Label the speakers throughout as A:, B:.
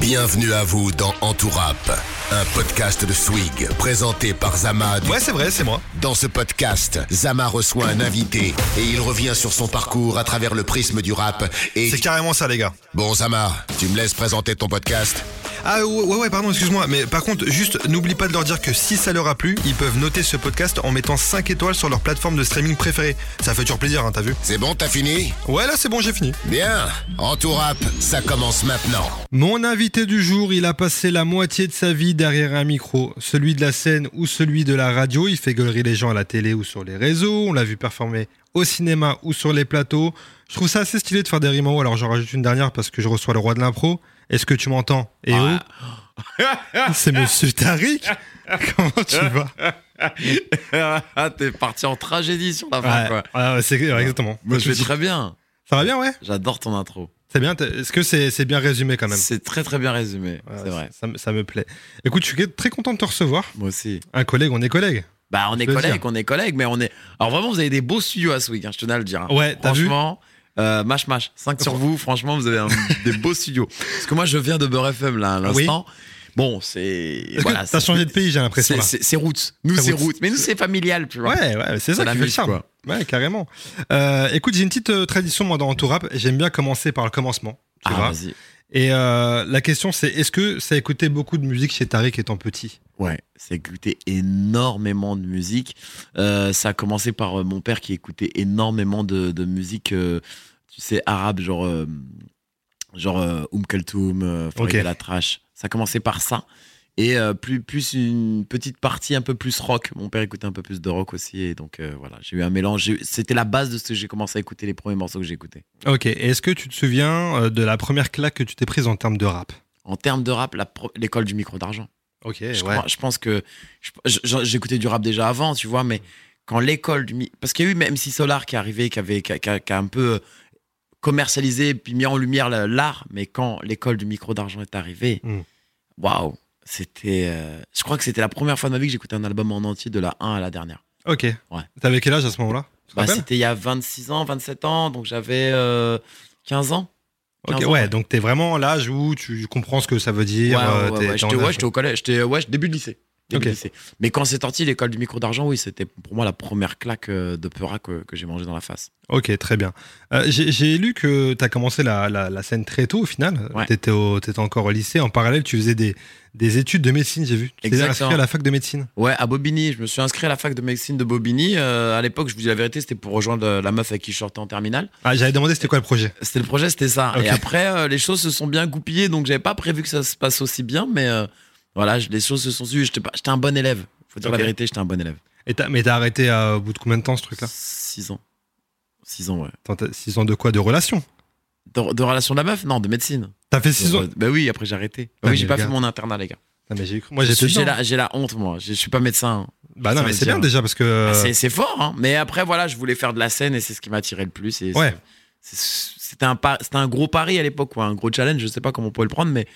A: Bienvenue à vous dans Entourap, un podcast de Swig présenté par Zama. du-
B: Ouais, c'est vrai, c'est moi.
A: Dans ce podcast, Zama reçoit un invité et il revient sur son parcours à travers le prisme du rap. Et
B: C'est carrément ça, les gars.
A: bon, Zama, tu me laisses présenter ton podcast
B: Ah ouais, ouais, ouais, pardon, excuse-moi. Mais par contre, juste n'oublie pas de leur dire que si ça leur a plu, ils peuvent noter ce podcast en mettant 5 étoiles sur leur plateforme de streaming préférée. Ça fait toujours plaisir, hein, t'as vu
A: C'est bon, t'as fini
B: Ouais, là, c'est bon, j'ai fini.
A: Bien, Entourap, ça commence maintenant.
C: Mon invité du jour, il a passé la moitié de sa vie derrière un micro, celui de la scène ou celui de la radio. Il fait gueulerie les gens à la télé ou sur les réseaux. On l'a vu performer au cinéma ou sur les plateaux. Je trouve ça assez stylé de faire des rimes en haut. Alors j'en rajoute une dernière parce que je reçois le roi de l'impro. Est-ce que tu m'entends Eh oh C'est Monsieur Tariq Comment tu vas
D: Ah, T'es parti en tragédie sur la fin, quoi.
C: Ouais, ouais, c'est- ouais, exactement.
D: Moi, je vais très bien.
C: Ça va bien, ouais
D: J'adore ton intro.
C: C'est bien. t'es- Est-ce que c'est c'est bien résumé quand même
D: C'est très très bien résumé.
C: Ouais,
D: c'est vrai.
C: Ça, me- ça me plaît. Écoute, je suis très content de te recevoir.
D: Moi aussi.
C: Un collègue, on est collègues.
D: Bah, on est
C: Je veux
D: collègues,
C: dire.
D: on est collègues, mais on est. Alors vraiment, vous avez des beaux studios à ce week, hein, je tenais à le dire. hein.
C: Ouais, t'as vu
D: Franchement. euh, mâche mâche, 5 sur vous, franchement vous avez un- des beaux studios. Parce que moi je viens de Beurre FM là à l'instant. Bon, c'est.
C: Est-ce que
D: voilà,
C: t'as
D: c'est-
C: changé de pays, j'ai l'impression.
D: C'est
C: là
D: c'est- c'est roots. Nous
C: C'est
D: c'est
C: roots.
D: roots. Mais nous c'est familial, tu vois.
C: Ouais, ouais, c'est ça, qui fait le
D: Ça l'amuse,
C: charme.
D: quoi.
C: Ouais, carrément. Euh, écoute, j'ai une petite euh, tradition moi dans Entourap. J'aime bien commencer par le commencement. Tu vois
D: Ah, vas-y.
C: et euh, la question c'est est-ce que ça écouté beaucoup de musique chez Tariq étant petit
D: Ouais, c'est écouté énormément de musique. Euh, ça a commencé par euh, mon père qui écoutait énormément de, de musique, euh, tu sais, arabe, genre, euh, genre euh, Oum Kalthoum, euh, Farid
C: Ok.
D: El Atrache. Ça a commencé par ça. Et euh, plus, plus une petite partie un peu plus rock. Mon père écoutait un peu plus de rock aussi. Et donc euh, voilà, j'ai eu un mélange. J'ai eu- C'était la base de ce que j'ai commencé à écouter, les premiers morceaux que j'ai écoutés.
C: Ok, et est-ce que tu te souviens euh, de la première claque que tu t'es prise en termes de rap
D: En termes de rap, la pro- l'école du micro d'argent.
C: Ok,
D: je, crois- je pense que je- je- j'écoutais du rap déjà avant, tu vois, mais quand l'école du mi- parce qu'il y a eu même si Solar qui est arrivé, qui avait qui a, qui a- qui a un peu euh, commercialisé puis mis en lumière la- l'art, mais quand l'école du micro d'argent est arrivée,
C: Mm.
D: waouh, c'était, euh, je crois que c'était la première fois de ma vie que j'écoutais un album en entier de la 1 à la dernière.
C: Ok. T'avais quel âge à ce moment-là Tu te
D: Bah,
C: rappelles
D: c'était il y a 26 ans, 27 ans, donc j'avais euh, 15 ans.
C: Ok,
D: 15 ans,
C: ouais,
D: ouais.
C: donc t'es vraiment à l'âge où tu comprends ce que ça veut dire.
D: Ouais, ouais,
C: euh,
D: ouais,
C: t'es-
D: ouais,
C: t'es
D: J'étais
C: en
D: ouais,
C: âge-
D: j'étais au collège, j'étais ouais, début de lycée. Début de
C: Ok.
D: lycée. Mais quand c'est sorti l'école du micro d'argent, oui, c'était pour moi la première claque euh, de Peura que, que j'ai mangé dans la face.
C: Ok, très bien. Euh, J'ai j'ai lu que tu as commencé la, la- la scène très tôt au final.
D: Ouais.
C: Tu étais, encore au lycée. En parallèle, tu faisais des, des études de médecine, j'ai vu. Tu t'es
D: Exactement.
C: inscrit à la fac de médecine.
D: Ouais, à Bobigny, je me suis inscrit à la fac de médecine de Bobigny. Euh, à l'époque, je vous dis la vérité, c'était pour rejoindre euh, la meuf avec qui je sortais en terminale.
C: Ah, J'avais demandé c'était quoi le projet.
D: C'était le projet, c'était ça.
C: Ok.
D: Et après, euh, les choses se sont bien goupillées, donc j'avais pas prévu que ça se passe aussi bien, mais euh, voilà, je- les choses se sont suivies. J'étais pas- j'étais un bon élève. Faut dire
C: Ok.
D: la vérité, j'étais un bon élève.
C: Et t'as- mais t'as arrêté à, au bout de combien de temps ce truc-là
D: 6 ans. 6 ans, ouais.
C: 6 ans de quoi De relation
D: De, de relation de la meuf Non, de médecine.
C: T'as fait 6 ans
D: Euh, Bah oui, après j'ai arrêté.
C: Ah,
D: Bah
C: mais
D: oui, j'ai
C: le
D: pas
C: gars.
D: fait mon internat, les gars.
C: Ah, mais j'ai cru- Moi
D: Je
C: j'ai fait
D: suis- J'ai
C: dedans.
D: la, j'ai la honte, moi. Je, je suis pas médecin.
C: Bah non,
D: ça
C: mais
D: veut
C: c'est bien
D: dire.
C: déjà parce que. euh,
D: Ah, c'est c'est fort, hein. Mais après, voilà, je voulais faire de la scène et c'est ce qui m'attirait le plus. Et
C: Ouais.
D: c'est- c'est- C'était un, par- c'était un gros pari à l'époque, quoi. Un gros challenge. Je sais pas comment on pouvait le prendre, mais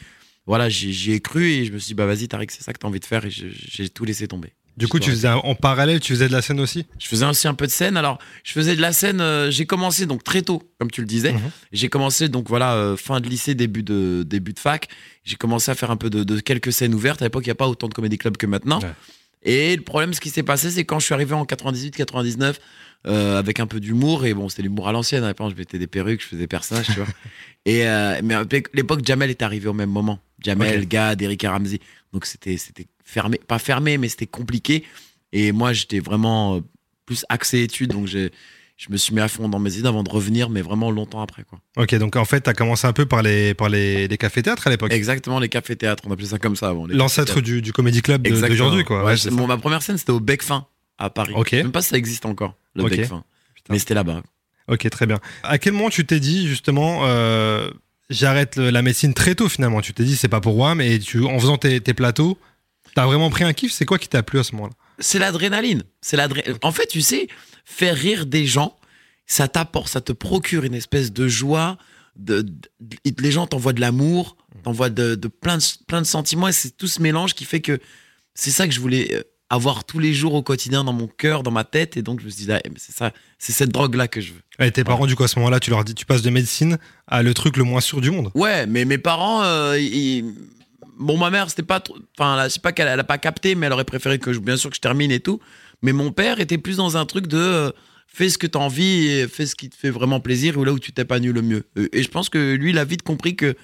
D: voilà, j'y j'y ai cru et je me suis dit, bah vas-y, Tariq, c'est ça que t'as envie de faire. Et je- j'ai tout laissé tomber.
C: du coup, tu faisais un- en parallèle, tu faisais de la scène aussi
D: Je faisais aussi un peu de scène. Alors, je faisais de la scène. euh, j'ai commencé donc très tôt, comme tu le disais.
C: Mhm.
D: J'ai commencé donc voilà euh, fin de lycée, début de début de fac. J'ai commencé à faire un peu de, de quelques scènes ouvertes. À l'époque, il n'y a pas autant de comédie club que maintenant.
C: Ouais.
D: Et le problème, ce qui s'est passé, c'est quand je suis arrivé en 98-99 avec un peu d'humour et bon, c'était l'humour à l'ancienne. À l'époque, je mettais des perruques, je faisais des personnages, tu vois. Et euh, mais à l'époque, Jamel est arrivé au même moment. Jamel, Gad, Erika Ramsey. Donc c'était c'était fermé, pas fermé, mais c'était compliqué. Et moi, j'étais vraiment euh, plus axé études, donc j'ai- je me suis mis à fond dans mes idées avant de revenir, mais vraiment longtemps après, quoi.
C: Ok, donc en fait, t'as commencé un peu par les, par les, les cafés-théâtres à l'époque.
D: Exactement, les cafés théâtres, on appelait ça comme ça avant. les
C: L'ancêtre
D: cafés-théâtres.
C: du, du comédie club de-
D: Exactement.
C: d'aujourd'hui, quoi.
D: Ouais,
C: Ouais,
D: c'est-
C: c'est
D: bon, ma première scène, c'était au Becfin à Paris.
C: Ok.
D: Je sais même pas si ça existe encore, le
C: Ok.
D: Becfin.
C: Putain.
D: Mais c'était là-bas.
C: Ok, très bien. À quel moment tu t'es dit justement, euh, j'arrête le- la médecine très tôt finalement Tu t'es dit c'est pas pour moi, mais tu, en faisant tes, tes plateaux, t'as vraiment pris un kiff C'est quoi qui t'a plu à ce moment-là
D: C'est l'adrénaline. C'est l'adré- En fait, tu sais, faire rire des gens, ça t'apporte, ça te procure une espèce de joie. De, de- de- les gens t'envoient de l'amour, t'envoient de, de plein, de plein de sentiments, et c'est tout ce mélange qui fait que c'est ça que je voulais euh, avoir tous les jours au quotidien dans mon cœur, dans ma tête. Et donc, je me suis dit, ah, c'est ça, c'est cette drogue-là que je veux.
C: Ouais, tes parents, du coup, à ce moment-là, tu leur dis, tu passes de médecine à le truc le moins sûr du monde.
D: Ouais, mais mes parents, euh, ils- bon, ma mère, c'était pas, trop- enfin, là, je sais pas qu'elle elle a pas capté, mais elle aurait préféré que je, bien sûr, que je termine et tout. Mais mon père était plus dans un truc de euh, fais ce que t'as envie, et fais ce qui te fait vraiment plaisir ou là où tu t'épanouis le mieux. Euh, Et je pense que lui, il a vite compris que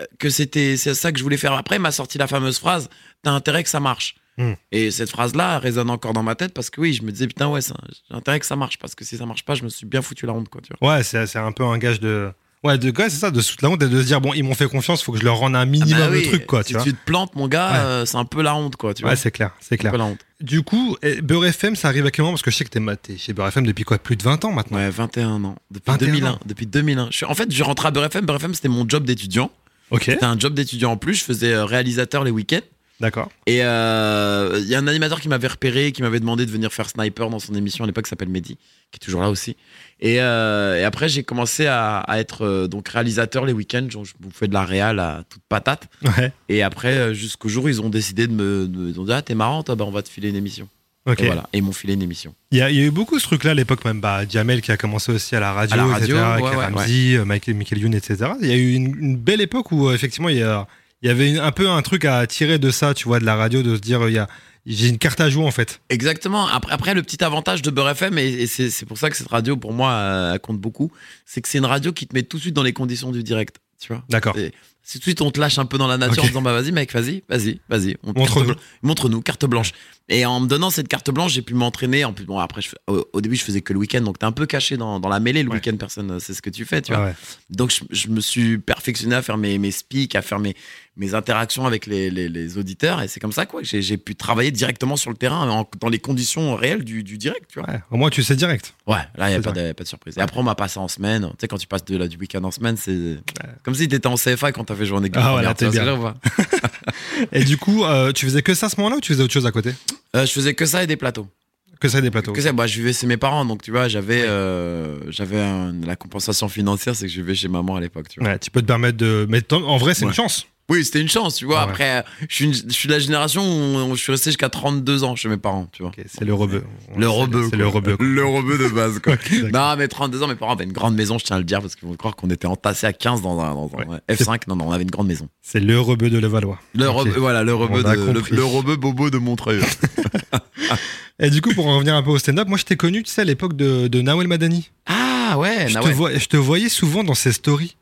D: euh, que c'était c'est ça que je voulais faire. Après, il m'a sorti la fameuse phrase t'as intérêt que ça marche.
C: Hmm.
D: Et cette phrase-là elle résonne encore dans ma tête parce que oui, je me disais putain ouais, ça- j'ai intérêt que ça marche parce que si ça marche pas, je me suis bien foutu la honte quoi. Tu vois.
C: Ouais, c'est c'est un peu un gage de. Ouais, de ouais, c'est ça, de se foutre la honte et de se dire, bon, ils m'ont fait confiance, faut que je leur rende un
D: Ah
C: minimum
D: bah oui,
C: le truc, quoi,
D: si
C: tu vois.
D: te plantes, mon gars,
C: Ouais.
D: euh, c'est un peu la honte, quoi. Tu vois,
C: Ouais, c'est clair, c'est
D: un
C: clair.
D: peu la honte.
C: Du coup, eh, Beurre FM, ça arrive à quel moment Parce que je sais que t'es maté chez Beurre FM depuis quoi Plus de 20 ans maintenant
D: Ouais, 21 ans. Depuis
C: 21
D: 2001.
C: ans.
D: Depuis 2001. Je suis, en fait, je rentre à Beurre FM. Beurre FM, c'était mon job d'étudiant.
C: Ok.
D: C'était un job d'étudiant en plus. Je faisais euh, réalisateur les week-ends.
C: D'accord.
D: Et euh, il y a un animateur qui m'avait repéré, qui m'avait demandé de venir faire sniper dans son émission à l'époque, qui s'appelle Mehdi, qui est toujours là aussi. Et, euh, et après, j'ai commencé à, à être euh, donc réalisateur les week-ends. Genre, je bouffais de la réal à toute patate.
C: Ouais.
D: Et après, euh, jusqu'au jour, ils ont décidé de me. de- ils ont dit Ah, t'es marrant, toi, bah, on va te filer une émission.
C: Ok.
D: Et voilà. Et ils m'ont filé une émission.
C: Il y, a il y a eu beaucoup ce truc-là à l'époque, même bah, Jamel qui a commencé aussi à la radio,
D: À la radio,
C: etc.,
D: ouais,
C: avec
D: ouais,
C: Ramsey, euh, Michael, Michael Youn, etc. Il y a eu une, une belle époque où euh, effectivement il y, a- il y avait une- un peu un truc à tirer de ça, tu vois, de la radio, de se dire euh, il y a- j'ai une carte à jouer en fait.
D: Exactement. Après, après, le petit avantage de Beurre FM, et, et c'est c'est pour ça que cette radio, pour moi, euh, elle compte beaucoup, c'est que c'est une radio qui te met tout de suite dans les conditions du direct. Tu vois
C: D'accord.
D: Et- Si tout de suite on te lâche un peu dans la nature
C: Ok.
D: en disant bah vas-y mec, vas-y, vas-y, vas-y. on te-
C: Montre-nous.
D: carte blan- Montre-nous, carte blanche. Et en me donnant cette carte blanche, j'ai pu m'entraîner. En plus, bon, après, je fais- au, au début, je faisais que le week-end, donc t'es un peu caché dans, dans la mêlée le
C: Ouais.
D: week-end, personne euh, sait ce que tu fais, tu vois.
C: Ah ouais.
D: Donc je, je me suis perfectionné à faire mes, mes speaks, à faire mes, mes interactions avec les, les- les auditeurs. Et c'est comme ça quoi, que j'ai j'ai pu travailler directement sur le terrain, en- dans les conditions réelles du, du direct. Tu vois.
C: Ouais, Au moins tu sais direct.
D: Ouais, là, il n'y a
C: C'est
D: pas de, pas de surprise. Et après, on m'a passé en semaine. Tu sais, quand tu passes de, là, du week-end en semaine, c'est comme si tu étais en CFA quand tu as fait jouer en équipe.
C: Ah, voilà,
D: première, tu vois
C: t'es
D: ce que
C: bien.
D: je veux dire
C: Et du coup, euh, tu faisais que ça à ce moment-là ou tu faisais autre chose à côté
D: Euh, je faisais que ça et des plateaux.
C: Que ça et des plateaux.
D: Que ça, bah, je vivais chez mes parents, donc tu vois, j'avais euh, j'avais un- la compensation financière, c'est que je vivais chez maman à l'époque. Tu vois.
C: Ouais, tu peux te permettre de. Mais t'en- en vrai, c'est une
D: Ouais.
C: chance.
D: Oui, c'était une chance, tu vois.
C: Ah ouais.
D: Après, euh, je suis, une- je suis de la génération où je suis resté jusqu'à 32 ans chez mes parents, tu vois.
C: Ok, c'est le rebeu.
D: Le rebeu.
C: C'est le
D: quoi.
C: rebeu. quoi.
D: Le rebeu de base, quoi.
C: Ok, d'accord.
D: Non, mais 32 ans, mes parents avaient une grande maison, je tiens à le dire, parce qu'ils vont croire qu'on était entassés à 15 dans un, dans un F5. Non, non, on avait une grande maison.
C: C'est le rebeu de Levallois.
D: Le
C: Ok.
D: rebeu, voilà, le rebeu,
C: On a
D: de- le-
C: compris.
D: le rebeu bobo de Montreuil.
C: Et du coup, pour en revenir un peu au stand-up, moi je t'ai connu, tu sais, à l'époque de, de Nawel Madani.
D: ah ouais,
C: je,
D: nah,
C: te
D: ouais.
C: vois- je te voyais souvent dans ses stories.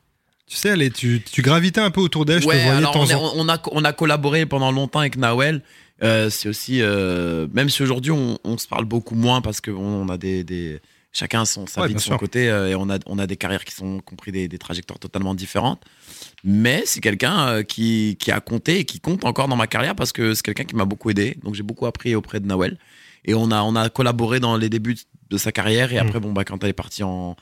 C: Tu sais, elle est- tu, tu gravitais un peu autour d'elle, je
D: Ouais,
C: te voyais de
D: alors,
C: temps
D: on, est-
C: en temps.
D: on a, on a collaboré pendant longtemps avec Nawel. Euh, c'est aussi, euh, même si aujourd'hui on, on se parle beaucoup moins parce que bon, on a des, des- chacun son, sa
C: Ouais,
D: vie de
C: bien
D: son
C: sûr.
D: côté euh, et on a, on a des carrières qui sont compris des, des trajectoires totalement différentes. Mais c'est quelqu'un euh, qui, qui a compté et qui compte encore dans ma carrière parce que c'est quelqu'un qui m'a beaucoup aidé. Donc j'ai beaucoup appris auprès de Nawel. Et on a, on a collaboré dans les débuts de sa carrière. Et
C: Hmm.
D: après, bon, bah, quand elle est partie en.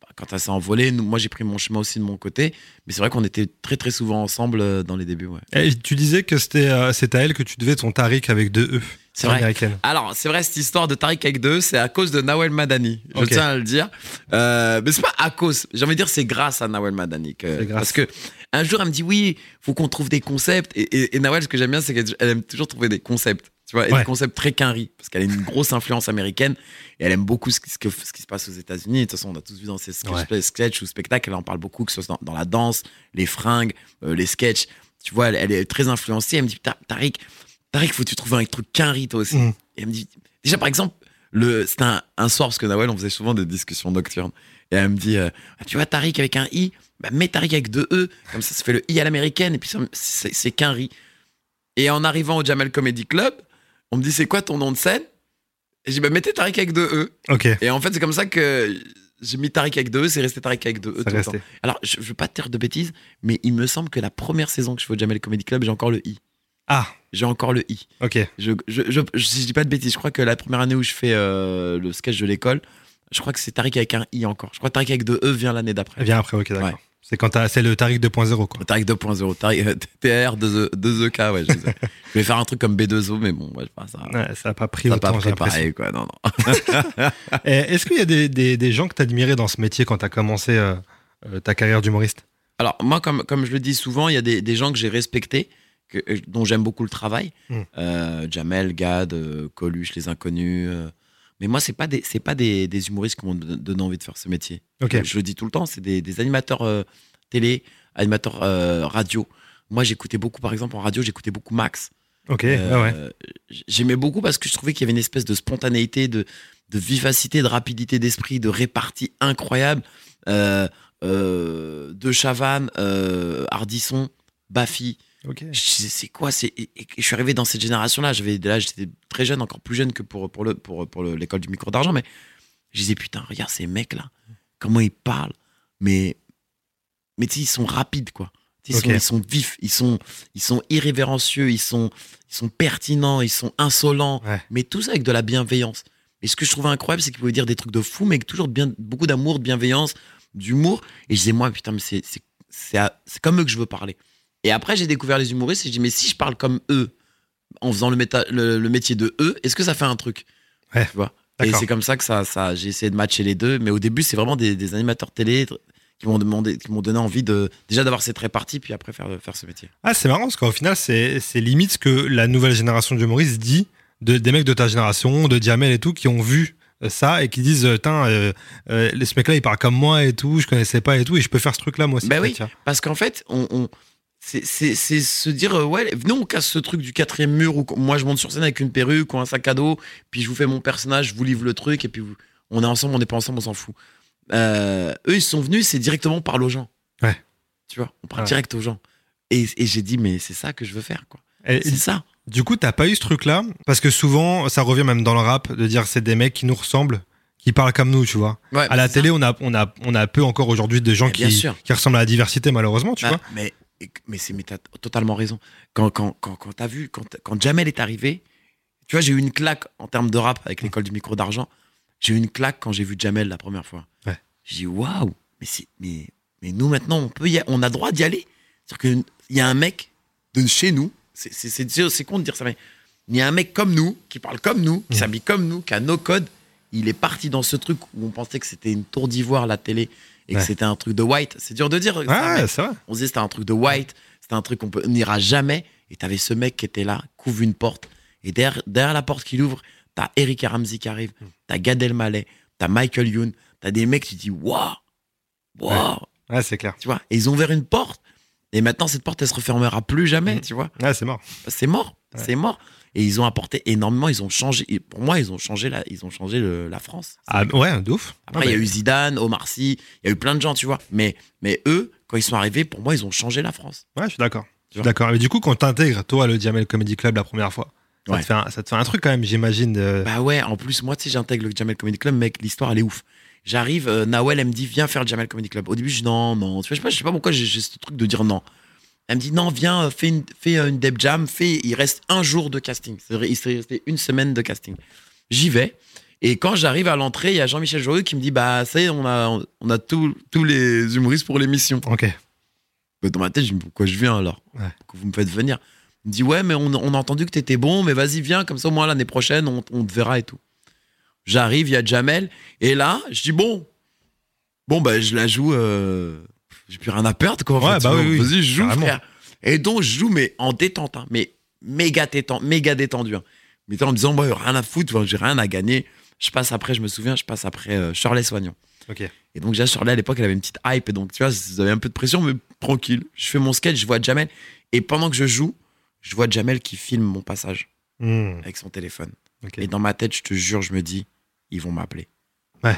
D: bah, Quand elle s'est envolée, nous- moi j'ai pris mon chemin aussi de mon côté. Mais c'est vrai qu'on était très très souvent ensemble euh, dans les débuts. Ouais.
C: Et Eh, tu disais que c'était euh, c'est à elle que tu devais ton Tariq avec deux E.
D: C'est vrai.
C: Américaine.
D: Alors, c'est vrai, cette histoire de Tariq avec deux, c'est à cause de Nawel Madani. Je
C: Ok.
D: tiens à le dire. Euh, mais c'est pas à cause. J'ai envie de dire, c'est grâce à Nawel Madani. que-
C: C'est grâce.
D: Parce que un jour, elle me dit oui, faut qu'on trouve des concepts. Et, et- et Nawel, ce que j'aime bien, c'est qu'elle elle aime toujours trouver des concepts. Tu vois, et
C: Ouais.
D: des concepts très quinri. Parce qu'elle a une grosse influence américaine. Et elle aime beaucoup ce, qui- ce que- ce qui se passe aux États-Unis. De toute façon, on a tous vu dans ses sketchs, sketchs ou spectacles, elle en parle beaucoup, que ce soit dans, dans la danse, les fringues, euh, les sketchs. Tu vois, elle, elle est très influencée. Elle me dit Putain, Tariq, Tariq, faut que tu trouves un truc quinri toi aussi.
C: Mm.
D: Et elle me dit Déjà, par exemple, le- c'était un, un soir, parce que Nawel, on faisait souvent des discussions nocturnes. Et elle me dit euh, Ah, Tu vois, Tariq avec un I, bah, mets Tariq avec deux E. Comme ça, ça fait le I à l'américaine. Et puis, ça- c'est c'est quinri. Et en arrivant au Jamel Comedy Club, on me dit C'est quoi ton nom de scène Et j'ai dit bah, Mettez Tariq avec deux E.
C: Ok, ça
D: Et en fait, c'est comme ça que j'ai mis Tariq avec deux E, c'est resté Tariq avec deux E tout le temps.
C: restait.
D: Alors, je, je veux pas te dire de bêtises, mais il me semble que la première saison que je fais au Jamel Comedy Club, j'ai encore le I.
C: Ah,
D: J'ai encore le I.
C: ok.
D: Je, je, je, je- si je dis pas de bêtises, je crois que la première année où je fais euh, le sketch de l'école, je crois que c'est Tariq avec un I encore. Je crois que Tariq avec deux E vient l'année d'après.
C: Elle vient après, ok, d'accord.
D: Ouais.
C: C'est quand t'as- c'est le Tariq 2.0, quoi.
D: Tariq 2.0, Tariq euh, TR 2E, 2EK, E ouais. Je, sais. Je vais faire un truc comme B2O, mais bon, ouais, je sais pas, ça.
C: Ouais, ça n'a pas pris
D: Ça a
C: autant,
D: pas
C: j'ai l'impression.
D: préparé, quoi, non, non.
C: Et Eh, Est-ce qu'il y a des, des- des gens que t'admirais dans ce métier quand t'as commencé euh, euh, ta carrière d'humoriste
D: Alors, moi, comme, comme je le dis souvent, il y a des, des gens que j'ai respectés que- euh, dont j'aime beaucoup le travail.
C: Mm.
D: Euh, Jamel, Gad, euh, Coluche, Les Inconnus. euh. Mais moi, c'est pas des, c'est pas des, des humoristes qui m'ont don- donné envie de faire ce métier.
C: Ok.
D: Je le dis tout le temps, c'est des, des animateurs euh, télé, animateurs euh, radio. Moi, j'écoutais beaucoup, par exemple, en radio, j'écoutais beaucoup Max.
C: Ok,
D: Euh,
C: ah ouais.
D: j- J'aimais beaucoup parce que je trouvais qu'il y avait une espèce de spontanéité, de, de vivacité, de rapidité d'esprit, de répartie incroyable. Euh, euh, de Chavannes, euh, Hardisson, Baffy.
C: Ok.
D: Je disais, C'est quoi c'est- et- et- et Je suis arrivé dans cette génération-là. J'avais là, j'étais très jeune, encore plus jeune que pour pour le pour pour le- l'école du micro d'argent. Mais je disais putain, regarde ces mecs là, comment ils parlent. Mais mais tu sais, ils sont rapides quoi. Tu sais, Ils,
C: Ok.
D: sont, ils sont vifs, ils sont ils sont irrévérencieux, ils sont ils sont pertinents, ils sont insolents.
C: Ouais.
D: Mais tout ça avec de la bienveillance. Et ce que je trouvais incroyable, c'est qu'ils pouvaient dire des trucs de fou, mais avec toujours de bien, beaucoup d'amour, de bienveillance, d'humour. Et je disais, moi, putain, mais c'est- c'est- c'est à- c'est comme eux que je veux parler. Et après, j'ai découvert les humoristes et j'ai dit, mais si je parle comme eux, en faisant le, méta- le, le métier de eux, est-ce que ça fait un truc
C: Ouais,
D: Tu vois Et
C: d'accord.
D: c'est comme ça que ça, ça, j'ai essayé de matcher les deux. Mais au début, c'est vraiment des, des animateurs télé tr- qui m'ont demandé, qui m'ont donné envie de déjà d'avoir cette répartie, puis après faire, faire ce métier.
C: Ah, c'est marrant parce qu'au final, c'est c'est limite ce que la nouvelle génération d'humoristes dit de, des mecs de ta génération, de Jamel et tout, qui ont vu euh, ça et qui disent Tiens, euh, euh, ce mec-là, il parle comme moi et tout, je connaissais pas et tout, et je peux faire ce truc-là moi aussi.
D: Bah oui.
C: tiens.
D: Parce qu'en fait, on, on- c'est- c'est c'est se dire, euh, ouais, venez, on casse ce truc du quatrième mur où qu- moi je monte sur scène avec une perruque ou un sac à dos, puis je vous fais mon personnage, je vous livre le truc, et puis vous- on est ensemble, on n'est pas ensemble, on s'en fout. Euh, eux, ils sont venus, c'est directement on parle aux gens.
C: Ouais.
D: Tu vois, on parle
C: Ouais.
D: direct aux gens. Et, et j'ai dit, mais c'est ça que je veux faire, quoi.
C: Et-
D: C'est ça.
C: Du coup, t'as pas eu ce truc-là Parce que souvent, ça revient même dans le rap de dire c'est des mecs qui nous ressemblent, qui parlent comme nous, tu vois.
D: Ouais,
C: À la
D: Ah, c'est ça.
C: télé, on a, on, a, on a peu encore aujourd'hui de gens
D: Mais bien
C: qui,
D: sûr.
C: qui ressemblent à la diversité, malheureusement, tu
D: Bah,
C: vois.
D: mais mais c'est mais t'as totalement raison. Quand quand quand, quand t'as vu quand quand Jamel est arrivé, tu vois j'ai eu une claque en termes de rap avec l'école du micro d'argent. J'ai eu une claque quand j'ai vu Jamel la première fois.
C: Ouais.
D: J'ai dit waouh mais c'est mais mais nous maintenant on peut y a- on a droit d'y aller. C'est-à-dire qu'il y a un mec de chez nous. C'est c'est c'est- c'est con de dire ça mais il y a un mec comme nous qui parle comme nous qui
C: Mhm.
D: s'habille comme nous qui a nos codes. Il est parti dans ce truc où on pensait que c'était une tour d'ivoire la télé et
C: Ouais.
D: que c'était un truc de white. C'est dur de dire. ça, mais-
C: Ouais, c'est vrai.
D: on se disait c'était un truc de white, c'était un truc qu'on peut- on n'ira jamais. Et t'avais ce mec qui était là, couvre une porte. Et derrière, derrière la porte qu'il ouvre, t'as Eric Ramsey qui
C: Hmm.
D: arrive, t'as Gad Elmaleh, t'as Michael Youn, t'as des mecs, tu dis waouh, waouh,
C: Ouais, Ah, c'est clair.
D: tu vois. Et ils ont ouvert une porte. Et maintenant, cette porte, elle se refermera plus jamais,
C: Mhm.
D: tu vois.
C: Ouais, c'est mort.
D: C'est mort,
C: Ouais.
D: c'est mort. Et ils ont apporté énormément, ils ont changé. et Pour moi, ils ont changé la, ils ont changé le- la France.
C: Ah, bah ouais, de ouf. Ah,
D: Après, il y a eu Zidane, Omar Sy, il y a eu plein de gens, tu vois. Mais, mais eux, quand ils sont arrivés, pour moi, ils ont changé la France.
C: Ouais, je suis d'accord. Je suis
D: vois.
C: d'accord. Mais du coup, quand t'intègres, toi, le Jamel Comedy Club la première fois, ça,
D: Ouais.
C: te, fait un, ça te fait un truc quand même, j'imagine. euh, de-
D: Bah ouais, en plus, moi, tu sais, j'intègre le Jamel Comedy Club, mec, l'histoire, elle est ouf. J'arrive, euh, Nawel, elle me dit, viens faire le Jamel Comedy Club. Au début, je dis, non, non, tu vois, je sais pas, je sais pas pourquoi j'ai j'ai ce truc de dire non. Elle me dit, non, viens, euh, fais une, fais euh, une Deb Jam, fais, il reste un jour de casting. C'est vrai, Il s'est resté une semaine de casting. J'y vais. Et quand j'arrive à l'entrée, il y a Jean-Michel Joyeux qui me dit, bah, ça y est, on a, on a tous- tous les humoristes pour l'émission.
C: Ok.
D: Mais Dans ma tête, je me dis pourquoi je viens alors
C: Ouais.
D: Que vous me faites venir. Il me dit ouais, mais on, on a entendu que t'étais bon, mais vas-y, viens, comme ça au moins l'année prochaine, on, on te verra et tout. J'arrive, il y a Jamel, et là, je dis bon, bon, bah je la joue, euh, j'ai plus rien à perdre quoi. en
C: Ouais,
D: fait,
C: bah
D: tu vois.
C: oui, oui,
D: Vas-y, je joue,
C: carrément.
D: frère. Et donc, je joue, mais en détente, hein, mais méga détente, méga détendu. hein. Mais t'sais, en me disant, bah, rien à foutre, enfin, j'ai rien à gagner. Je passe après, je me souviens, je passe après euh, Shirley Soignon.
C: Ok.
D: Et donc, déjà, Shirley, à l'époque, elle avait une petite hype. Et donc, tu vois, j'avais un peu de pression, mais tranquille. Je fais mon sketch, je vois Jamel. Et pendant que je joue, je vois Jamel qui filme mon passage
C: Hmm,
D: avec son téléphone.
C: ok.
D: Et dans ma tête, je te jure, je me dis, ils vont m'appeler.
C: Ouais.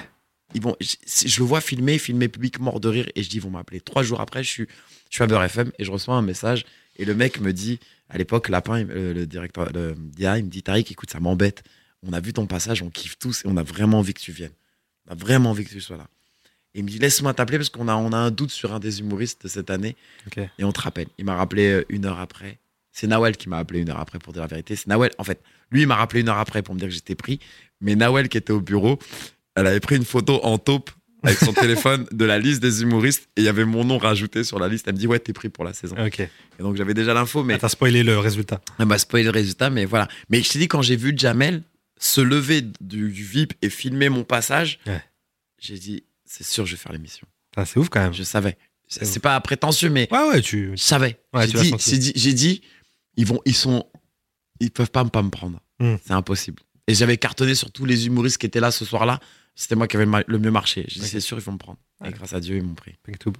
D: Ils vont, je, si- je le vois filmer, filmer public mort de rire, et je dis, ils vont m'appeler. Trois jours après, je suis, je suis à Beurre FM et je reçois un message. Et le mec me dit, à l'époque, Lapin, il- le, le directeur, le DA, il me dit, Tariq, écoute, ça m'embête. On a vu ton passage, on kiffe tous et on a vraiment envie que tu viennes. On a vraiment envie que tu sois là. Et il me dit, laisse-moi t'appeler parce qu'on a, on a un doute sur un des humoristes de cette année.
C: Ok.
D: Et on te rappelle. Il m'a rappelé euh, une heure après. C'est Nawel qui m'a appelé une heure après pour dire la vérité. C'est Nawel, en fait. Lui, il m'a rappelé une heure après pour me dire que j'étais pris. Mais Nawel, qui était au bureau, elle avait pris une photo en taupe avec son téléphone de la liste des humoristes et il y avait mon nom rajouté sur la liste. Elle me dit Ouais, t'es pris pour la saison.
C: Ok.
D: Et donc j'avais déjà l'info, mais
C: Ah, T'as spoilé le résultat.
D: elle m'a spoilé le résultat. Mais voilà. Mais je t'ai dit, quand j'ai vu Jamel se lever du, du VIP et filmer mon passage,
C: Ouais.
D: j'ai dit C'est sûr, je vais faire l'émission.
C: Putain, C'est ouf quand même.
D: Je savais.
C: ouf.
D: C'est pas prétentieux, mais
C: Ouais, ouais, tu.
D: je savais.
C: Ouais,
D: j'ai
C: tu l'as
D: dit,
C: senti.
D: j'ai dit, j'ai dit, ils vont, ils sont, ils peuvent pas, me- pas me prendre.
C: Mm.
D: C'est impossible. Et j'avais cartonné sur tous les humoristes qui étaient là ce soir-là. C'était moi qui avais le ma- le mieux marché. J'ai dit,
C: Ok.
D: c'est sûr, ils vont me prendre. Et grâce à Dieu, ils m'ont pris.
C: Mektoub.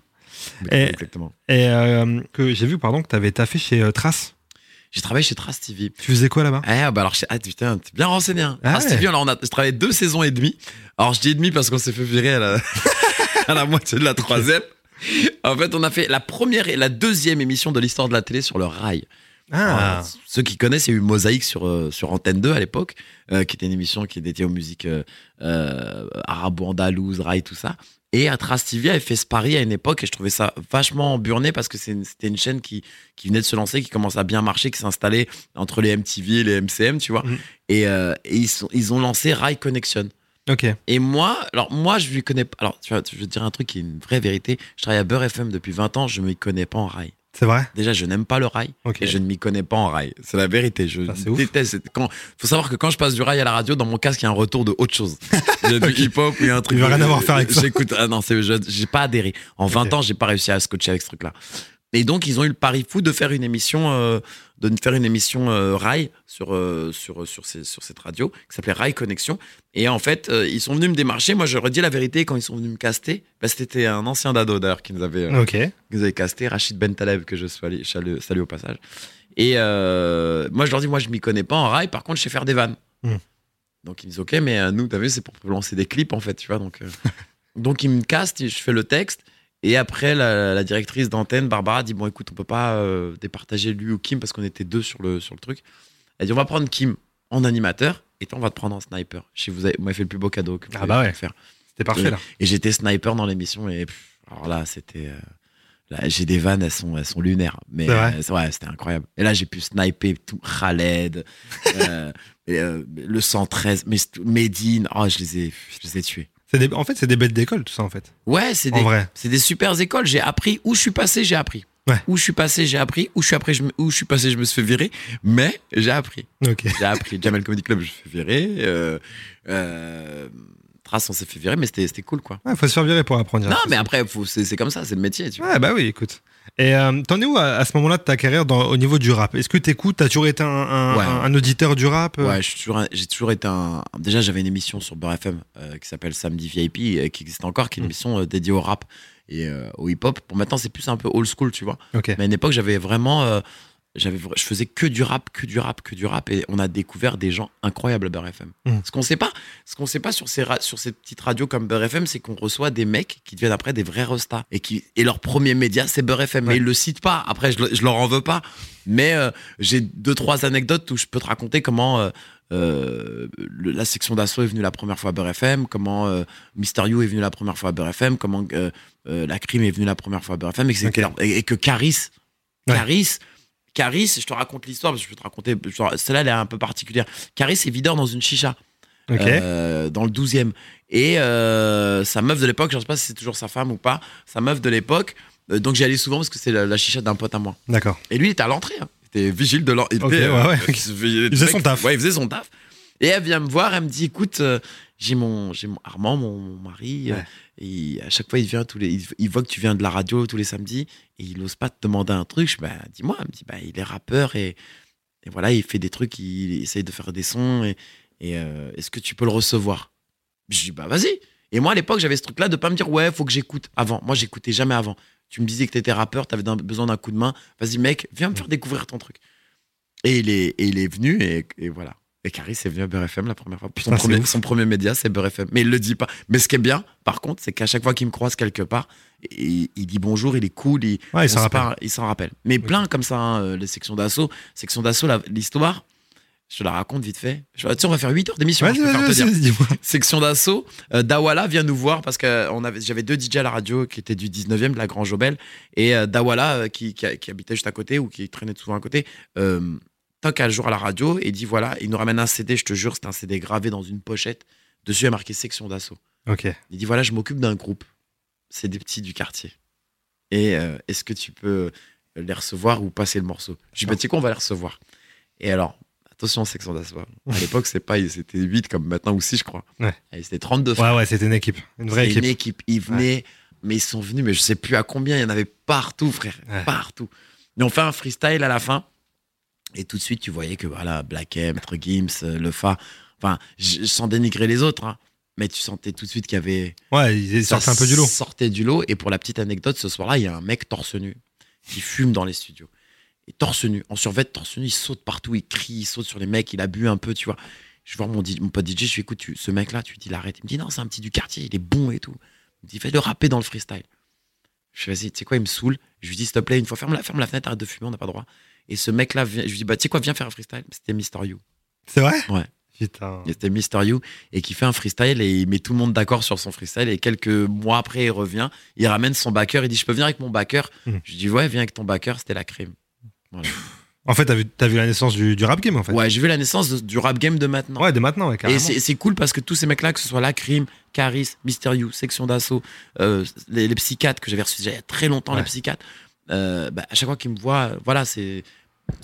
D: Mais-
C: Et-
D: Exactement.
C: Et euh, que j'ai vu, pardon, que t'avais taffé chez euh, Trace.
D: J'ai travaillé chez Trace TV.
C: Tu faisais quoi là-bas
D: Ah, bah alors, chez- ah, putain, t'es bien renseigné. Hein.
C: Ah
D: Trace
C: ouais.
D: TV, alors, on a je travaillais deux saisons et demie. Alors, je dis et demie parce qu'on s'est fait virer à la, à la moitié de la troisième. En fait, on a fait la première et la deuxième émission de l'histoire de la télé sur le rail.
C: Ah,
D: Euh, ceux qui connaissent, il y a eu Mosaïque sur, euh, sur Antenne 2 à l'époque, euh, qui était une émission qui est dédiée aux musiques euh, euh, arabo-andalouses, rail, tout ça. Et Atras TV avait fait ce pari à une époque et je trouvais ça vachement burné parce que c'est une- c'était une chaîne qui, qui venait de se lancer, qui commençait à bien marcher, qui s'installait entre les MTV et les MCM, tu vois.
C: Mhm.
D: Et, euh, et ils, sont- ils ont lancé Rail Connection.
C: Ah, ok.
D: Et moi, alors moi, je lui connais pas. Alors, tu vois, je vais te dire un truc qui est une vraie vérité. Je travaille à Beurre FM depuis 20 ans, je ne m'y connais pas en rail.
C: C'est vrai
D: Déjà, je n'aime pas le rail
C: Ok.
D: et je ne m'y connais pas en rail. C'est la vérité. Je
C: Ah, c'est ouf.
D: déteste. C'est- Quand, faut savoir que quand je passe du rail à la radio, dans mon casque, il y a un retour de autre chose. Il y a du hip-hop, il y a un truc.
C: Il veut rien avoir à faire avec ça.
D: J'écoute. Ah non, c'est, je- j'ai pas adhéré. En 20
C: Ok.
D: ans, j'ai pas réussi à scotcher avec ce truc-là. Et donc, ils ont eu le pari fou de faire une émission, euh, de faire une émission euh, rail sur, euh, sur, sur, ces- sur cette radio qui s'appelait Rail Connexion. Et en fait, euh, ils sont venus me démarcher. Moi, je leur ai dit la vérité quand ils sont venus me caster. Bah, c'était un ancien dado d'ailleurs qui nous avait. euh,
C: Ok.
D: que vous avez casté, Rachid Bentaleb, que je salue, salue, salue au passage. Et euh, moi, je leur dis, moi, je m'y connais pas en rail, par contre, je sais faire des vannes.
C: Hmm.
D: Donc, ils me disent, ok, mais euh, nous, t'as vu, c'est pour lancer des clips, en fait, tu vois. Donc, euh, donc ils me castent, je fais le texte. Et après, la, la directrice d'antenne, Barbara, dit, bon, écoute, on peut pas euh, départager lui ou Kim, parce qu'on était deux sur le, sur le truc. Elle dit, on va prendre Kim en animateur, et toi, on va te prendre en sniper. Je sais, vous avez- vous m'avez fait le plus beau cadeau que vous
C: Ah
D: pouvez
C: bah ouais.
D: faire.
C: C'était parfait là.
D: Et j'étais sniper dans l'émission et pff, alors là, c'était euh, là, j'ai des vannes, elles sont elles sont lunaires, mais
C: C'est vrai
D: euh, c'est- ouais, c'était incroyable. Et là, j'ai pu sniper tout Khaled, euh, et, euh, le 113, mais c'est tout- Medine, oh, je les ai je les ai tués.
C: C'est des- En fait, c'est des bêtes d'école, tout ça, en fait.
D: Ouais, c'est
C: En
D: des
C: vrai.
D: c'est des super écoles, j'ai appris où je suis passé, j'ai appris.
C: Ouais.
D: Où je suis passé, j'ai appris, où je suis après je me- où je suis passé, je me suis fait virer, mais j'ai appris.
C: Ok.
D: J'ai appris Jamel Comedy Club, je me suis fait virer euh, euh, Trace, on s'est fait virer, mais c'était c'était cool quoi.
C: Ouais, faut se faire virer pour apprendre. hein.
D: Non, mais après, faut- c'est c'est comme ça, c'est le métier. Tu vois.
C: Ouais, bah oui, écoute. Et euh, t'en es où à, à ce moment-là de ta carrière dans- au niveau du rap Est-ce que t'écoutes T'as toujours été un, un-
D: Ouais.
C: un- un auditeur du rap euh
D: Ouais, je suis toujours un- j'ai toujours, été un. Déjà, j'avais une émission sur Beurre FM euh, qui s'appelle Samedi VIP, euh, qui existe encore, qui est une
C: Mm.
D: émission euh, dédiée au rap et euh, au hip-hop. Pour maintenant, c'est plus un peu old school, tu vois.
C: Ok.
D: Mais à une époque, j'avais vraiment. euh, j'avais, vra- je faisais que du rap, que du rap, que du rap, et on a découvert des gens incroyables à Beurre FM.
C: Mm.
D: Ce qu'on sait pas, ce qu'on sait pas sur ces, ra- sur ces petites radios comme Beurre FM, c'est qu'on reçoit des mecs qui deviennent après des vrais restas et qui et leur premier média c'est Beurre FM.
C: Ouais.
D: Mais ils le citent pas. Après, je, le- je leur en veux pas. Mais euh, j'ai deux trois anecdotes où je peux te raconter comment. euh, euh, le- la section d'assaut est venue la première fois à Beurre FM, comment euh, Mister You est venu la première fois à Beurre FM, comment euh, euh, la crime est venue la première fois à Beurre FM, et que, c'était leur- et- et que Caris,
C: Ouais.
D: Caris, Caris, je te raconte l'histoire parce que je vais te raconter, je te ra- celle-là elle est un peu particulière. Caris est videur dans une chicha,
C: Ok.
D: euh, dans le 12 e Et euh, sa meuf de l'époque, je ne sais pas si c'est toujours sa femme ou pas, sa meuf de l'époque, euh, donc j'y allais souvent parce que c'est la, la chicha d'un pote à moi.
C: D'accord.
D: Et lui, il était à l'entrée, hein. il était vigile de l'entrée.
C: Ok, ouais, ouais.
D: Il se veillait-
C: faisait son taf.
D: Ouais, il faisait son taf. Et elle vient me voir, elle me dit écoute, euh, j'ai mon, j'ai mon Armand, mon, mon mari. euh,
C: Ouais.
D: et il- à chaque fois, il vient tous les, il, il voit que tu viens de la radio tous les samedis et il n'ose pas te demander un truc. Je dis, bah, dis-moi. Elle me dit bah, il est rappeur et, et voilà, il fait des trucs, il, essaye de faire des sons. Et, et, euh, est-ce que tu peux le recevoir Je dis bah vas-y. Et moi, à l'époque, j'avais ce truc-là de pas me dire ouais, faut que j'écoute avant. Moi, j'écoutais jamais avant. Tu me disais que t'étais rappeur, t'avais d'un- besoin d'un coup de main. Vas-y, mec, viens me faire découvrir ton truc. Et il est, et il est venu, et, et voilà. Et Caris est venu à Beurre FM la première fois. Son,
C: Putain, c'est
D: premier,
C: ouf.
D: son premier média, c'est Beurre FM. Mais il le dit pas. Mais ce qui est bien, par contre, c'est qu'à chaque fois qu'il me croise quelque part, il, il dit bonjour, il est cool, il,
C: Ouais, il s'en
D: on se
C: rappelle.
D: parle, il s'en rappelle. Mais plein comme ça, hein, euh, les sections d'assaut. Section d'assaut, la- l'histoire, je te la raconte vite fait. Je, tu sais, on va faire 8 heures d'émission.
C: Vas-y,
D: je préfère
C: vas-y,
D: te dire.
C: vas-y, dis-moi.
D: Section d'assaut, euh, Dawala vient nous voir parce que euh, on avait, j'avais deux DJ à la radio qui étaient du 19e, de la Grange Aubel, et euh, Dawala euh, qui, qui, qui habitait juste à côté ou qui traînait souvent à côté. Euh, toque un jour à la radio et dit voilà, il nous ramène un CD, je te jure, c'est un CD gravé dans une pochette. Dessus, il y a marqué section d'assaut.
C: Ok.
D: Il dit voilà, je m'occupe d'un groupe. C'est des petits du quartier. Et euh, est-ce que tu peux les recevoir ou passer le morceau Je dis bah, tu sais quoi, on va les recevoir. Et alors, attention, section d'assaut. À l'époque, c'est pas, c'était 8 comme maintenant ou 6, je crois.
C: Ouais.
D: Et C'était 32
C: Ouais, ouais, c'était une équipe. Une vraie
D: c'est
C: équipe.
D: Une équipe. Ils venaient, mais ils sont venus, mais je sais plus à combien. Il y en avait partout, frère.
C: Ouais.
D: Partout. Mais on fait un freestyle à la fin. Et tout de suite, tu voyais que voilà, Black M, Maître Gims, euh, Le Fa, enfin, j- sans dénigrer les autres, hein, mais tu sentais tout de suite qu'il y avait.
C: Ouais, ils
D: ça
C: sortent un peu du lot.
D: Sortait du lot. Et pour la petite anecdote, ce soir-là, il y a un mec torse nu qui fume dans les studios. Et torse nu, en survêt, torse nu, il saute partout, il crie, il saute sur les mecs, il a bu un peu, tu vois. Je vois mon, di- mon pote DJ, je lui écoute, tu- ce mec-là, tu dis, il arrête. Il me dit, non, c'est un petit du quartier, il est bon et tout. Il me dit, fais le rapper dans le freestyle. Je fais, vas-y, tu sais quoi, il me saoule. Je lui dis, s'il te plaît, une fois, ferme la, ferme la fenêtre, arrête de fumer, on n'a pas le droit. Et ce mec-là, vient- je lui dis, bah, tu sais quoi, viens faire un freestyle. C'était Mister You.
C: C'est vrai
D: Ouais.
C: Putain.
D: Il était Mister You et qui fait un freestyle et il met tout le monde d'accord sur son freestyle. Et quelques mois après, il revient, il ramène son backer, il dit Je peux venir avec mon backer
C: Hmm.
D: Je dis Ouais, viens avec ton backer, c'était la crème.
C: En fait, t'as vu, t'as vu la naissance du, du rap game, en fait.
D: Ouais, j'ai vu la naissance de- du rap game de maintenant.
C: Ouais, de maintenant, ouais, carrément.
D: et c'est c'est cool parce que tous ces mecs-là, que ce soit la crime, Caris, Mister You, Section d'Assaut, euh, les, les psychiatres que j'avais reçus déjà il y a très longtemps,
C: Ouais.
D: les psychiatres, euh, bah, à chaque fois qu'ils me voient, euh, voilà, c'est.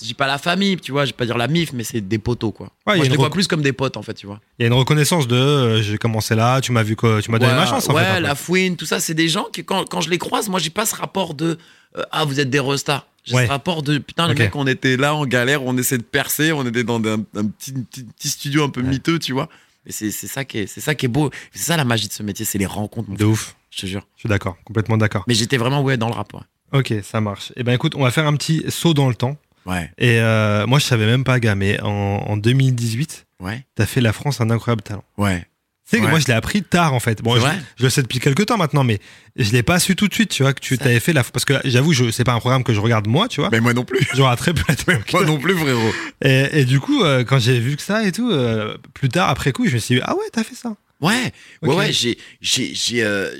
D: Je dis pas la famille, tu vois, je vais pas dire la mif, mais c'est des poteaux, quoi.
C: Ouais, il y a
D: Moi, je
C: une
D: les vois
C: rec-
D: plus comme des potes, en fait, tu vois.
C: Il y a une reconnaissance de euh, j'ai commencé là, tu m'as vu quoi, tu m'as donné
D: Ouais,
C: ma chance, en
D: ouais,
C: fait. un peu.
D: la fouine, tout ça, c'est des gens qui, quand, quand je les croise, moi, j'ai pas ce rapport de euh, Ah, vous êtes des restas. J'ai
C: Ouais.
D: ce rapport de Putain, les
C: Ok.
D: mecs, on était là en galère, on essayait de percer, on était dans un, un petit, petit, petit studio un peu
C: Ouais.
D: miteux, tu vois. Et c'est c'est ça, qui est- c'est ça qui est beau. C'est ça la magie de ce métier, c'est les rencontres, mon
C: De ouf.
D: frère, je te jure.
C: Je suis d'accord, complètement d'accord.
D: Mais j'étais vraiment, ouais, dans le rap. Ouais.
C: Ok, ça marche. Eh ben écoute, on va faire un petit saut dans le temps.
D: Ouais.
C: Et euh, moi, je savais même pas, gars, mais en, en 2018,
D: Ouais.
C: t'as fait la France un incroyable talent.
D: ouais.
C: Tu sais que
D: Ouais.
C: moi, je l'ai appris tard, en fait. Bon,
D: C'est
C: je,
D: vrai
C: je le sais depuis quelques temps maintenant, mais je l'ai pas su tout de suite, tu vois, que tu
D: Ça-
C: t'avais fait la. Parce que là, j'avoue, je- c'est pas un programme que je regarde moi, tu vois.
D: Mais moi non plus.
C: Genre à très peu.
D: Moi non plus, frérot.
C: Et, et du coup, euh, quand j'ai vu que ça et tout, euh, plus tard, après coup, je me suis dit, ah ouais, t'as fait ça.
D: Ouais,
C: Ok.
D: ouais, ouais, j'ai, j'ai, j'ai euh,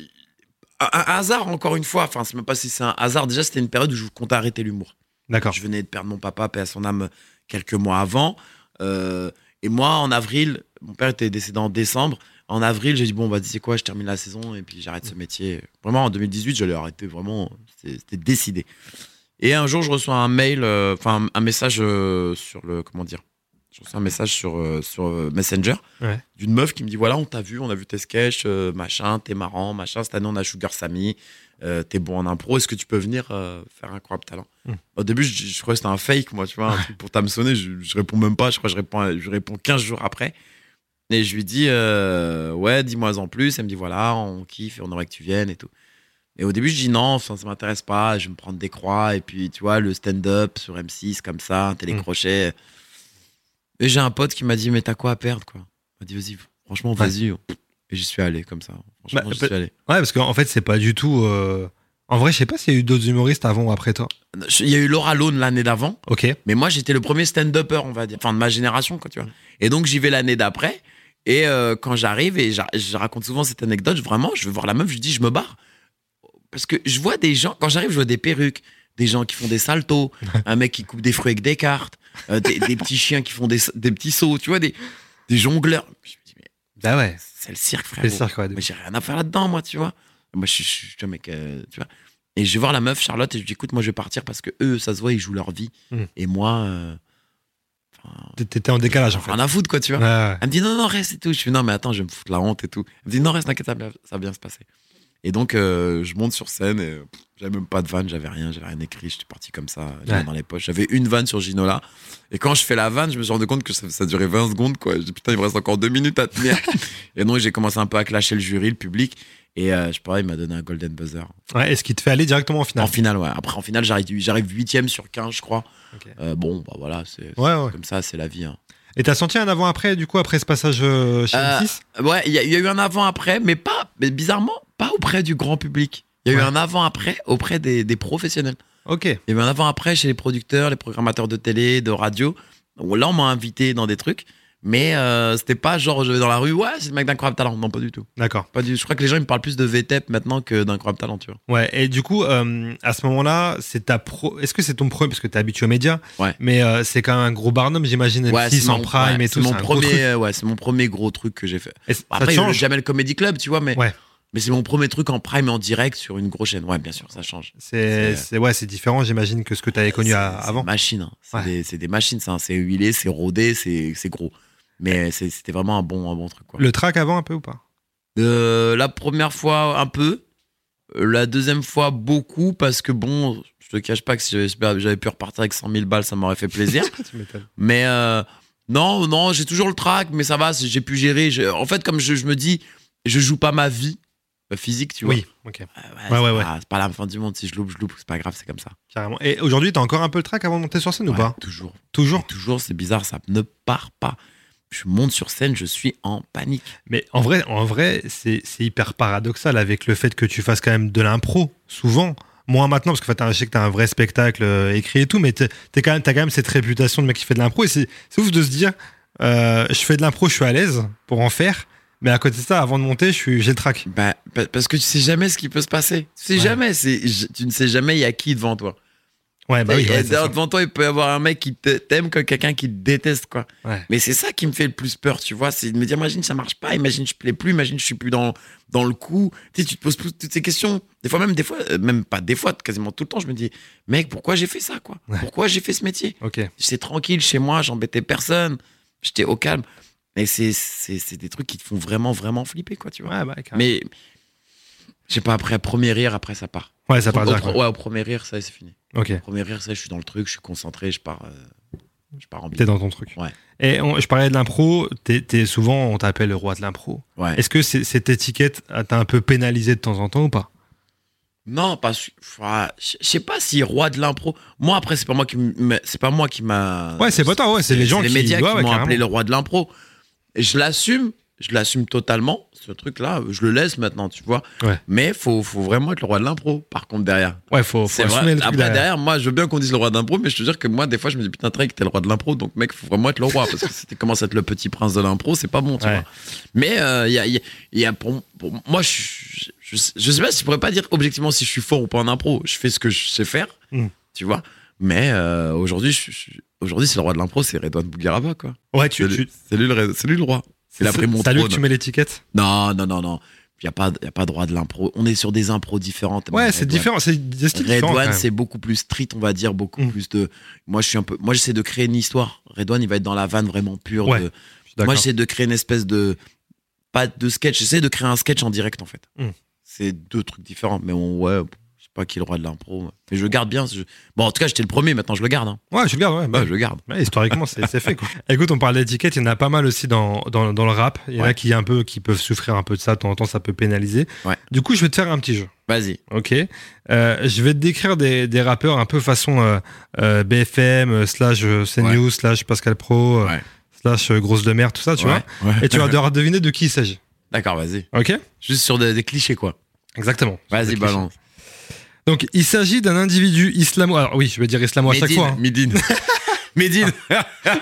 D: un, un hasard encore une fois. Enfin, je sais même pas si c'est un hasard. Déjà, c'était une période où je comptais arrêter l'humour.
C: D'accord.
D: Je venais de perdre mon papa, paix à son âme, quelques mois avant. Euh, et moi, en avril, mon père était décédé en décembre. En avril, j'ai dit bon, bah, tu sais quoi, je termine la saison et puis j'arrête ce
C: Mm.
D: métier. Vraiment, en 2018, je l'ai arrêté. Vraiment, c'était c'était décidé. Et un jour, je reçois un mail, euh, enfin un- un message euh, sur le comment dire, je reçois un message sur euh, sur euh, Messenger
C: Ouais.
D: d'une meuf qui me dit voilà, on t'a vu, on a vu tes sketchs, euh, machin, t'es marrant, machin. Cette année, on a Sugar Sammy, euh, t'es bon en impro. Est-ce que tu peux venir euh, faire un incroyable talent
C: Hmm.
D: Au début, je, je croyais que c'était un fake, moi, tu vois, un truc pour t'hameçonner. Je, je réponds même pas. Je crois que je réponds, je réponds 15 jours après. Et je lui dis, euh, ouais, dis-moi en plus. Elle me dit, voilà, on kiffe et on aurait que tu viennes et tout. Et au début, je dis non, enfin, ça m'intéresse pas, je vais me prendre des croix. Et puis, tu vois, le stand-up sur M6, comme ça, un télécrochet.
C: Hmm.
D: Et j'ai un pote qui m'a dit, mais t'as quoi à perdre, quoi Il m'a dit, vas-y, franchement, vas-y. Et j'y suis allé, comme ça. Franchement,
C: Bah,
D: j'y suis
C: peut-
D: allé.
C: Ouais, parce qu'en fait, c'est pas du tout. euh, En vrai, je sais pas s'il y a eu d'autres humoristes avant ou après toi.
D: Je- Il y a eu Laura Lone l'année d'avant.
C: Ok.
D: Mais moi, j'étais le premier stand-upper, on va dire, enfin de ma génération, quoi, tu vois. Et donc, j'y vais l'année d'après. Et euh, quand j'arrive, et j'a- je raconte souvent cette anecdote, je- vraiment, je vais voir la meuf, je lui dis, je me barre. Parce que je vois des gens, quand j'arrive, je vois des perruques, des gens qui font des saltos, un mec qui coupe des fruits avec des cartes, euh, des, des petits chiens qui font des, des petits sauts, tu vois, des, des jongleurs. Je me dis, mais
C: Bah ouais.
D: c'est le cirque, frère.
C: C'est ça, quoi.
D: Mais j'ai rien à faire là-dedans, moi, tu vois. Moi, je suis- je suis un mec, euh, tu vois. Et je vais voir la meuf Charlotte et je lui dis, écoute, moi, je vais partir parce que eux, ça se voit, ils jouent leur vie.
C: Mm.
D: Et moi, euh, enfin,
C: T'é- T'étais en décalage, en fait.
D: rien à foutre, quoi, tu vois.
C: Ouais, ouais.
D: Elle me dit, non, non, reste et tout. Je suis, non, mais attends, je vais me foutre la honte et tout. Elle me dit, non, reste, t'inquiète, ça, va bien- ça va bien se passer. Et donc, euh, je monte sur scène et euh, pff, j'avais même pas de vanne, j'avais rien, j'avais rien écrit, j'étais parti comme ça, les mains
C: Ouais.
D: dans les poches. J'avais une vanne sur Ginola. Et quand je fais la vanne, je me suis rendu compte que ça, ça durait 20 secondes, quoi. Je dis, putain, il me reste encore deux minutes à tenir. et donc, j'ai commencé un peu à clasher le jury, le public. Et euh, je parlais, il m'a donné un golden buzzer.
C: Ouais, et ce qui te fait aller directement en finale.
D: En finale, ouais. Après, en finale, j'arrive j'arrive huitième sur 15, je crois.
C: Ok.
D: Euh, bon, bah voilà, c'est c'est
C: Ouais, ouais.
D: comme ça, c'est la vie. hein.
C: Et t'as senti un avant-après, du coup, après ce passage euh, chez
D: Euh,
C: M6
D: Ouais, il y, a il y a eu un avant-après, mais pas, mais bizarrement, pas auprès du grand public. Il y a eu
C: Ouais.
D: un avant-après auprès des, des professionnels.
C: Ok.
D: Il y a eu un avant-après chez les producteurs, les programmateurs de télé, de radio. Où là, on m'a invité dans des trucs, mais euh, c'était pas genre je vais dans la rue, ouais, c'est le mec d'incroyable talent. Non, pas du tout.
C: D'accord.
D: Pas du, je crois que les gens ils me parlent plus de VTEP maintenant que d'incroyable talent, tu vois.
C: Ouais. Et du coup, euh, à ce moment-là, c'est ta pro. Est-ce que c'est ton premier Parce que t'es habitué aux médias.
D: Ouais.
C: Mais euh, c'est quand même un gros barnum, j'imagine.
D: Ouais,
C: M6 en
D: mon-
C: prime
D: ouais,
C: et tout.
D: C'est mon
C: un gros truc.
D: premier, euh, ouais, c'est mon premier gros truc que j'ai fait.
C: Et c- ça te
D: Après, il y a eu le
C: change.
D: Jamel Comedy Club, tu vois, mais.
C: Ouais.
D: Mais c'est mon premier truc en prime et en direct sur une grosse chaîne. Ouais, bien sûr, ça change.
C: C'est
D: C'est-
C: c'est- ouais, c'est différent, j'imagine, que ce que t'avais connu
D: C'est-
C: à-
D: c'est
C: avant.
D: Machine, hein. c'est
C: Ouais.
D: des, c'est des machines, ça. hein. C'est huilé, c'est rodé, c'est c'est gros. Mais c'est- c'était vraiment un bon, un bon truc. Quoi.
C: Le track avant un peu ou pas
D: Euh, la première fois, un peu. La deuxième fois, beaucoup, parce que bon, je te cache pas que si j'avais j'avais pu repartir avec 100 000 balles, ça m'aurait fait plaisir.
C: Ah, Tu m'étonnes.
D: Mais euh, non, non, j'ai toujours le trac, mais ça va, c'est- j'ai pu gérer. Je- en fait, comme je, je me dis, je joue pas ma vie euh, physique, tu vois.
C: Oui, ok,
D: Euh,
C: Ouais,
D: c'est
C: ouais,
D: pas- C'est pas la fin du monde. Si je loupe, je loupe. C'est pas grave, c'est comme ça.
C: carrément. Et aujourd'hui, t'as encore un peu le track avant de monter sur scène ou
D: Ouais,
C: pas
D: Toujours.
C: Toujours.
D: Toujours, c'est bizarre, ça ne part pas. Je monte sur scène, je suis en panique.
C: Mais en vrai, en vrai c'est c'est hyper paradoxal avec le fait que tu fasses quand même de l'impro, souvent. Moins maintenant, parce que enfin, t'as- je sais que t'as un vrai spectacle euh, écrit et tout, mais t'es- t'es quand même- t'as quand, même cette réputation de mec qui fait de l'impro. Et c'est c'est ouf de se dire, euh, je fais de l'impro, je suis à l'aise pour en faire, mais à côté de ça, avant de monter, je suis- j'ai le track.
D: Bah, pa- parce que tu sais jamais ce qui peut se passer. Tu sais
C: Ouais.
D: jamais. c'est- je- tu ne sais jamais il y a qui devant toi.
C: Ouais, bah oui.
D: Et-
C: ouais,
D: et
C: ça,
D: d'ailleurs,
C: ça-
D: devant toi, il peut y avoir un mec qui te- t'aime que quelqu'un qui te déteste, quoi.
C: Ouais.
D: Mais c'est ça qui me fait le plus peur, tu vois. C'est de me dire, imagine, ça marche pas, imagine, je plais plus, imagine, je suis plus dans, dans le coup. Tu sais, tu te poses plus- toutes ces questions. Des fois, même des fois, euh, même pas des fois, quasiment tout le temps, je me dis, mec, pourquoi j'ai fait ça, quoi?
C: Ouais.
D: Pourquoi j'ai fait ce métier?
C: Ok.
D: J'étais tranquille chez moi, j'embêtais personne, j'étais au calme. Et c'est, c'est, c'est des trucs qui te font vraiment, vraiment flipper, quoi, tu vois.
C: Ouais, bah, carrément.
D: Mais, je sais pas, après, premier rire, après, ça part.
C: ouais, ça part
D: au,
C: d'un
D: pro- ouais, au premier rire, ça, y est, c'est fini.
C: Ok.
D: Premier rire, ça, y est, je suis dans le truc, je suis concentré, je pars, euh, je pars en
C: T'es
D: bille.
C: dans ton truc.
D: Ouais.
C: Et on- je parlais de l'impro, t'es- t'es- souvent on t'appelle le roi de l'impro.
D: Ouais.
C: Est-ce que c'est- cette étiquette ah, t'a un peu pénalisé de temps en temps ou pas
D: Non, parce que, ouah, je je sais pas si roi de l'impro. Moi, après, c'est pas moi qui, m- c'est pas moi qui m'a.
C: Ouais, c'est pas toi, ouais, c'est les gens qui
D: médias
C: ouais, ouais,
D: qui m'ont appelé
C: carrément.
D: le roi de l'impro. Et Je l'assume, je l'assume totalement, ce truc-là. Je le laisse maintenant, tu vois.
C: Ouais.
D: Mais faut, faut vraiment être le roi de l'impro, par contre, derrière.
C: Ouais, faut, faut
D: C'est
C: assumer
D: vrai. ah bah,
C: le truc
D: Après,
C: derrière.
D: derrière, moi, je veux bien qu'on dise le roi de l'impro, mais je te jure que moi, des fois, je me dis putain, Drake, t'es le roi de l'impro, donc mec, faut vraiment être le roi, parce que si tu commences à être le petit prince de l'impro, c'est pas bon, tu
C: Ouais.
D: vois. Mais euh, il y a, il y a- il y a pour, pour moi, je, je, je- je sais pas si je pourrais pas dire objectivement si je suis fort ou pas en impro. Je fais ce que je sais faire,
C: Mm.
D: tu vois. Mais euh, aujourd'hui, je- je- aujourd'hui, c'est le roi de l'impro, c'est Redouane Bougaraba, quoi.
C: Ouais, tu,
D: c'est, lui,
C: tu-
D: c'est lui le, ré- c'est lui le roi. Il a pris mon
C: c'est à lui que
D: trône.
C: tu mets l'étiquette.
D: Non, non, non, non. Il n'y a, pas- y a pas de roi de l'impro. On est sur des impros différentes.
C: Ouais,
D: Même
C: c'est
D: Redouane.
C: différent, c'est des styles différents. quand
D: Redouane,
C: même.
D: c'est beaucoup plus street, on va dire, beaucoup
C: Mm.
D: plus de. Moi, je suis un peu. Moi, j'essaie de créer une histoire. Redouane, il va être dans la vanne vraiment pure.
C: Ouais,
D: de-
C: Je suis d'accord.
D: Moi, j'essaie de créer une espèce de. Pas de sketch. J'essaie de créer un sketch en direct, en fait.
C: Mm.
D: C'est deux trucs différents. Mais on, ouais, je sais pas qui est le roi de l'impro. moi. Mais je garde bien. ce- Bon, en tout cas, j'étais le premier. Maintenant, je le garde. hein.
C: Ouais, je le garde, ouais. bah,
D: Ouais, je le garde.
C: Ouais, historiquement, c'est c'est fait. Quoi. Écoute, on parle d'étiquette, il y en a pas mal aussi dans, dans, dans le rap. Il y en a
D: Ouais.
C: qui, un peu, qui peuvent souffrir un peu de ça, de temps en temps, ça peut pénaliser.
D: Ouais.
C: Du coup, je vais te faire un petit jeu.
D: Vas-y.
C: Ok. Euh, je vais te décrire des, des rappeurs un peu façon euh, euh, BFM, euh, slash euh, CNews, slash Pascal Pro, euh,
D: Ouais.
C: slash euh, Grosse de Mer, tout ça, tu
D: Ouais,
C: vois.
D: ouais.
C: Et tu vas devoir deviner de qui il s'agit.
D: D'accord, vas-y.
C: Ok
D: Juste sur des, des clichés, quoi.
C: Exactement.
D: Vas-y,
C: clichés.
D: balance.
C: Donc, il s'agit d'un individu islamo. Alors, oui, je vais dire islamo à chaque fois. hein.
D: Médine. Médine.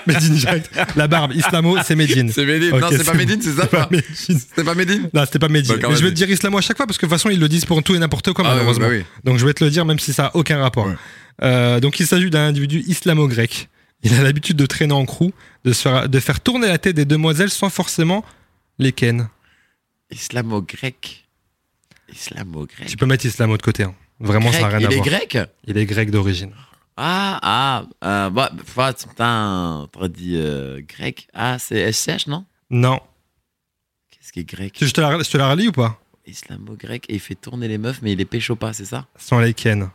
C: Medine Jack. La barbe, islamo, c'est Medine.
D: C'est Médine.
C: Ah, Ok,
D: non, c'est pas
C: bon.
D: Médine, c'est ça.
C: C'est pas Medine.
D: C'est pas Médine.
C: Non, c'était pas Medine.
D: Bah, quand
C: Mais je vais
D: même.
C: te dire islamo à chaque fois parce que de toute façon, ils le disent pour tout et n'importe quoi,
D: Ah ouais,
C: malheureusement.
D: bah oui.
C: Donc je vais te le dire, même si ça a aucun rapport.
D: Ouais.
C: Euh, donc il s'agit d'un individu islamo-grec. Il a l'habitude de traîner en crew, de, se faire, de faire tourner la tête des demoiselles sans forcément les ken.
D: Islamo-grec. Islamo-grec.
C: Tu peux mettre islamo de côté. hein. Vraiment,
D: Grec,
C: ça n'a rien
D: il
C: à
D: est
C: voir.
D: grec
C: Il est grec d'origine.
D: Ah, ah, euh, bah, bah, putain, t'aurais dit euh, grec. Ah, c'est SCH, non
C: Non.
D: Qu'est-ce qui est grec
C: Tu- Je te la, je te la relis ou pas
D: Islamo-grec, et il fait tourner les meufs, mais il les pécho pas, c'est ça
C: Sans les ken.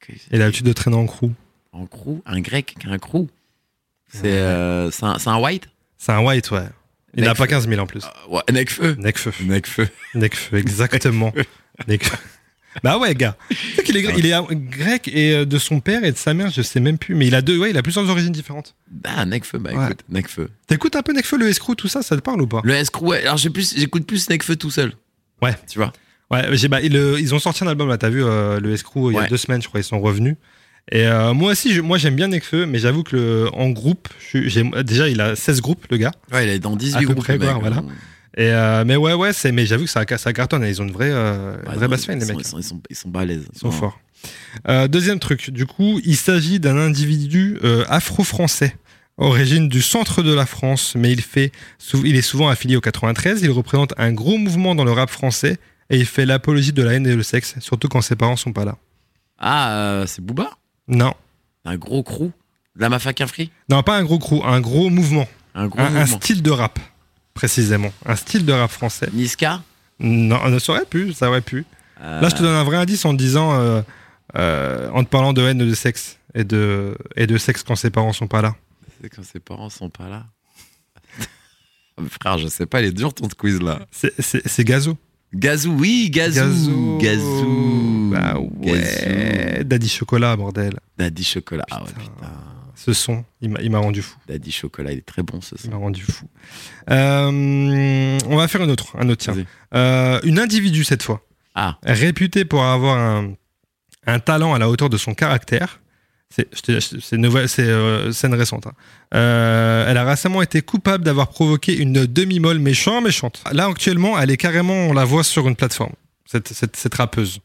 D: C'est que...
C: Il a l'habitude de traîner en crew.
D: En crew Un grec qui a un crew C'est euh, c'est un, c'est un white
C: C'est un white, ouais. Il n'a
D: Necfeu.
C: pas 15 000 en plus.
D: Euh, Ouais, Necfeu.
C: Necfeu.
D: Necfeu.
C: Necfeu, exactement. Necfeu. Bah ouais, gars. Tu sais qu'il est, gre- il est euh, grec et euh, de son père et de sa mère, je sais même plus. Mais il a deux, ouais, il a plusieurs origines différentes.
D: Ah, Necfeu, bah
C: Ouais.
D: écoute, Necfeu.
C: T'écoutes un peu Necfeu, le escroc, tout ça, ça te parle ou pas
D: Le escrew, ouais, alors j'ai plus- j'écoute plus Necfeu tout seul.
C: Ouais.
D: Tu vois
C: Ouais, j'ai- bah, ils, euh, ils ont sorti un album là, t'as vu euh, le escroc il y a
D: Ouais.
C: deux semaines, je crois, ils sont revenus. Et euh, moi aussi, je- moi j'aime bien Necfeu, mais j'avoue que le, en groupe, je suis- j'ai- euh, déjà il a 16 groupes, le gars.
D: Ouais, il est dans 18
C: À peu
D: groupes.
C: près,
D: le mec.
C: quoi, voilà. Et euh, mais ouais, ouais, c'est, mais j'avoue que ça, ça cartonne, et ils ont une vraie, euh,
D: Ouais,
C: vraie
D: non,
C: bassline,
D: Bah, ils
C: les
D: sont-
C: mecs.
D: Ils sont, ils sont, ils sont balèzes.
C: Ils sont forts. Euh, deuxième truc, du coup, il s'agit d'un individu euh, afro-français, origine du centre de la France, mais il, fait, sou- il est souvent affilié au 93, il représente un gros mouvement dans le rap français et il fait l'apologie de la haine et le sexe, surtout quand ses parents sont pas là.
D: Ah, euh, c'est Booba
C: Non,
D: Un gros crew De La Mafia Free
C: non, pas un gros crew, un gros mouvement,
D: Un gros
C: un, un
D: mouvement.
C: style de rap, précisément, un style de rap français.
D: Niska
C: Non, on ne saurait plus, ça aurait pu.
D: Euh,
C: Là, je te donne un vrai indice en te disant, euh, euh, en te parlant de haine de sexe et de, et de sexe quand ses parents sont pas là.
D: c'est quand ses parents sont pas là. Frère, je sais pas, il est dur ton quiz là.
C: C'est- C'est c'est Gazo.
D: Gazou, oui, Gazou. Gazou.
C: Bah ouais. Daddy Chocolat, bordel.
D: Daddy Chocolat. Ah ouais,
C: Putain.
D: putain.
C: Ce son, il m'a il m'a rendu fou.
D: Daddy Chocolat, il est très bon ce
C: Il
D: son.
C: m'a rendu fou. Euh, on va faire un autre, un autre tiens.
D: Vas-y.
C: Euh, une individu cette fois,
D: Ah.
C: réputée pour avoir un, un talent à la hauteur de son caractère. C'est je te- je- c'est nouvelle- c'est, euh, scène récente. hein. Euh, elle a récemment été coupable d'avoir provoqué une demi-molle méchant méchante. Là actuellement, elle est carrément, on la voit sur une plateforme. Cette, cette, cette rappeuse.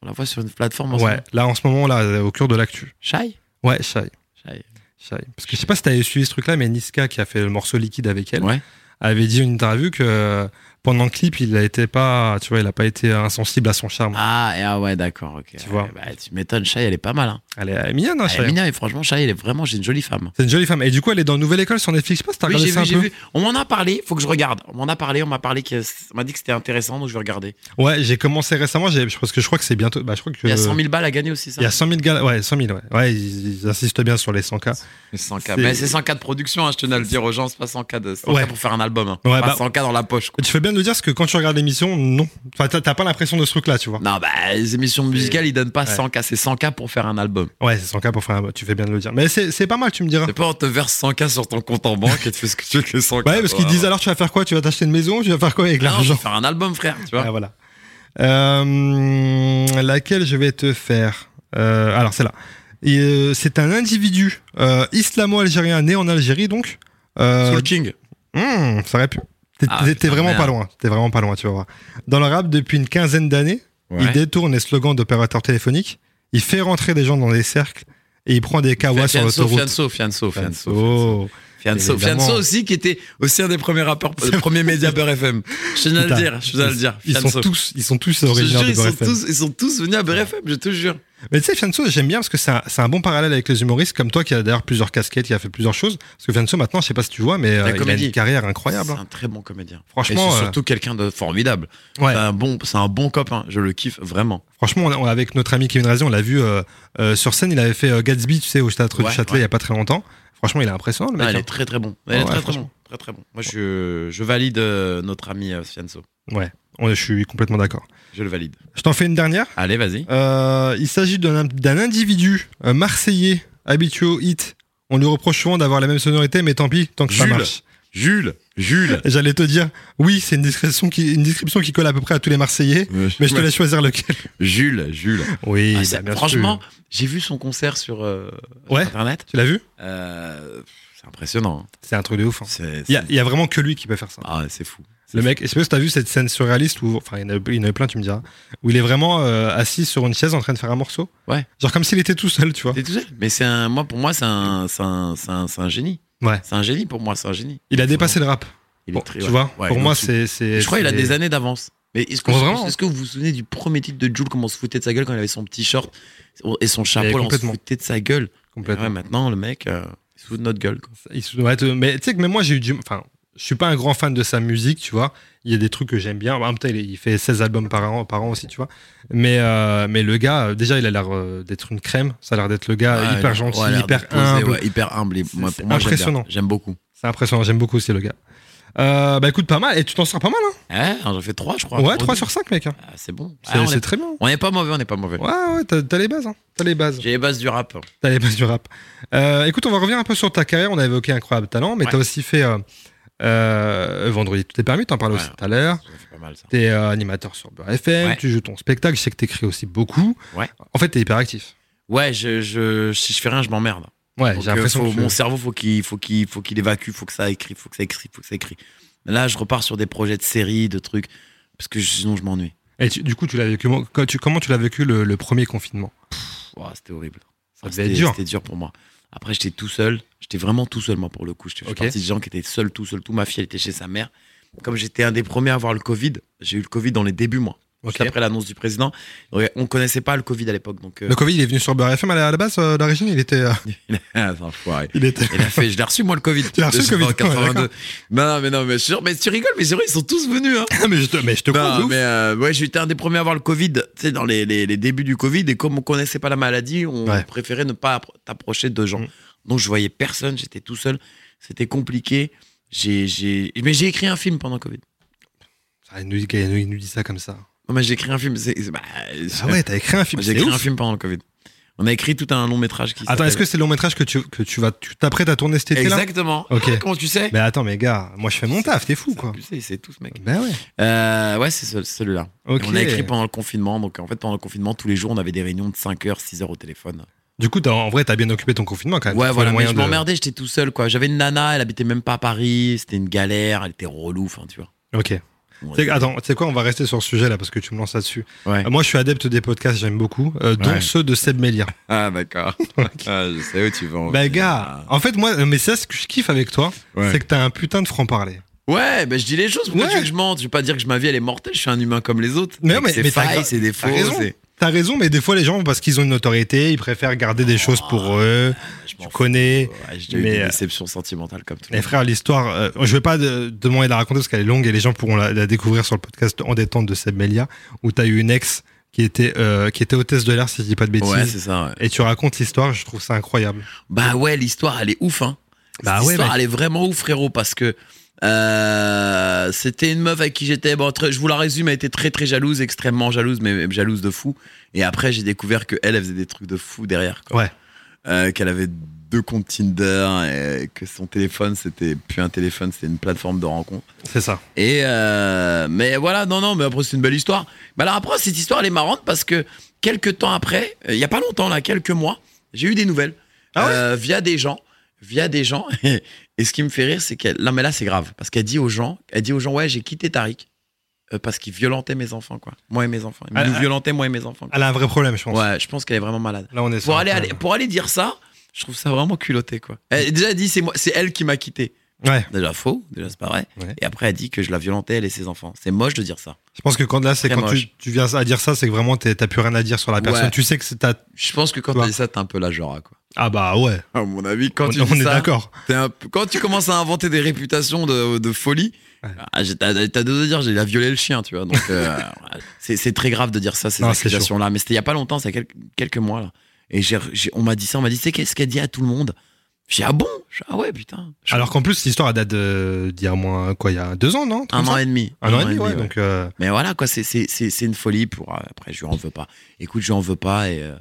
D: On la voit sur une plateforme en ce
C: Ouais.
D: moment.
C: Là en ce moment, là, euh, au cœur de l'actu.
D: Shy
C: Ouais, Shai.
D: Shy.
C: Shai. Parce que je sais pas si t'avais suivi ce truc-là, mais Niska qui a fait le morceau liquide avec elle.
D: Ouais.
C: avait dit une interview que euh, pendant le clip, il a été pas, tu vois, il a pas été insensible à son charme.
D: Ah, et ah ouais, d'accord, ok.
C: Tu vois.
D: Bah, tu m'étonnes, Shy, elle est pas mal. Hein.
C: Elle est elle est mignonne, hein,
D: Elle est
C: Shai.
D: mignonne, et franchement, Shy, elle est vraiment, j'ai une jolie femme.
C: C'est une jolie femme. Et du coup, elle est dans Nouvelle École sur Netflix. Je sais pas si t'as
D: Oui,
C: regardé
D: j'ai
C: ça
D: vu, j'ai
C: un peu.
D: vu. On m'en a parlé, faut que je regarde. On m'en a parlé, on m'a parlé que, on m'a dit que c'était intéressant, donc je vais regarder.
C: Ouais, j'ai commencé récemment. j'ai- Parce que je crois que c'est bientôt. Bah, je crois que
D: Il y a 100 000 balles à gagner aussi, ça.
C: Il y a 100 000 gars. Ouais, 100 000. Ouais, ouais ils, ils insistent bien sur les 100 k
D: 100K.
C: C'est-
D: Mais c'est 100K de production, hein, je tenais à le dire aux gens, c'est pas 100K, de, 100K
C: Ouais.
D: pour faire un album. hein.
C: Ouais,
D: pas
C: bah-
D: 100K dans la poche. quoi.
C: Tu fais bien de le dire parce que quand tu regardes l'émission, non. Enfin, t'as t'as pas l'impression de ce truc-là, tu vois.
D: Non, bah, les émissions musicales, ils donnent pas
C: Ouais.
D: 100K, c'est 100K pour faire un album.
C: Ouais, c'est 100 k pour faire. un- Tu fais bien de le dire. Mais c'est c'est pas mal, tu me diras.
D: C'est pas on te verse 100K sur ton compte en banque et tu fais ce que tu veux avec les 100K.
C: Ouais, parce qu'ils
D: Voilà.
C: disent alors, tu vas faire quoi Tu vas t'acheter une maison Tu vas faire quoi avec
D: Ah non, je
C: l'argent
D: vais faire un album, frère, tu vois.
C: Ah, voilà. Euh, laquelle je vais te faire Euh, Alors, celle-là. Et, euh, c'est un individu euh, islamo-algérien né en Algérie, donc. Euh,
D: Soul King.
C: hmm, ça aurait pu. T'es
D: Ah,
C: t'es-
D: putain,
C: t'es vraiment
D: merde.
C: pas loin. T'es vraiment pas loin, tu vas voir. Dans le rap, depuis une quinzaine d'années, il
D: Ouais.
C: détourne les slogans d'opérateurs téléphoniques. Il fait rentrer des gens dans des cercles et il prend des kawas sur
D: Fianso,
C: l'autoroute.
D: Fianso, Fianso, Fianso, Fianso.
C: Oh.
D: Fianso,
C: Évidemment.
D: Fianso aussi, qui était aussi un des premiers rappeurs, euh, premier média Beurre FM. Je tenais à le
C: Putain.
D: dire, je tenais à le dire.
C: Ils sont
D: Fianso.
C: tous, ils sont tous
D: Je te
C: originaires
D: jure,
C: de
D: ils, sont
C: Borefem.
D: tous, ils sont tous venus à Beurre FM, je te jure.
C: Mais tu sais, Fianso, j'aime bien parce que c'est un, c'est un bon parallèle avec les humoristes, comme toi qui a d'ailleurs plusieurs casquettes, qui a fait plusieurs choses. Parce que Fianso, maintenant, je sais pas si tu vois, mais euh, il a
D: comédie.
C: une carrière incroyable.
D: C'est
C: hein.
D: un très bon comédien.
C: Franchement,
D: Et c'est
C: euh,
D: surtout quelqu'un de formidable.
C: ouais.
D: C'est un bon, c'est un bon copain. Je le kiffe vraiment.
C: franchement, on- on- avec notre ami Kevin Razi, on l'a vu euh, euh, sur scène, il avait fait euh, Gatsby, tu sais, au théâtre
D: Ouais,
C: du Châtelet
D: ouais.
C: il y a pas très longtemps. Franchement, il est impressionnant, le
D: Non,
C: mec.
D: Ah, il
C: hein.
D: est très très bon. Il est
C: Ouais,
D: très très
C: franchement.
D: bon. Très très bon. Moi, je, je valide euh, notre ami euh, Fianso.
C: Ouais, on- je suis complètement d'accord.
D: Je le valide.
C: Je t'en fais une dernière.
D: Allez, vas-y.
C: Euh, il s'agit d'un d'un individu euh, marseillais habitué au hit. On lui reproche souvent d'avoir la même sonorité, mais tant pis, tant que
D: Jules.
C: ça marche.
D: Jules, Jules.
C: J'allais te dire, oui, c'est une description, qui, une description qui colle à peu près à tous les Marseillais, mais je te laisse choisir lequel.
D: Jules, Jules.
C: Oui, bah,
D: Ah, c'est- franchement, j'ai vu son concert sur, euh, sur
C: Ouais.
D: Internet.
C: tu l'as vu
D: Euh, c'est impressionnant. hein.
C: C'est un truc de ouf. hein.
D: C'est,
C: Il y, a-
D: c'est-
C: il y a vraiment que lui qui peut faire ça.
D: Ah, c'est fou.
C: le mec, je sais pas si t'as vu cette scène surréaliste où, enfin, il y en a, il y en a plein, tu me diras, où il est vraiment euh, assis sur une chaise en train de faire un morceau.
D: Ouais.
C: Genre comme s'il était tout seul, tu vois.
D: T'es tout seul. Mais c'est un, moi, pour moi, c'est un, c'est un, c'est un, c'est un génie.
C: Ouais.
D: C'est un génie pour moi, c'est un génie.
C: Il a dépassé le rap.
D: Il est
C: Bon,
D: très-
C: tu
D: ouais.
C: vois,
D: Ouais,
C: pour
D: il est
C: moi,
D: au-dessus.
C: c'est. c'est-
D: Je crois qu'il a
C: c'est-
D: des années d'avance. Mais est-ce que,
C: Oh, vraiment
D: est-ce que vous vous souvenez du premier titre de Jules, comment on se foutait de sa gueule quand il avait son petit short et son
C: Mais
D: chapeau, là, on se
C: complètement.
D: foutait de sa gueule. Ah
C: Complètement.
D: Ouais, maintenant, le mec, euh, il se fout de notre gueule. quoi.
C: Il se- ouais, te- mais tu sais que même moi, j'ai eu du. Enfin, je suis pas un grand fan de sa musique, tu vois. Il y a des trucs que j'aime bien. Bah, En même temps, il est- il fait 16 albums par an, par an aussi, tu vois. Mais, euh, mais le gars, euh, déjà, il a l'air euh, d'être une crème. Ça a l'air d'être le gars
D: Ouais,
C: Ah, hyper
D: Ah, il-
C: gentil,
D: ouais, il a l'air
C: hyper
D: de poser,
C: humble.
D: ouais, hyper humble. Et
C: C'est-
D: moi,
C: c'est
D: pour moi, j'aime bien.
C: impressionnant.
D: J'aime beaucoup.
C: C'est impressionnant. J'aime beaucoup aussi le gars. Euh, bah écoute, pas mal. Et tu t'en sors pas mal, hein
D: Hein, J'en fais 3, je crois.
C: Ouais, 3
D: deux.
C: sur 5, mec. hein.
D: Ah, c'est bon.
C: C'est
D: Ah, on
C: c'est
D: est-
C: très bien.
D: on n'est pas mauvais, on n'est pas mauvais.
C: Ouais, ouais, t'as t'as les bases. Hein. T'as les bases.
D: J'ai les bases du rap.
C: T'as les bases du rap. Euh, écoute, on va revenir un peu sur ta carrière. On a évoqué Incroyable Talent, mais
D: Ouais.
C: t'as aussi fait euh, euh, Vendredi, tout est permis. T'en parles
D: Ouais.
C: aussi tout à l'heure.
D: Ça fait pas mal, ça.
C: T'es euh, animateur sur Beurre FM,
D: Ouais.
C: tu joues ton spectacle, je sais que t'écris aussi beaucoup.
D: Ouais.
C: En fait, t'es hyper actif.
D: Ouais, je, je- si je fais rien, je m'emmerde.
C: Ouais,
D: Donc,
C: j'ai
D: euh,
C: l'impression
D: faut-
C: que
D: mon cerveau faut qu'il faut qu'il faut qu'il évacue, faut que ça écrit, faut que ça écrit, faut que ça écrit. Là, je repars sur des projets de séries, de trucs parce que je- sinon je m'ennuie.
C: Et tu- du coup, tu l'as vécu co- tu- comment tu l'as vécu le, le premier confinement
D: Pff, ouah, c'était horrible.
C: Ça
D: Ah,
C: devait
D: c'était-
C: être dur.
D: C'était dur pour moi. Après, j'étais tout seul. J'étais vraiment tout seul, moi, pour le coup. J'étais je fais
C: Ok.
D: partie des gens qui étaient seuls, tout seul, tout. Ma fille, elle était chez sa mère. Comme j'étais un des premiers à avoir le Covid, j'ai eu le Covid dans les débuts, moi.
C: Ok.
D: Juste après l'annonce du président. Ouais, On connaissait pas le Covid à l'époque, donc. euh,
C: Le Covid, il est venu sur Beurre FM à la à la base, euh, d'origine, il était. euh,
D: Ah, c'est un enfoiré.
C: il était...
D: Il a fait, je l'ai reçu moi le Covid.
C: Tu l'as reçu, le Covid,
D: En 82.
C: ouais,
D: non, mais non, mais, je suis sûr- mais tu rigoles, mais c'est vrai, ils sont tous venus. Hein.
C: mais je te, mais je te crois, Ah, de
D: Non,
C: ouf.
D: mais euh, ouais, j'étais un des premiers à avoir le Covid, tu sais, dans les, les- les débuts du Covid, et comme on connaissait pas la maladie, on
C: Ouais.
D: préférait ne pas appro- t'approcher de gens.
C: Mm.
D: Donc je voyais personne, j'étais tout seul, c'était compliqué. J'ai, j'ai... Mais j'ai écrit un film pendant le Covid.
C: Ah, il, nous dit, il nous- il nous dit ça comme ça.
D: Non, mais j'ai écrit un film. c'est- c'est- bah, c'est-
C: Ah ouais, t'as écrit un film.
D: j'ai
C: c'est
D: écrit un
C: ouf.
D: film pendant le Covid. On a écrit tout un long métrage qui
C: Attends, est-ce que
D: s'appelle-
C: c'est le long métrage que tu, que tu vas. Tu t'apprêtes à tourner cet été-là
D: Exactement.
C: Ok.
D: Ah, comment tu sais
C: Mais attends, mais gars, moi je fais mon taf, t'es fou quoi.
D: Tu sais, c'est tout ce mec.
C: Ben ouais.
D: Euh, ouais, c'est ce- celui-là.
C: Ok.
D: On a écrit pendant le confinement. Donc, en fait, pendant le confinement, tous les jours, on avait des réunions de 5 heures, 6 heures au téléphone.
C: Du coup, t'as- en vrai, t'as bien occupé ton confinement quand même.
D: Ouais,
C: Ah, T'as
D: voilà.
C: trouvé le
D: Mais je
C: moyen de-
D: m'emmerdais, j'étais tout seul, quoi. J'avais une nana, elle habitait même pas à Paris. C'était une galère, elle était relou, enfin, tu vois.
C: Ok.
D: Bon,
C: Tu sais- Attends, tu sais quoi, on va rester sur ce sujet là parce que tu me lances là-dessus.
D: Ouais.
C: Euh, Moi, je suis adepte des podcasts, j'aime beaucoup, euh, dont
D: Ouais.
C: ceux de Seb Melia.
D: Ah, d'accord. Ah, je sais où tu vas. en Ah.
C: Bah,
D: venir.
C: gars, en fait, moi, euh, mais ça, ce que je kiffe avec toi,
D: Ouais.
C: c'est que t'as un putain de franc-parler.
D: Ouais, bah, je dis les choses. Pourquoi
C: Ouais.
D: tu veux que je mente Je vais pas dire que je- ma vie, elle est mortelle. Je suis un humain comme les autres.
C: Mais non,
D: Avec
C: mais-
D: ses
C: mais t'as gra-
D: failles, ses défauts.
C: t'as raison.
D: ses-
C: T'as raison, mais des fois, les gens, parce qu'ils ont une autorité, ils préfèrent garder des choses pour eux.
D: Ah, Je
C: Tu
D: m'en fous.
C: connais.
D: Ouais, J'ai déjà eu
C: mais,
D: des
C: euh,
D: déceptions sentimentales comme tout le
C: Mais
D: monde.
C: frère, l'histoire, euh, je vais pas de- demander de la raconter parce qu'elle est longue et les gens pourront la, la découvrir sur le podcast En détente de Seb Melia, où t'as eu une ex qui était, euh, qui était hôtesse de l'air, si je dis pas de bêtises.
D: Ouais, c'est ça. ouais.
C: et tu racontes l'histoire, je trouve ça incroyable.
D: Bah ouais, l'histoire, elle est ouf, hein.
C: Bah ouais,
D: l'histoire,
C: mec.
D: elle est vraiment ouf, frérot, parce que euh, c'était une meuf avec qui j'étais. Bon, très- je vous la résume, elle était très très jalouse, extrêmement jalouse, mais jalouse de fou. Et après, j'ai découvert que elle, elle faisait des trucs de fou derrière. quoi.
C: Ouais.
D: Euh, Qu'elle avait deux comptes Tinder, et que son téléphone, c'était plus un téléphone, c'était une plateforme de rencontre.
C: C'est ça.
D: Et euh, mais voilà, non, non, mais après c'est une belle histoire. Mais alors après, cette histoire elle est marrante parce que quelques temps après, euh, il y a pas longtemps là, quelques mois, j'ai eu des nouvelles
C: Ah ouais
D: Euh, via des gens, via des gens. Et ce qui me fait rire, c'est qu'elle, non mais là c'est grave parce qu'elle dit aux gens, elle dit aux gens, ouais, j'ai quitté Tariq euh, parce qu'il violentait mes enfants quoi, moi et mes enfants. Il
C: Ah,
D: nous
C: ah.
D: violentait moi et mes enfants. quoi.
C: Elle a un vrai problème, je pense.
D: Ouais, je pense qu'elle est vraiment malade.
C: Là, on est sur
D: Pour
C: un
D: aller,
C: problème.
D: aller- pour aller dire ça, je trouve ça vraiment culotté quoi. Elle, déjà elle dit c'est moi, c'est elle qui m'a quitté.
C: Ouais.
D: Déjà faux, déjà c'est pas vrai.
C: Ouais.
D: Et après, elle dit que je la violentais, elle et ses enfants. C'est moche de dire ça.
C: Je pense que quand là, c'est
D: Très
C: quand tu,
D: moche.
C: tu viens à dire ça, c'est que vraiment t'es- t'as plus rien à dire sur la personne.
D: Ouais.
C: Tu sais que c'est ta.
D: Je pense que quand
C: Toi.
D: tu dis ça, t'es un peu la genre, quoi.
C: Ah bah ouais.
D: À mon avis, quand
C: on
D: tu
C: on
D: dis
C: est
D: ça,
C: d'accord.
D: t'es un peu- quand tu commences à inventer des réputations de, de folie,
C: Ouais.
D: ah, j'ai- t'as t'as deux à dire, j'ai la violé le chien, tu vois. Donc, euh, ouais, c'est c'est très grave de dire ça, ces
C: Non, c'est
D: accusations-là. Mais c'était il y a pas longtemps, c'est quelques, quelques mois, là. Et j'ai- j'ai- on m'a dit ça, on m'a dit, c'est qu'est-ce qu'elle dit à tout le monde J'ai dit, ah bon J'ai dit, Ah ouais, putain. Je-
C: Alors qu'en plus, l'histoire elle date de- d'il y a moins quoi, il y a deux ans, non
D: un
C: Comme
D: an
C: ça
D: et demi.
C: Un an et demi, ouais.
D: ouais.
C: Donc euh,
D: Mais voilà, quoi, c'est- c'est c'est- c'est une folie. Pour, euh, après, je lui en veux pas. Écoute, je lui en veux pas et, euh,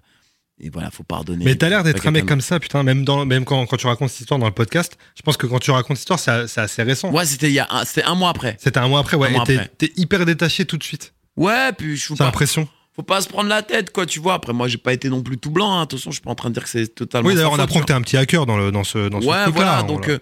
D: et voilà, faut pardonner.
C: Mais t'as l'air d'être
D: Pas
C: un mec
D: quelqu'un
C: comme ça, putain. Même, dans, même quand, quand tu racontes cette histoire dans le podcast, je pense que quand tu racontes cette histoire, c'est c'est assez récent.
D: de- Ouais, c'était il y a un, c'était un mois après.
C: C'était un mois après, ouais.
D: Un mois
C: et t'es-
D: après.
C: t'es hyper détaché tout de suite.
D: Ouais, puis je faut
C: J'ai
D: pas,
C: l'impression.
D: faut pas se prendre la tête, quoi, tu vois. Après, moi, j'ai pas été non plus tout blanc. hein. De toute façon, je suis pas en train de dire que c'est totalement.
C: Oui, d'ailleurs, on
D: sans faute,
C: apprend
D: tu
C: que t'es un petit hacker dans, le, dans ce, dans ce
D: vois. Ouais,
C: truc-là. hein,
D: voilà.
C: on
D: Donc,
C: l'a-
D: euh,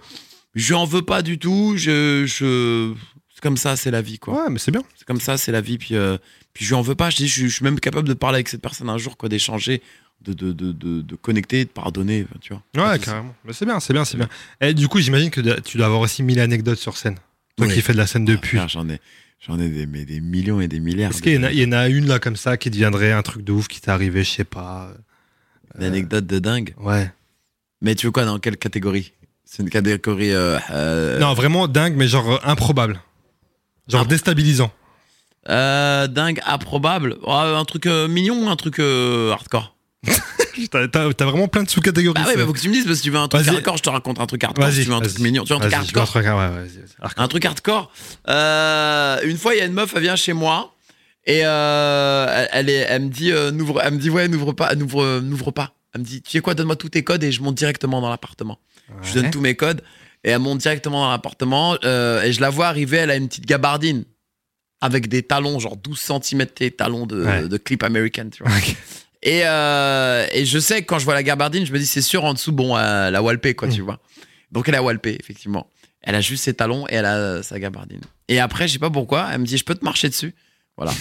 D: je en veux pas du tout. Je, je... C'est comme ça, c'est la vie, quoi.
C: Ouais, mais c'est bien.
D: C'est comme ça, c'est la vie. Puis, euh, puis je lui en veux pas. Je dis, je, je suis même capable de parler avec cette personne un jour, quoi, d'échanger, de, de, de, de, de connecter, de pardonner, tu vois. Pas
C: Ouais,
D: de soucis.
C: carrément. Mais c'est bien, c'est bien, c'est bien. Et du coup, j'imagine que de- tu dois avoir aussi mille anecdotes sur scène. Toi
D: Oui.
C: qui fais de la scène depuis.
D: Frère, J'en ai, j'en ai des, mais des millions et des milliards.
C: Est-ce qu'il y, en a- il y en a une là comme ça qui deviendrait un truc de ouf qui t'est arrivé, je sais pas. euh.
D: D'anecdotes de dingue.
C: Ouais.
D: Mais tu veux quoi, dans quelle catégorie C'est une catégorie. euh, euh,
C: Non, vraiment dingue, mais genre euh, improbable. Genre
D: Impro-
C: déstabilisant.
D: euh, dingue, improbable. Oh, un truc euh, mignon, un truc euh, hardcore.
C: T'as t'as- t'as vraiment plein de sous-catégories.
D: Bah ouais,
C: c'est-
D: mais faut que tu me dises, parce que si tu veux un truc
C: Vas-y.
D: hardcore, je te raconte un truc hardcore.
C: Vas-y,
D: Si tu veux un truc
C: vas-y.
D: mignon, tu veux un truc
C: Vas-y, je veux un
D: hardcore.
C: truc- ouais, ouais, vas-y, vas-y. Hardcore.
D: Un truc hardcore. Euh, une fois, il y a une meuf, elle vient chez moi. Et euh, elle, elle est, elle me dit, euh, n'ouvre, elle me dit, ouais, n'ouvre pas, n'ouvre, euh, n'ouvre pas. Elle me dit, tu sais quoi, donne-moi tous tes codes et je monte directement dans l'appartement. Je lui donne tous mes codes et elle monte directement dans l'appartement. euh, et je la vois arriver, elle a une petite gabardine avec des talons, genre 12 cm, tes talons de,
C: Ouais.
D: de clip américaine, tu vois.
C: Ok.
D: Et, euh, et je sais que quand je vois la gabardine, je me dis, c'est sûr, en dessous, bon, euh, la walpé, quoi,
C: Mm.
D: tu vois. Donc elle a walpé, effectivement. Elle a juste ses talons et elle a euh, sa gabardine. Et après, je sais pas pourquoi, elle me dit, je peux te marcher dessus. Voilà.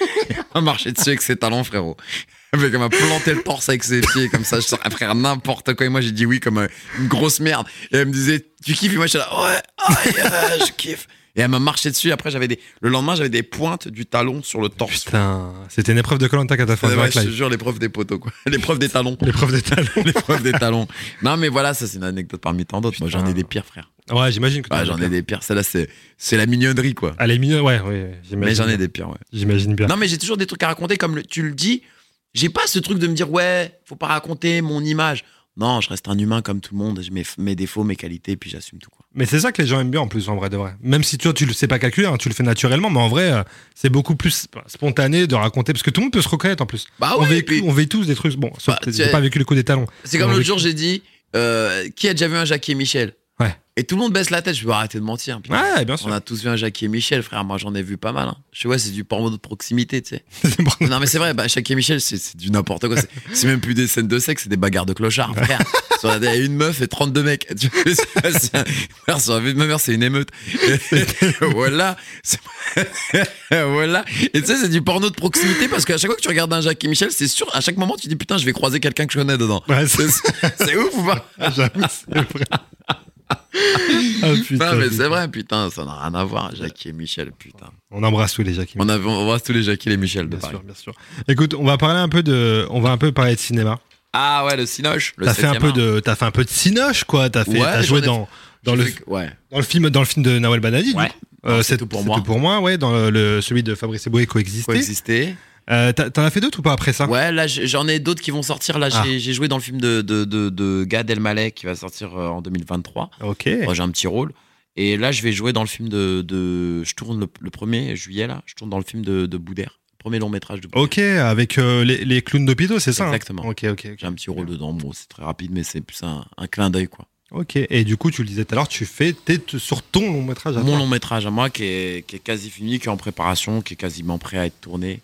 D: Elle m'a marché dessus avec ses talons, frérot. Elle fait comme elle planté le torse avec ses pieds, comme ça, je serais frère n'importe quoi. Et moi, j'ai dit oui, comme euh, une grosse merde. Et elle me disait, tu kiffes Et moi, je suis là, ouais, ah, yeah, je kiffe. Et elle m'a marché dessus. Après, j'avais des. Le lendemain, j'avais des pointes du talon sur le torse.
C: Putain, c'était une épreuve de Colanta qu'à ta fin
D: Ouais,
C: de
D: ouais,
C: Black
D: je te
C: Live.
D: jure, l'épreuve des poteaux, quoi. L'épreuve des talons.
C: L'épreuve de talent.
D: L'épreuve des talons. Non, mais voilà, ça, c'est une anecdote parmi tant d'autres. Moi, j'en ai des pires, frère.
C: Ouais, j'imagine que.
D: Ah, j'en ai des pires. Celle-là, c'est c'est la mignonnerie, quoi.
C: Elle est mignonne, ouais, ouais. j'imagine
D: Mais j'en ai
C: bien.
D: des pires, ouais.
C: J'imagine bien.
D: Non, mais j'ai toujours des trucs à raconter, comme le- tu le dis. J'ai pas ce truc de me dire, ouais, faut pas raconter mon image. Non, je reste un humain comme tout le monde. J'ai mes, mes défauts, mes qualités, puis j'assume tout. Quoi.
C: Mais c'est ça que les gens aiment bien en plus, en vrai de vrai. Même si toi, tu le sais pas calculer, hein, tu le fais naturellement, mais en vrai, euh, c'est beaucoup plus spontané de raconter, parce que tout le monde peut se reconnaître en plus.
D: Bah
C: on,
D: oui,
C: véhicule-
D: puis-
C: on véhicule tous des trucs. Bon, sauf
D: Bah,
C: que
D: tu
C: j'ai
D: sais-
C: pas vécu le coup des talons.
D: C'est comme
C: On
D: l'autre
C: vécu-
D: jour, j'ai dit, euh, qui a déjà vu un Jackie et Michel
C: Ouais.
D: Et tout le monde baisse la tête. Je vais arrêter de mentir. putain.
C: Ouais, bien
D: On
C: sûr.
D: a tous vu un Jackie et Michel, frère. Moi, j'en ai vu pas mal. hein. Je sais, ouais, c'est du porno de proximité, tu sais.
C: C'est bon.
D: Non, mais c'est vrai, bah, Jackie et Michel, c'est- c'est du n'importe quoi. C'est- C'est même plus des scènes de sexe, c'est des bagarres de clochards, frère. Sur la- Il y a une meuf et 32 mecs. Tu vois, c'est pas- c'est un- frère, sur la vie de ma mère, c'est une émeute. voilà. C'est- voilà. Et tu sais, c'est du porno de proximité parce qu'à chaque fois que tu regardes un Jackie et Michel, c'est sûr, à chaque moment, tu dis putain, je vais croiser quelqu'un que je connais dedans.
C: Ouais, c'est
D: C'est c'est ouf ou pas
C: j'avoue, bah, c'est vrai. Ah, putain,
D: Non, mais
C: putain.
D: c'est vrai, putain, ça n'a rien à voir, Jackie et Michel, putain.
C: On embrasse tous les Jackie.
D: On, avait, on embrasse tous les Jackie et les Michel de
C: Bien
D: Paris.
C: sûr, bien sûr. Écoute, on va parler un peu de, on va un peu parler de cinéma.
D: Ah ouais, le Cinoche. le
C: T'as fait un peu
D: septième hein. art.
C: de, t'as fait un peu de cinoche, quoi. T'as fait,
D: Ouais,
C: t'as
D: j'en
C: joué
D: ai
C: dans, dans
D: J'ai
C: le,
D: fait- Ouais.
C: dans le film, dans le film de Nawal Banadi. du
D: Ouais.
C: coup. Euh,
D: c'est tout pour moi.
C: Tout pour moi, ouais. Dans le, celui de Fabrice Eboué coexister.
D: Coexister.
C: Euh, t'as- T'en as fait d'autres ou pas après ça
D: Ouais, là j'ai- j'en ai d'autres qui vont sortir. Là, j'ai-
C: Hein Ah.
D: j'ai joué dans le film de, de, de, de Gad Elmaleh qui va sortir euh, en 2023.
C: Ok.
D: Moi, j'ai un petit rôle. Et là, je vais jouer dans le film de. de- je tourne le, le 1er juillet, là. Je tourne dans le film de, de Boudère. Premier long métrage de Boudère.
C: Ok, avec euh, les, les clowns d'hôpitaux, c'est ça hein
D: Exactement.
C: Ok, ok, ok.
D: J'ai un petit rôle dedans. Bon, c'est très rapide, mais c'est plus un, un clin d'œil, quoi.
C: Ok, et du coup, tu le disais tout à l'heure, tu fais, t'es t- sur ton long métrage. à
D: Mon
C: toi.
D: long métrage à moi qui est, qui est quasi fini, qui est en préparation, qui est quasiment prêt à être tourné.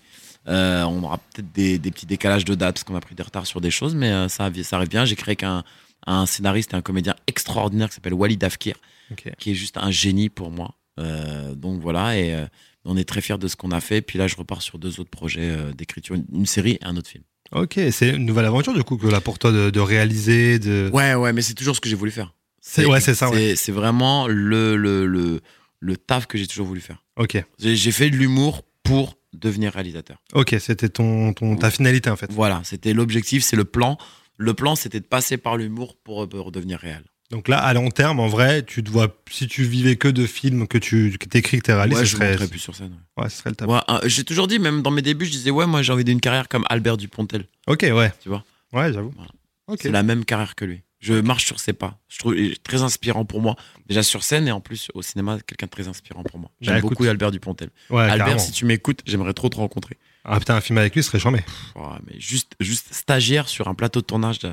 D: Euh, on aura peut-être des, des petits décalages de date parce qu'on a pris des retards sur des choses, mais euh, ça, ça arrive bien. J'ai créé qu'un un scénariste et un comédien extraordinaire qui s'appelle Walid Afkir,
C: Ok.
D: qui est juste un génie pour moi. Euh, donc voilà, et euh, on est très fiers de ce qu'on a fait. Puis là, je repars sur deux autres projets euh, d'écriture, une, une série et un autre film.
C: Ok, c'est une nouvelle aventure du coup que là pour toi de, de réaliser, de.
D: Ouais, ouais, mais c'est toujours ce que j'ai voulu faire.
C: C'est- ouais, c'est ça, ouais.
D: c'est- C'est vraiment le, le, le, le taf que j'ai toujours voulu faire.
C: Ok,
D: J'ai j'ai fait de l'humour pour devenir réalisateur.
C: ok, c'était ton, ton ta finalité en fait.
D: Voilà, c'était l'objectif, c'est le plan. Le plan, c'était de passer par l'humour pour, pour devenir réel.
C: Donc là, à long terme, en vrai, tu te vois, si tu vivais que de films que tu que t'écris, que t'es réalisé,
D: ouais,
C: ce
D: je
C: serait,
D: monterai plus sur scène. ouais.
C: ouais, ce serait le top.
D: Ouais, euh, j'ai toujours dit, même dans mes débuts, je disais, ouais, moi j'ai envie d'une carrière comme Albert Dupontel.
C: Ok, ouais.
D: Tu vois.
C: Ouais, j'avoue.
D: Voilà.
C: Ok.
D: C'est la même carrière que lui. Je marche sur ses pas. Je trouve il est très inspirant pour moi. Déjà sur scène et en plus au cinéma, quelqu'un de très inspirant pour moi. J'aime
C: Bah, écoute.
D: beaucoup Albert Dupontel.
C: Ouais,
D: Albert,
C: carrément.
D: si tu m'écoutes, j'aimerais trop te rencontrer.
C: Ah putain, un film avec lui ce serait charmé.
D: Pff, oh, mais juste, juste stagiaire sur un plateau de tournage de-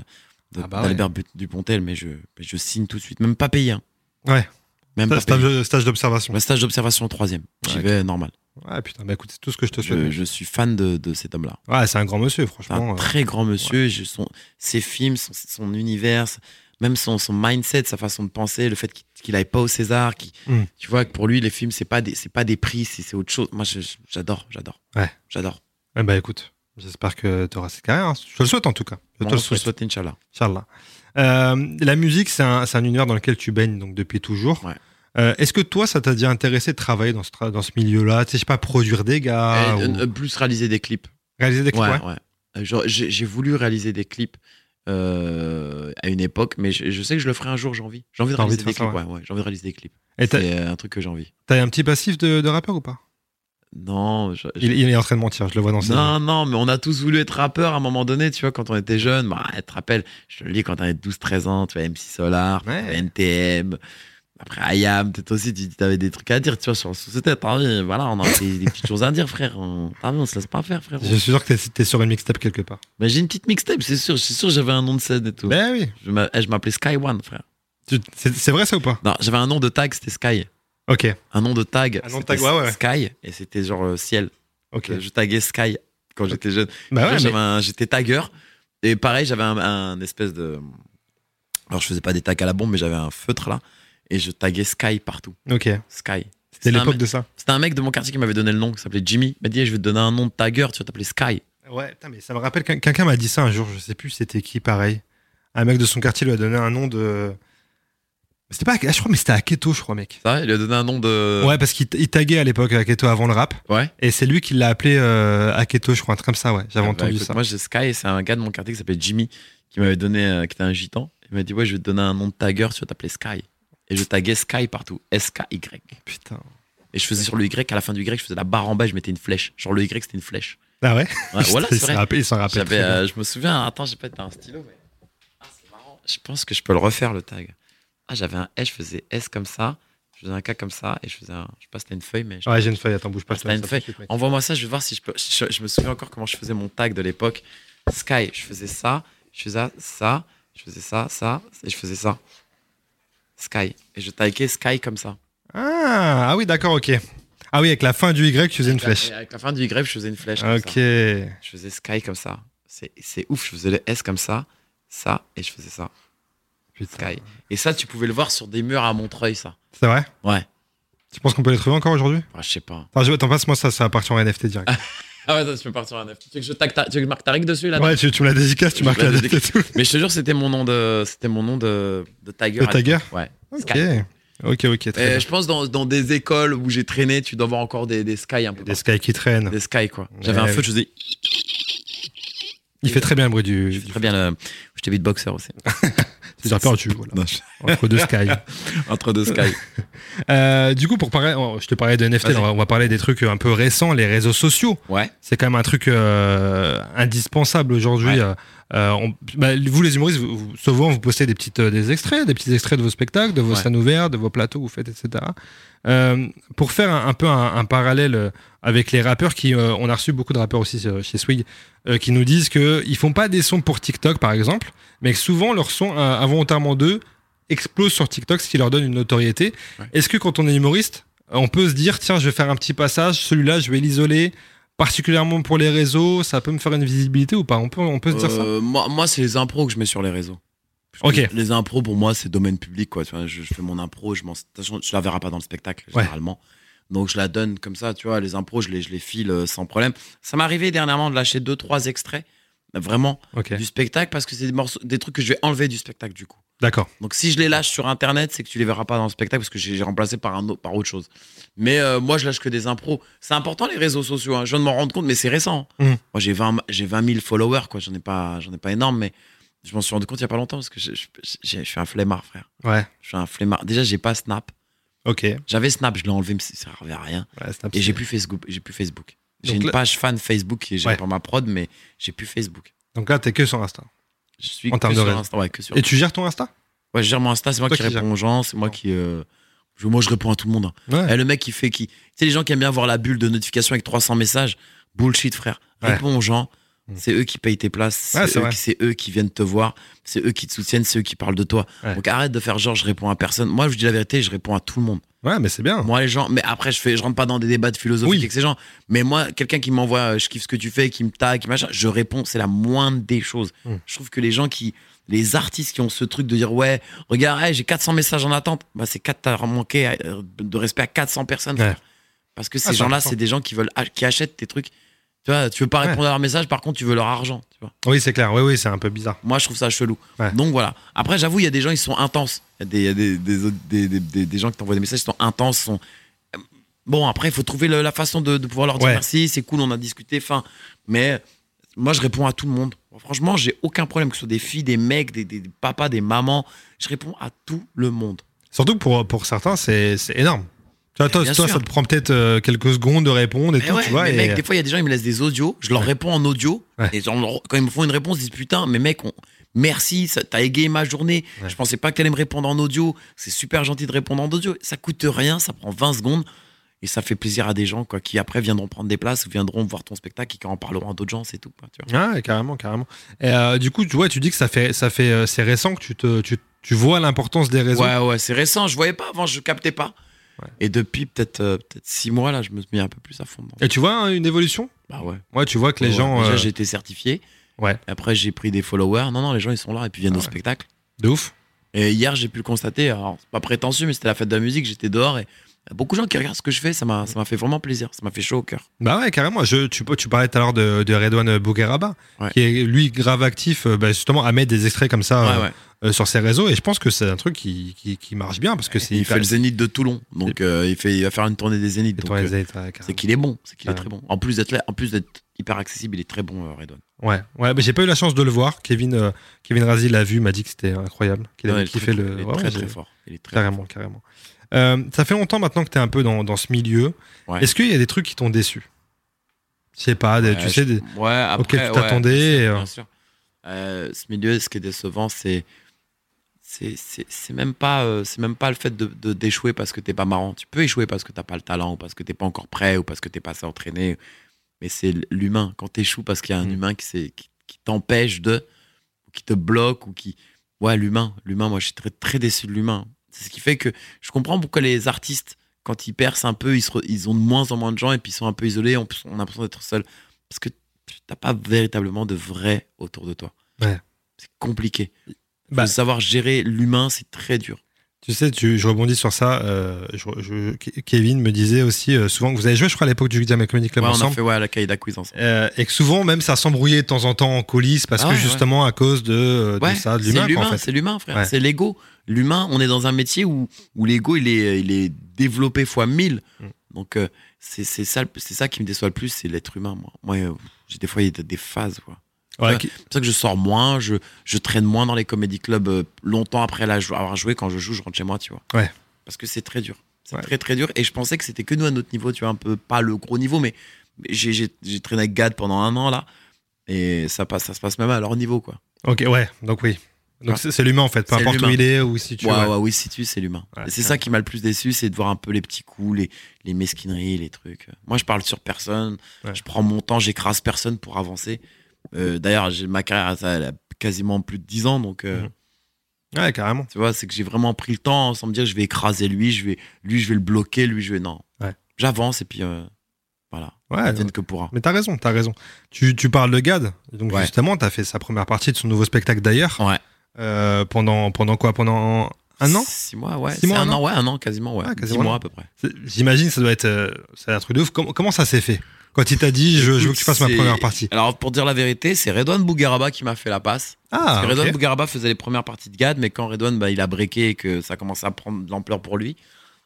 D: de-
C: Ah bah
D: d'Albert Bu- Dupontel, mais je, mais je signe tout de suite, même pas payé. hein.
C: Ouais.
D: Même pas
C: Stage,
D: payé.
C: stage- stage d'observation.
D: Ouais, stage d'observation au troisième. J'y
C: Ouais,
D: vais normal.
C: Ouais, putain, bah écoute, c'est tout ce que je te souhaite.
D: Je, je suis fan de, de cet homme-là.
C: Ouais, c'est un grand monsieur,
D: Euh, C'est un
C: franchement. euh.
D: très grand monsieur. Je- son- ses films, son, son univers, même son, son mindset, sa façon de penser, le fait qu'il- qu'il n'aille pas au César. qu'il-
C: Mm.
D: Tu vois que pour lui, les films, c'est pas des, c'est pas des prix, c'est c'est autre chose. Moi, je- je- j'adore, j'adore.
C: Ouais.
D: J'adore.
C: Eh ben écoute, j'espère que tu auras cette carrière. hein. Je te le souhaite en tout cas. Je te
D: Vraiment,
C: le
D: Je te le
C: souhaite,
D: souhaite, Inch'Allah.
C: Inch'Allah. Euh, la musique, c'est un, c'est un univers dans lequel tu baignes donc depuis toujours.
D: Ouais.
C: Euh, Est-ce que toi, ça t'a déjà intéressé de travailler dans ce, tra- dans ce milieu-là Tu sais, je sais pas, produire des gars,
D: Et,
C: ou
D: euh, plus réaliser des clips.
C: réaliser des clips, ouais.
D: Ouais, ouais. Euh, genre, J'ai j'ai voulu réaliser des clips euh, à une époque, mais je, je sais que je le ferai un jour, j'ai envie. J'ai envie de
C: T'as envie
D: réaliser
C: de
D: des
C: faire
D: clips,
C: ça,
D: ouais, ouais, j'ai envie de réaliser des clips.
C: Et t'as
D: C'est euh, un truc que j'ai envie.
C: t'as un petit passif de, de rappeur ou pas
D: Non, je- je-
C: il, il est hein. en train de mentir, je le vois dans ses yeux.
D: non, non, mais on a tous voulu être rappeur à un moment donné, tu vois, quand on était jeune. Bah, tu te rappelles, je te le dis, quand t'avais 12-13 ans, tu vois, MC Solar,
C: Ouais.
D: t'avais NTM. Après, IAM, peut-être aussi, tu tu avais des trucs à dire, tu vois, sur ce tête. Voilà, on a des, des petites choses à dire, frère. On, t'as vu, on se laisse pas faire, frère.
C: Je suis sûr que t'es- t'es sur une mixtape quelque part.
D: Mais j'ai une petite mixtape, c'est sûr. Je suis sûr, que j'avais un nom de scène et tout.
C: Ben oui.
D: Je m'a- eh, je m'appelais Sky One, frère.
C: Tu- C'est c'est vrai ça ou pas
D: Non, j'avais un nom de tag, c'était Sky.
C: Ok,
D: Un nom de tag,
C: Un nom de
D: c'était
C: tag, ouais, ouais.
D: Sky, et c'était genre euh, ciel.
C: ok.
D: Je taguais Sky quand j'étais jeune.
C: Bah
D: Genre,
C: ouais,
D: j'avais
C: mais-
D: un- J'étais tagueur, et pareil, j'avais un, un espèce de. Alors, je faisais pas des tags à la bombe, mais j'avais un feutre là, et je taguais Sky partout.
C: ok.
D: Sky.
C: C'était
D: un
C: l'époque
D: mec-
C: de ça.
D: C'était un mec de mon quartier qui m'avait donné le nom, qui s'appelait Jimmy. Il m'a dit, Eh, je vais te donner un nom de tagueur, tu vas t'appeler Sky.
C: Ouais, putain, mais ça me rappelle, qu'un- quelqu'un m'a dit ça un jour, je sais plus c'était qui, pareil. Un mec de son quartier lui a donné un nom de. C'était pas, à- je crois, mais c'était à Keto, je crois, mec.
D: Ça, il a donné un nom de.
C: Ouais, parce qu'il t- il taguait à l'époque Aketo avant le rap.
D: Euh. Ouais.
C: Et c'est lui qui l'a appelé euh, Aketo, je crois, un truc comme ça, ouais. J'avais
D: Ah, bah,
C: entendu
D: écoute,
C: ça.
D: Moi, j'ai Sky, et c'est un gars de mon quartier qui s'appelle Jimmy, qui m'avait donné, euh, qui était un gitan. Il m'a dit, ouais, je vais te donner un nom de tagger, tu vas t'appeler Sky. Et je taguais Sky partout, S-K-Y.
C: Putain.
D: Et je faisais sur le Y, à la fin du Y, je faisais la barre en bas, je mettais une flèche. Genre le Y, c'était une flèche.
C: Ah ouais,
D: Ouais, voilà,
C: Il
D: c'est
C: s'en
D: vrai.
C: rappelle- il s'en rappelle.
D: J'avais,
C: très bien.
D: euh, je me souviens, attends, j'ai peut-être un stylo, mais. Ah, c'est marrant. Je pense que je peux le refaire, le tag. Ah, j'avais un S, je faisais S comme ça, je faisais un K comme ça, et je faisais un. Je sais pas si t'as une feuille, mais. je-
C: Ouais, j'ai une feuille, attends, bouge pas.
D: Ah,
C: je te
D: t'as
C: laisse
D: une
C: ça
D: feuille.
C: tout de suite, mec.
D: Envoie-moi ça, je vais voir si je peux. Je, je me souviens encore comment je faisais mon tag de l'époque. Sky, je faisais ça, je faisais ça, je faisais ça, ça, et je faisais ça. Sky. Et je taguais Sky comme ça.
C: Ah, ah oui, d'accord, ok. Ah oui, avec la fin du Y, tu faisais une flèche.
D: Et avec la fin du Y, je faisais une flèche. comme
C: Ok.
D: ça. Je faisais Sky comme ça. C'est c'est ouf, je faisais le S comme ça, ça, et je faisais ça.
C: Putain.
D: Sky. Et ça, tu pouvais le voir sur des murs à Montreuil, ça.
C: C'est vrai
D: Ouais.
C: Tu penses qu'on peut les trouver encore aujourd'hui
D: Ah, je sais pas.
C: Attends, je- attends, passe-moi ça, ça va partir en NFT direct.
D: Ah ouais, attends, tu peux partir un F. Tu veux que je tague ta- tu veux que je marque Tariq dessus, là
C: ouais, tu, tu me la dédicaces, tu
D: Je
C: marques
D: me
C: la
D: la
C: date et tout.
D: Mais je te jure, c'était mon nom de, c'était mon nom de, de tagger.
C: Le
D: à l'époque.
C: tagger
D: Ouais.
C: Ok.
D: Sky.
C: Ok, ok, très
D: Euh,
C: bien.
D: je pense dans, dans des écoles où j'ai traîné, tu dois avoir encore des, des sky un peu.
C: Des
D: partout.
C: Sky qui traînent.
D: Des sky quoi. J'avais un
C: Ouais.
D: feu, je faisais
C: Il fait très bien le bruit
D: je
C: du.
D: fais très bien le. J'étais beatboxer aussi.
C: C'est déjà perdu, voilà.
D: Non, je-
C: Entre deux Sky.
D: Entre deux sky.
C: Euh, du coup, pour parler, oh, je te parlais de NFT,
D: Vas-y.
C: on va, on va parler des trucs un peu récents, les réseaux sociaux.
D: Ouais.
C: C'est quand même un truc euh, indispensable aujourd'hui.
D: Ouais.
C: Euh, euh, on- bah, vous, les humoristes, vous- vous- souvent vous postez des petites euh, des extraits, des petits extraits de vos spectacles, de vos
D: Ouais.
C: scènes ouvertes, de vos plateaux que vous faites, etc. Euh, pour faire un, un peu un, un parallèle euh, avec les rappeurs qui, euh, on a reçu beaucoup de rappeurs aussi euh, chez Swig, euh, qui nous disent que ils font pas des sons pour TikTok par exemple, mais que souvent leurs sons euh, involontairement d'eux explosent sur TikTok, ce qui leur donne une notoriété.
D: Ouais.
C: Est-ce que quand on est humoriste, on peut se dire tiens, je vais faire un petit passage, celui-là, je vais l'isoler particulièrement pour les réseaux, ça peut me faire une visibilité ou pas On peut, on peut se dire ça
D: Euh, moi, moi c'est les impros que je mets sur les réseaux.
C: Ok.
D: Les- Les impros, pour moi, c'est domaine public. Quoi. Tu vois, je, je fais mon impro, je, m'en- de toute façon, tu la verras pas dans le spectacle,
C: Ouais.
D: généralement. Donc, je la donne comme ça, tu vois. Les impros, je les, je les file euh, sans problème. Ça m'est arrivé dernièrement de lâcher deux, trois extraits, vraiment,
C: Ok,
D: du spectacle, parce que c'est des, morceaux, des trucs que je vais enlever du spectacle, du coup.
C: d'accord.
D: Donc si je les lâche sur internet, c'est que tu les verras pas dans le spectacle parce que j'ai j'ai remplacé par un autre, par autre chose. Mais euh, moi je lâche que des impros. C'est important les réseaux sociaux. hein. Je viens de m'en rendre compte, mais c'est récent.
C: Mm.
D: Moi j'ai 20 j'ai 20 000 followers quoi. J'en ai pas j'en ai pas énorme, mais je m'en suis rendu compte il y a pas longtemps parce que je, je- je- je suis un flemmard frère.
C: Ouais,
D: Je suis un flemmard. Déjà j'ai pas Snap.
C: ok. Ouais,
D: J'avais Snap, je l'ai enlevé, mais ça servait à rien.
C: c'est un
D: Et
C: petit-
D: j'ai plus Facebook. J'ai plus Facebook. J'ai
C: Donc
D: une
C: là-
D: page fan Facebook qui est gérée
C: Ouais.
D: par ma prod, mais j'ai plus Facebook.
C: Donc là, t'es que sur Insta.
D: Je suis
C: En
D: que
C: termes de
D: sur
C: réseau.
D: Insta, ouais, que sur
C: Et tu gères ton Insta
D: Ouais, je gère mon Insta, c'est moi
C: Toi
D: qui
C: qui
D: réponds aux gens, c'est moi qui. euh, je- Moi, je réponds à tout le monde. hein.
C: Ouais.
D: Eh, le mec qui fait qui. Tu sais, les gens qui aiment bien voir la bulle de notification avec 300 messages, bullshit, frère.
C: Ouais.
D: Réponds aux gens.
C: Mm.
D: C'est eux qui payent tes places, c'est
C: Ouais, c'est
D: eux,
C: vrai.
D: qui- c'est eux qui viennent te voir, c'est eux qui te soutiennent, c'est eux qui parlent de toi.
C: Ouais.
D: Donc arrête de faire genre je réponds à personne. Moi je dis la vérité, je réponds à tout le monde.
C: Ouais, mais c'est bien.
D: Moi les gens, mais après je fais, je rentre pas dans des débats de philosophie
C: Oui.
D: avec ces gens. Mais moi quelqu'un qui m'envoie, euh, je kiffe ce que tu fais, qui me tag, qui machin, je réponds, c'est la moindre des choses.
C: Mm.
D: Je trouve que les gens qui, les artistes qui ont ce truc de dire ouais, regarde, hey, j'ai 400 messages en attente, bah c'est 4 t'as manqué euh, de respect à 400 personnes.
C: Ouais. Ah,
D: frère. Parce que ces
C: c'est
D: gens-là,
C: important.
D: c'est des gens qui veulent, ach- qui achètent tes trucs. Tu vois, tu veux pas
C: Ouais.
D: répondre à leur message, par contre tu veux leur argent. Tu vois.
C: Oui, c'est clair. Oui, oui, c'est un peu bizarre.
D: Moi, je trouve ça chelou.
C: Ouais.
D: Donc voilà. Après, j'avoue, il y a des gens, ils sont intenses. Il y a des, il y a des, des autres- des- des- des- des gens qui t'envoient des messages, ils sont intenses. ils sont... euh, Bon, après, il faut trouver le- la façon de, de pouvoir leur dire
C: Ouais.
D: merci, c'est cool, on a discuté, fin. Mais moi, je réponds à tout le monde. Franchement, j'ai aucun problème, que ce soit des filles, des mecs, des, des- des papas, des mamans. Je réponds à tout le monde.
C: Surtout que pour, pour certains, c'est c'est énorme. Tu vois, toi,
D: Bien
C: toi,
D: sûr.
C: ça te prend peut-être euh, quelques secondes de répondre et
D: Mais
C: tout,
D: ouais,
C: tu vois.
D: mais
C: et-
D: mec, des fois, il y a des gens, ils me laissent des audios, je leur
C: Ouais.
D: réponds en audio.
C: Ouais.
D: Et genre, quand ils me font une réponse, ils disent Putain, mais mec, on... merci, ça- t'as égayé ma journée.
C: Ouais.
D: Je pensais pas que t'allais me répondre en audio. C'est super gentil de répondre en audio. Ça coûte rien, ça prend 20 secondes. Et ça fait plaisir à des gens quoi, qui après viendront prendre des places ou viendront voir ton spectacle et qui en parleront à d'autres gens, c'est tout. quoi, tu vois.
C: Ah, ouais, carrément, carrément. Et, euh, du coup, tu vois, tu dis que ça fait, ça fait, euh, c'est récent que tu te, tu, tu vois l'importance des réseaux.
D: Ouais, ouais, c'est récent. Je voyais pas avant, je captais pas.
C: Ouais.
D: Et depuis peut-être euh, peut-être 6 mois, là, je me suis mis un peu plus à fond. dedans.
C: Et tu vois hein, une évolution.
D: Bah ouais.
C: Ouais, tu vois que les
D: Ouais,
C: gens,
D: Déjà,
C: euh,
D: j'ai été certifié.
C: Ouais.
D: Après, j'ai pris des followers. Non, non, les gens, ils sont là et puis viennent
C: Ah
D: au
C: ouais.
D: spectacle.
C: de ouf.
D: Et hier, j'ai pu le constater. Alors, c'est pas prétentieux, mais c'était la fête de la musique. J'étais dehors et Il y a beaucoup de gens qui regardent ce que je fais, ça m'a ça m'a fait vraiment plaisir, ça m'a fait chaud au cœur.
C: Bah ouais, carrément. Je, tu, tu parlais tout à l'heure de, de Redouane Bougueraba,
D: Ouais.
C: qui est lui grave actif euh, bah, justement à mettre des extraits comme ça euh,
D: ouais, ouais.
C: euh, sur ses réseaux. Et je pense que c'est un truc qui, qui, qui marche bien parce que c'est
D: Il
C: hyper-
D: fait le zénith de Toulon, donc euh, il, fait, il va faire une tournée des zéniths.
C: Et
D: donc,
C: toi,
D: euh,
C: les aides, ouais, carrément.
D: C'est qu'il est bon, c'est qu'il est
C: Ouais.
D: très bon. En plus d'être là, en plus d'être hyper accessible, il est très bon, euh, Redouane.
C: Ouais, ouais, mais j'ai pas eu la chance de le voir. Kevin, euh, Kevin Razi l'a vu, m'a dit que c'était incroyable, qu'il
D: Non,
C: avait
D: il est
C: kiffé
D: très,
C: le.
D: il est
C: Ouais,
D: très,
C: ouais,
D: très
C: j'ai-
D: fort. Il est très
C: Carrément, carrément. Euh, ça fait longtemps maintenant que t'es un peu dans, dans ce milieu.
D: Ouais.
C: Est-ce qu'il y a des trucs qui t'ont déçu Je sais pas, des-
D: Ouais,
C: tu
D: Euh, je-
C: sais, des-
D: ouais, après,
C: auxquels tu
D: ouais,
C: t'attendais,
D: bien sûr,
C: et, euh,
D: bien sûr. Euh, ce milieu, ce qui est décevant, c'est c'est- c'est c'est même pas euh, c'est même pas le fait de de- d'échouer parce que t'es pas marrant. Tu peux échouer parce que t'as pas le talent, ou parce que t'es pas encore prêt, ou parce que t'es pas assez entraîné. Mais c'est l'humain. Quand t'échoues parce qu'il y a un
C: Mm.
D: humain qui, s'est- qui, qui t'empêche de, ou qui te bloque, ou qui ouais l'humain, l'humain. Moi, je suis très très déçu de l'humain. C'est ce qui fait que je comprends pourquoi les artistes quand ils percent un peu, ils, se re- ils ont de moins en moins de gens et puis ils sont un peu isolés. On, on a l'impression d'être seul parce que t'as pas véritablement de vrai autour de toi.
C: Ouais.
D: C'est compliqué.
C: Bah,
D: Faut savoir gérer l'humain, c'est très dur.
C: tu sais, tu- je rebondis sur ça. euh, je- je- Ke- Kevin me disait aussi euh, souvent que vous avez joué, je crois, à l'époque du Jamel Comedy Club
D: Ouais, on a
C: ensemble.
D: fait ouais, la Caïda Quiz ensemble.
C: Euh, et que souvent, même, ça s'embrouillait de temps en temps en coulisses parce
D: Ah
C: que
D: ouais,
C: justement, à cause de, euh, de
D: Ouais,
C: ça, de
D: c'est
C: l'humain, quoi, en
D: l'humain,
C: fait.
D: c'est l'humain, frère.
C: Ouais.
D: C'est l'ego. L'humain, on est dans un métier où, où l'ego, il est, il est développé fois 1000.
C: Mm.
D: Donc, euh, c'est c'est ça, le- c'est ça qui me déçoit le plus, c'est l'être humain, moi. Moi, euh, j'ai des fois, il y a des phases, quoi.
C: Ouais,
D: Ouais.
C: qui-
D: C'est pour ça que je sors moins, je, je traîne moins dans les comédie clubs euh, longtemps après la jou- avoir joué. Quand je joue, je rentre chez moi, tu vois.
C: Ouais.
D: Parce que c'est très dur. C'est
C: Ouais.
D: très très dur. Et je pensais que c'était que nous à notre niveau, tu vois, un peu pas le gros niveau, mais mais j'ai- j'ai j'ai traîné avec Gad pendant un an là. Et ça, passe, ça se passe même à leur niveau, quoi.
C: Ok, ouais, donc oui. Donc
D: Ouais.
C: c'est c'est l'humain en fait, peu
D: C'est
C: importe où
D: l'humain.
C: il est ou si tu.
D: Ouais,
C: ouais.
D: ouais, oui, si tu, c'est l'humain.
C: Ouais,
D: Et c'est
C: ouais.
D: ça qui m'a le plus déçu, c'est de voir un peu les petits coups, les, les mesquineries, les trucs. Moi, je parle sur personne,
C: Ouais.
D: je prends mon temps, j'écrase personne pour avancer. Euh, D'ailleurs, j'ai- ma carrière, ça, elle a quasiment plus de 10 ans, donc. euh,
C: Mhm. Ouais, carrément.
D: Tu vois, c'est que j'ai vraiment pris le temps sans me dire je vais écraser lui, je vais lui je vais le bloquer, lui je vais non.
C: Ouais. Ah,
D: J'avance et puis euh, voilà,
C: Ouais,
D: vienne que pourra.
C: mais t'as raison, t'as raison. Tu, tu parles de Gad, donc
D: Ouais.
C: justement, t'as fait sa première partie de son nouveau spectacle d'ailleurs.
D: Ouais.
C: Euh, pendant, pendant quoi Pendant un an
D: Six mois, ouais.
C: Six
D: C'est
C: mois,
D: un
C: un
D: an, ouais, un an quasiment, ouais.
C: Ah,
D: Dix
C: quasiment un
D: mois
C: an.
D: à peu près.
C: C'est- J'imagine ça doit être euh, c'est un truc de ouf. Comment, comment ça s'est fait Quand il t'a dit je, je veux que tu fasses ma
D: C'est-
C: première partie.
D: Alors pour dire la vérité, c'est Redouane Bougaraba qui m'a fait la passe.
C: Ah,
D: Parce que
C: ok.
D: Redouane Bougaraba faisait les premières parties de Gad, mais quand Redouane bah, il a breaké et que ça commençait à prendre de l'ampleur pour lui,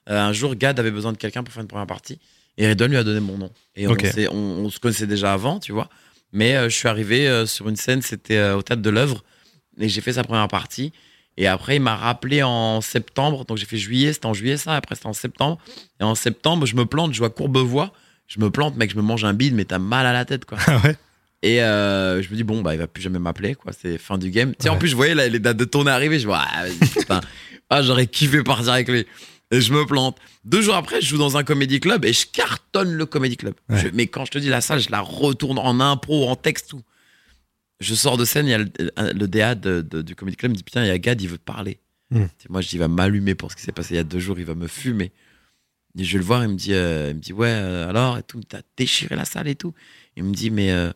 D: euh, un jour Gad avait besoin de quelqu'un pour faire une première partie et Redouane lui a donné mon nom. Et on,
C: Ok.
D: s'est- on- on se connaissait déjà avant, tu vois. Mais euh, je suis arrivé euh, sur une scène, c'était euh, au Théâtre de l'œuvre et j'ai fait sa première partie. Et après, il m'a rappelé en septembre, donc j'ai fait juillet, c'était en juillet ça, après c'était en septembre. Et en septembre, je me plante, je vois Courbevoie, je me plante, mec, je me mange un bide, mais t'as mal à la tête, quoi.
C: Ah ouais.
D: Et euh, je me dis, bon, bah, il va plus jamais m'appeler, quoi. C'est fin du game. Tu sais, en
C: Ouais.
D: plus, je voyais là, les dates de tournée arriver. Je vois, ah, vas-y, putain. Ah, j'aurais kiffé partir avec lui. Et je me plante. Deux jours après, je joue dans un comédie club et je cartonne le comédie club.
C: Ouais.
D: Je- mais quand je te dis la salle, je la retourne en impro, en texte, tout. Je sors de scène, il y a le, euh, le DA de- de- du comédie club me dit, putain, il y a Gad, il veut te parler.
C: Hmm.
D: Tu sais, Moi, je dis, il va m'allumer pour ce qui s'est passé il y a deux jours, il va me fumer. Et je vais le voir, il me dit, euh, il me dit ouais, euh, alors, et tout, t'as déchiré la salle et tout. Il me dit, mais euh,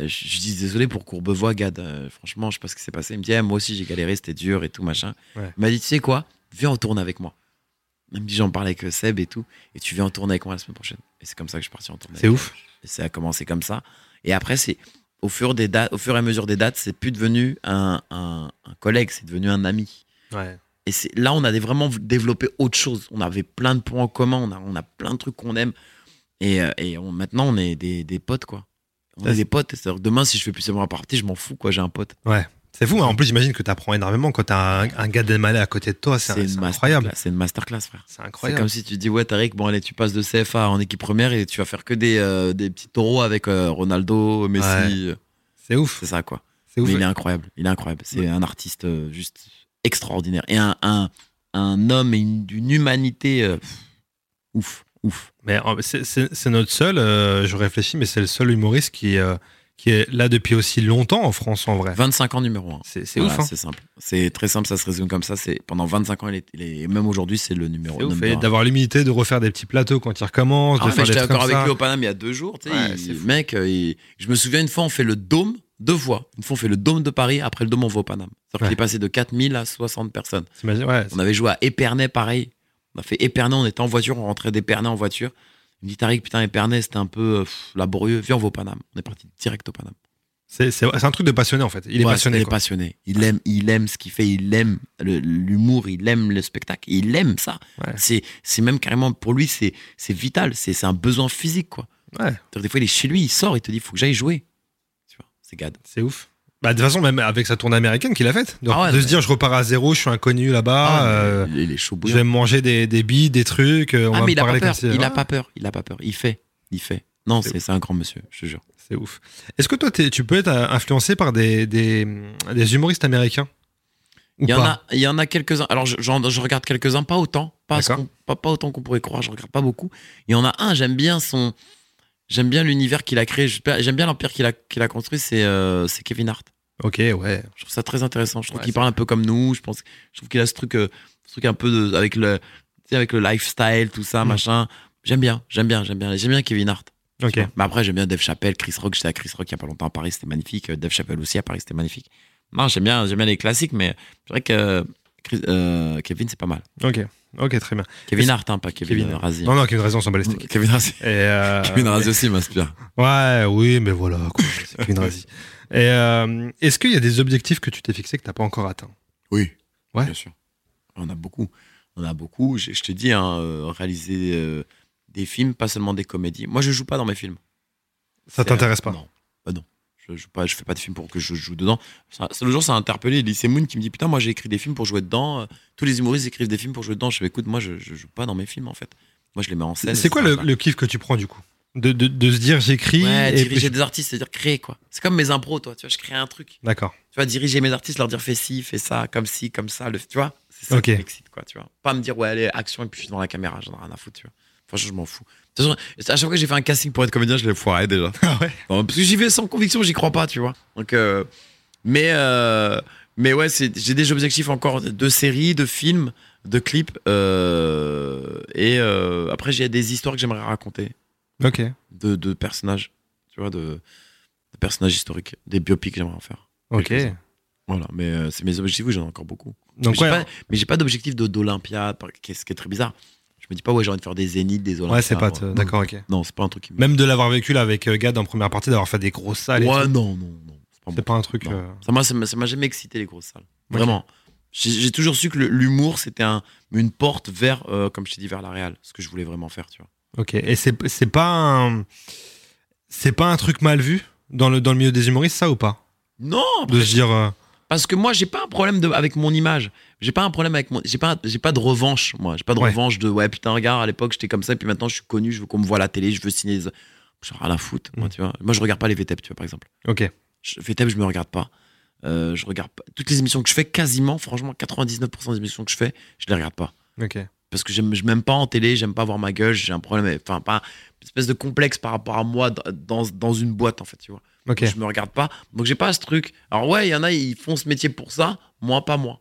D: euh, je, je dis désolé pour Courbevoie, Gad. Euh, franchement, je sais pas ce qui s'est passé. Il me dit, eh, moi aussi j'ai galéré, c'était dur et tout, machin.
C: Ouais.
D: Il m'a dit, tu sais quoi, viens en tourne avec moi. Il me dit, j'en parle avec euh, Seb et tout, et tu viens en tournée avec moi la semaine prochaine. Et c'est comme ça que je suis parti en tournée.
C: C'est ouf.
D: Et ça a commencé comme ça. Et après, c'est au fur, des dates, au fur et à mesure des dates, c'est plus devenu un, un- un collègue, c'est devenu un ami.
C: Ouais.
D: Et c'est- là, on avait vraiment développé autre chose. On avait plein de points en commun, on a, on a plein de trucs qu'on aime. Et, euh, et on- maintenant, on est des, des potes, quoi. On
C: Ça,
D: est
C: c'est-
D: des potes. C'est-à-dire que demain, si je fais plus seulement un partie, je m'en fous, quoi. J'ai un pote.
C: C'est fou, hein. en plus j'imagine que t'apprends énormément quand t'as un, un gars d'Elmalé à côté de toi, c'est c'est
D: une
C: incroyable.
D: masterclass, C'est une masterclass, frère.
C: C'est
D: C'est
C: incroyable.
D: comme si tu dis, ouais, Tariq, bon, allez, tu passes de CFA en équipe première et tu vas faire que des, euh, des petits taureaux avec euh, Ronaldo, Messi. euh,
C: C'est ouf.
D: C'est ça, quoi.
C: C'est ouf.
D: Mais il est incroyable. Il est incroyable. C'est un artiste euh, juste extraordinaire. Et un, un, un homme et une- d'une humanité. euh, pff, ouf, ouf.
C: Mais euh, c'est- c'est c'est notre seul, euh, je réfléchis, mais c'est le seul humoriste qui, euh, qui est là depuis aussi longtemps en France en vrai.
D: 25 ans numéro 1.
C: C'est c'est ouf. hein.
D: C'est simple. C'est très simple, ça se résume comme ça. C'est Pendant 25 ans, il est, il est- et même aujourd'hui, c'est le numéro
C: C'est ouf.
D: numéro
C: Et
D: un.
C: d'avoir l'humilité de refaire des petits plateaux quand il recommence, de
D: Ah ouais, mais
C: faire des
D: j'étais
C: trucs comme
D: encore avec
C: ça.
D: lui au Paname il y a deux jours. tu sais,
C: Ouais,
D: il-
C: c'est fou.
D: mec, euh, il- je me souviens une fois, on fait le dôme deux fois. Une fois, on fait le dôme de Paris, après le dôme, on va au Paname. C'est-à-dire
C: Ouais.
D: qu'il est passé de 4000 à 60 personnes.
C: T'imagines Ouais,
D: On avait joué à Épernay, pareil. On a fait Épernay, on était en voiture, on rentrait d'Épernay en voiture. Il me dit Tariq, putain, Épernay, c'était un peu euh, pff, laborieux. Viens, on va au Paname. On est parti direct au Paname.
C: C'est c'est- c'est un truc de passionné en fait. Il est
D: Ouais,
C: passionné.
D: Il est
C: quoi.
D: passionné. Il aime, il aime ce qu'il fait. Il aime le- l'humour. Il aime le spectacle. Il aime ça.
C: Ouais.
D: C'est, c'est même carrément pour lui, c'est, c'est vital. C'est, c'est un besoin physique, quoi.
C: Ouais.
D: C'est-à-dire, Des fois, il est chez lui, il sort, il te dit, faut que j'aille jouer. Tu vois, c'est gad.
C: C'est ouf. Bah, de toute façon, même avec sa tournée américaine qu'il a faite, de,
D: Ah ouais,
C: de se
D: mais-
C: dire je repars à zéro, je suis inconnu là-bas, euh,
D: Ah, il est chaud
C: je
D: bouillant.
C: vais me manger des, des billes, des trucs, euh, on va
D: Ah, mais
C: me
D: il a
C: parler
D: pas
C: comme
D: peur.
C: si.
D: Il a
C: Ouais,
D: pas peur. Il a pas peur. Il fait. Il fait. Non,
C: C'est
D: c'est, c'est un grand monsieur, je te jure.
C: C'est ouf. Est-ce que toi, t'es- tu peux être euh, influencé par des, des, des humoristes américains Ou
D: Il y, en
C: pas
D: a, il y en a quelques-uns. Alors, je- j'en- je regarde quelques-uns, pas autant. Pas, ce
C: D'accord.
D: qu'on- pas, pas autant qu'on pourrait croire, je regarde pas beaucoup. Il y en a un, j'aime bien son. J'aime bien l'univers qu'il a créé, j'espère- j'aime bien l'empire qu'il a, qu'il a construit, c'est euh, c'est Kevin Hart.
C: Ok, ouais.
D: Je trouve ça très intéressant. Je trouve
C: Ouais,
D: qu'il
C: c'est
D: parle un peu comme nous. Je pense, je trouve qu'il a ce truc, euh, ce truc un peu de, avec le, tu sais, avec le lifestyle, tout ça,
C: Mm.
D: machin. J'aime bien, j'aime bien, j'aime bien, j'aime bien Kevin Hart.
C: Ok.
D: Tu vois. Mais après, j'aime bien Dave Chappelle, Chris Rock. J'étais à Chris Rock il y a pas longtemps à Paris, c'était magnifique. Euh, Dave Chappelle aussi à Paris, c'était magnifique. Non, j'aime bien, j'aime bien les classiques, mais c'est vrai que euh, Chris- euh, Kevin, c'est pas mal.
C: Ok. Ok, très bien.
D: Kevin Hart, hein, pas
C: Kevin
D: Kevin
C: Hart.
D: Razi.
C: Non, non, Kevin Razi, on s'en bat les steaks.
D: Kevin Ah, Razi.
C: Et, euh,
D: Kevin Razi aussi m'inspire.
C: Ouais, oui, mais voilà, quoi, c'est Kevin Razi. Et euh, est-ce qu'il y a des objectifs que tu t'es fixés que t'as pas encore atteints
D: Oui.
C: Ouais.
D: Bien sûr. On a beaucoup. On a beaucoup. Je, je te dis, hein, euh, réaliser euh, des films, pas seulement des comédies. Moi, je joue pas dans mes films.
C: Ça
D: C'est-
C: t'intéresse pas
D: Non. Bah non. Je joue pas. Je fais pas de films pour que je joue dedans. Ça, ça- le jour, ça a interpellé Elise Moon qui me dit putain, moi j'ai écrit des films pour jouer dedans. Euh, Tous les humoristes écrivent des films pour jouer dedans. Je fais écoute, moi je, je joue pas dans mes films en fait. Moi, je les mets en scène.
C: C'est quoi
D: etc.
C: le, le kiff que tu prends du coup de, de, de se dire j'écris
D: Ouais,
C: et
D: diriger des artistes, c'est-à-dire créer quoi. C'est comme mes impros, toi. Tu vois, je crée un truc.
C: D'accord.
D: tu vois, diriger mes artistes, leur dire fais ci, fais ça, comme ci, comme ça, le, tu vois, c'est ça
C: Ok.
D: qui m'excite, quoi, tu vois. Pas me dire, ouais, allez, action, et puis je suis devant la caméra, j'en ai rien à foutre, tu vois. Franchement, je m'en fous. De toute façon, à chaque fois que j'ai fait un casting pour être comédien, je l'ai foiré déjà. Non, parce que j'y vais sans conviction, j'y crois pas, tu vois. Donc, euh, mais, euh, mais ouais, c'est- j'ai des objectifs encore de séries, de films, de clips, euh, et euh, après, j'ai des histoires que j'aimerais raconter
C: Ok.
D: de, de personnages, tu vois, de, de personnages historiques, des biopics que j'aimerais en faire.
C: Ok.
D: Quelque chose. Voilà, mais euh, c'est mes objectifs, oui, j'en ai encore beaucoup.
C: Donc
D: mais j'ai
C: ouais, hein.
D: pas, mais j'ai pas d'objectif de- d'Olympia, par- qui est- ce qui est très bizarre. Je me dis pas, ouais, j'ai envie de faire des zéniths, des Olympias.
C: ouais c'est pas.
D: moi.
C: euh, D'accord, ok.
D: Non, c'est pas un truc qui me.
C: Même de l'avoir vécu là avec euh, Gad en première partie, d'avoir fait des grosses salles. et
D: ouais,
C: tout,
D: non, non, non. C'est pas,
C: C'est
D: mon-
C: pas un truc.
D: non.
C: euh,
D: Ça m'a- Ça m'a ça m'a jamais excité, les grosses salles. Vraiment. J'ai j'ai toujours su que le- l'humour, c'était un, une porte vers, euh, comme je t'ai dit, vers la réal, ce que je voulais vraiment faire, tu vois.
C: Ok. Et c'est c'est pas un. C'est pas un truc mal vu dans le, dans le milieu des humoristes, ça ou pas
D: Non,
C: De se dire. euh,
D: Parce que moi, j'ai pas un problème de, avec mon image. J'ai pas un problème avec mon. J'ai pas, j'ai pas de revanche, moi. J'ai pas de
C: Ouais.
D: revanche de ouais, putain, regarde, à l'époque, j'étais comme ça, et puis maintenant, je suis connu, je veux qu'on me voit à la télé, je veux signer des. Genre, à la foot, moi,
C: Mm.
D: tu vois. Moi, je regarde pas les VTEP, tu vois, par exemple.
C: Ok.
D: Je, VTEP, je me regarde pas. Euh, je regarde pas. Toutes les émissions que je fais, quasiment, franchement, 99% des émissions que je fais, je les regarde pas.
C: Ok.
D: Parce que j'aime, je m'aime pas en télé, j'aime pas voir ma gueule, j'ai un problème, enfin, pas. Une espèce de complexe par rapport à moi d- dans, dans une boîte, en fait, tu vois.
C: Ok.
D: Je me regarde pas. Donc, j'ai pas ce truc. Alors, ouais, il y en a, ils font ce métier pour ça, moi, pas moi.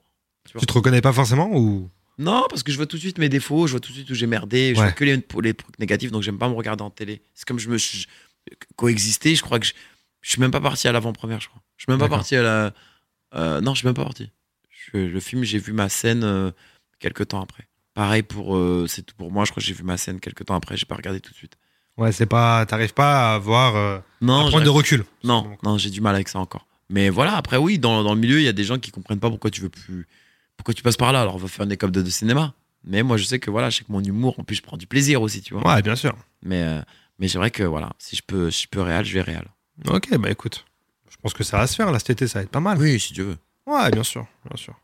C: Tu te reconnais pas forcément ou
D: Non, parce que je vois tout de suite mes défauts, je vois tout de suite où j'ai merdé, je
C: Ouais.
D: vois que les, les trucs négatifs, donc j'aime pas me regarder en télé. C'est comme je me suis coexisté, je crois que je, je suis même pas parti à l'avant-première, je crois. Je suis même pas
C: D'accord.
D: parti à la. euh, non, je suis même pas parti. Je- le film, j'ai vu ma scène euh, quelques temps après. Pareil pour. euh, c'est tout pour moi, je crois que j'ai vu ma scène quelques temps après, j'ai pas regardé tout de suite.
C: Ouais, c'est pas. T'arrives pas à avoir. euh, à
D: Non,
C: prendre de
D: j'arrive-
C: recul.
D: non, non, j'ai du mal avec ça encore. Mais voilà, après, oui, dans, dans le milieu, il y a des gens qui comprennent pas pourquoi tu veux plus. Pourquoi tu passes par là Alors, on va faire une école de, de cinéma. Mais moi, je sais que voilà, je sais que mon humour, en plus, je prends du plaisir aussi, tu vois.
C: Ouais, bien sûr.
D: Mais, euh, mais c'est vrai que voilà, si je peux, si je peux réal, je vais réal.
C: Ok, bah écoute. Je pense que ça va se faire là cet été, ça va être pas mal.
D: Oui, si tu veux.
C: Ouais, bien sûr, bien sûr.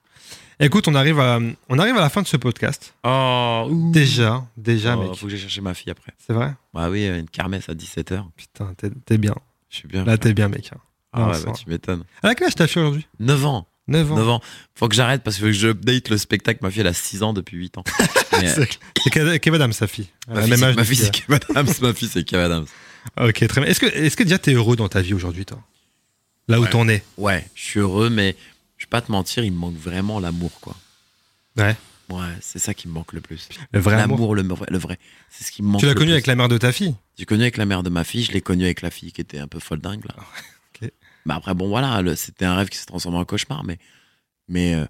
C: Écoute, on arrive à, on arrive à la fin de ce podcast.
D: Oh, ouh.
C: Déjà, déjà,
D: Oh,
C: mec.
D: Faut que j'aille chercher ma fille après.
C: C'est vrai
D: Bah oui, une kermesse à 17h.
C: Putain, t'es t'es bien.
D: Je suis bien.
C: Là, t'es bien, mec.
D: ah
C: non,
D: ouais,
C: ça
D: bah,
C: va.
D: tu m'étonnes.
C: À quel âge t'as fait aujourd'hui
D: 9 ans.
C: 9 ans.
D: 9 ans. Faut que j'arrête parce que, faut que je update le spectacle. Ma fille, elle a 6 ans depuis 8 ans. Mais, euh,
C: C'est que- que madame, sa fille. Elle a
D: ma,
C: le
D: fille,
C: même
D: c'est-
C: âge
D: ma
C: depuis-
D: fille, c'est Kev Adams. Ma fille, c'est Kev Adams.
C: Ok, très bien. Est-ce que, est-ce que déjà t'es heureux dans ta vie aujourd'hui, toi Là où
D: Ouais.
C: t'en es
D: Ouais, je suis heureux, mais je vais pas te mentir, il me manque vraiment l'amour, quoi.
C: Ouais.
D: Ouais, c'est ça qui me manque le plus.
C: Le vrai amour.
D: L'amour, le, vrai- le vrai. C'est ce qui me manque.
C: Tu l'as
D: le
C: connu
D: plus.
C: avec la mère de ta fille
D: J'ai connu avec la mère de ma fille, je l'ai connu avec la fille qui était un peu folle dingue, là.
C: ok.
D: Mais après, bon, voilà, le- c'était un rêve qui s'est transformé en cauchemar, mais. Mais. euh,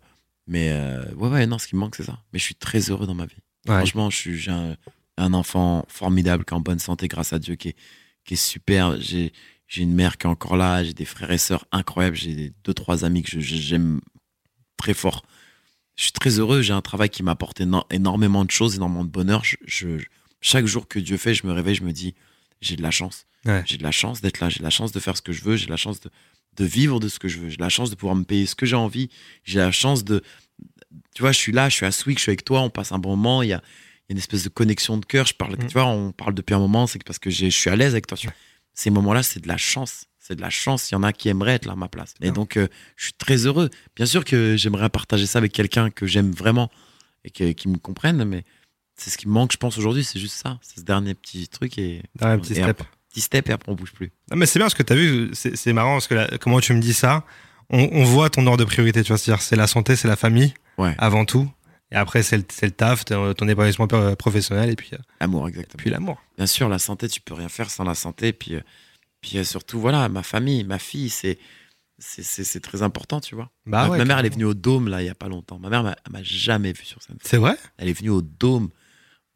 D: mais euh, ouais, ouais, non, ce qui me manque, c'est ça. Mais je suis très heureux dans ma vie.
C: Ouais.
D: Franchement, je suis- j'ai un, un enfant formidable qui est en bonne santé, grâce à Dieu, qui est, qui est super. J'ai j'ai une mère qui est encore là, j'ai des frères et sœurs incroyables, j'ai des- deux, trois amis que je- je- j'aime très fort. Je suis très heureux, j'ai un travail qui m'apporte éno- énormément de choses, énormément de bonheur. Je- je- chaque jour que Dieu fait, je me réveille, je me dis, j'ai de la chance.
C: Ouais.
D: J'ai de la chance d'être là, j'ai de la chance de faire ce que je veux, j'ai de la chance de, de vivre de ce que je veux, j'ai de la chance de pouvoir me payer ce que j'ai envie, j'ai la chance de. Tu vois, je suis là, je suis à Swick, je suis avec toi, on passe un bon moment, il y a, il y a une espèce de connexion de cœur. Je parle,
C: Mm.
D: Tu vois, on parle depuis un moment, c'est que parce que j'ai- je suis à l'aise avec toi. tu vois. Ces moments-là, c'est de la chance. C'est de la chance. Il y en a qui aimeraient être là à ma place. Et
C: bien.
D: donc, euh, je suis très heureux. Bien sûr que j'aimerais partager ça avec quelqu'un que j'aime vraiment et que- qui me comprenne, mais c'est ce qui me manque, je pense, aujourd'hui. C'est juste ça. C'est ce dernier petit truc et
C: Dernier petit
D: Et
C: step.
D: petit step et après, on bouge plus.
C: Non, mais c'est bien parce que tu as vu, c'est c'est marrant parce que là, comment tu me dis ça, on, on voit ton ordre de priorité, tu vois, c'est-à-dire c'est la santé, c'est la famille,
D: Ouais.
C: avant tout, et après c'est le, c'est le taf, ton, ton épanouissement per- professionnel, et puis, euh,
D: Amour, exactement.
C: puis l'amour.
D: bien sûr, la santé, tu peux rien faire sans la santé. Puis, euh, puis euh, surtout, voilà, ma famille, ma fille, c'est c'est- c'est c'est très important, tu vois.
C: Bah
D: ma,
C: ouais,
D: ma mère, elle est
C: clairement.
D: venue au Dôme, là, il y a pas longtemps. Ma mère m'a m'a jamais vu sur scène.
C: C'est vrai
D: Elle est venue au Dôme,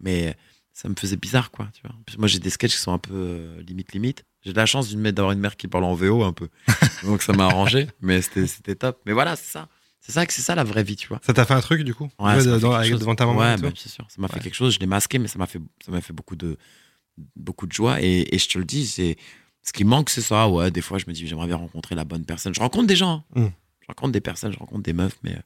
D: mais ça me faisait bizarre, quoi, tu vois. En plus, moi, j'ai des sketchs qui sont un peu euh, limite, limite. J'ai de la chance d'une mère- d'avoir une mère qui parle en VO un peu. Donc, ça m'a arrangé, mais c'était c'était top. Mais voilà, c'est ça. C'est ça que c'est ça la vraie vie, tu vois.
C: Ça t'a fait un truc du coup
D: Ouais,
C: Tu vois,
D: ça m'a
C: dans-
D: fait
C: avec-
D: quelque chose.
C: Devant ta maman
D: Ouais,
C: et tout
D: bah, bien sûr. Ça m'a fait
C: Ouais.
D: quelque chose. Je l'ai masqué, mais ça m'a fait, ça m'a fait beaucoup de, beaucoup de joie. Et, et je te le dis, c'est ce qui manque, c'est ça. Ouais, des fois, je me dis, j'aimerais bien rencontrer la bonne personne. Je rencontre des gens. hein.
C: Mm.
D: Je rencontre des personnes, je rencontre des meufs, mais, euh,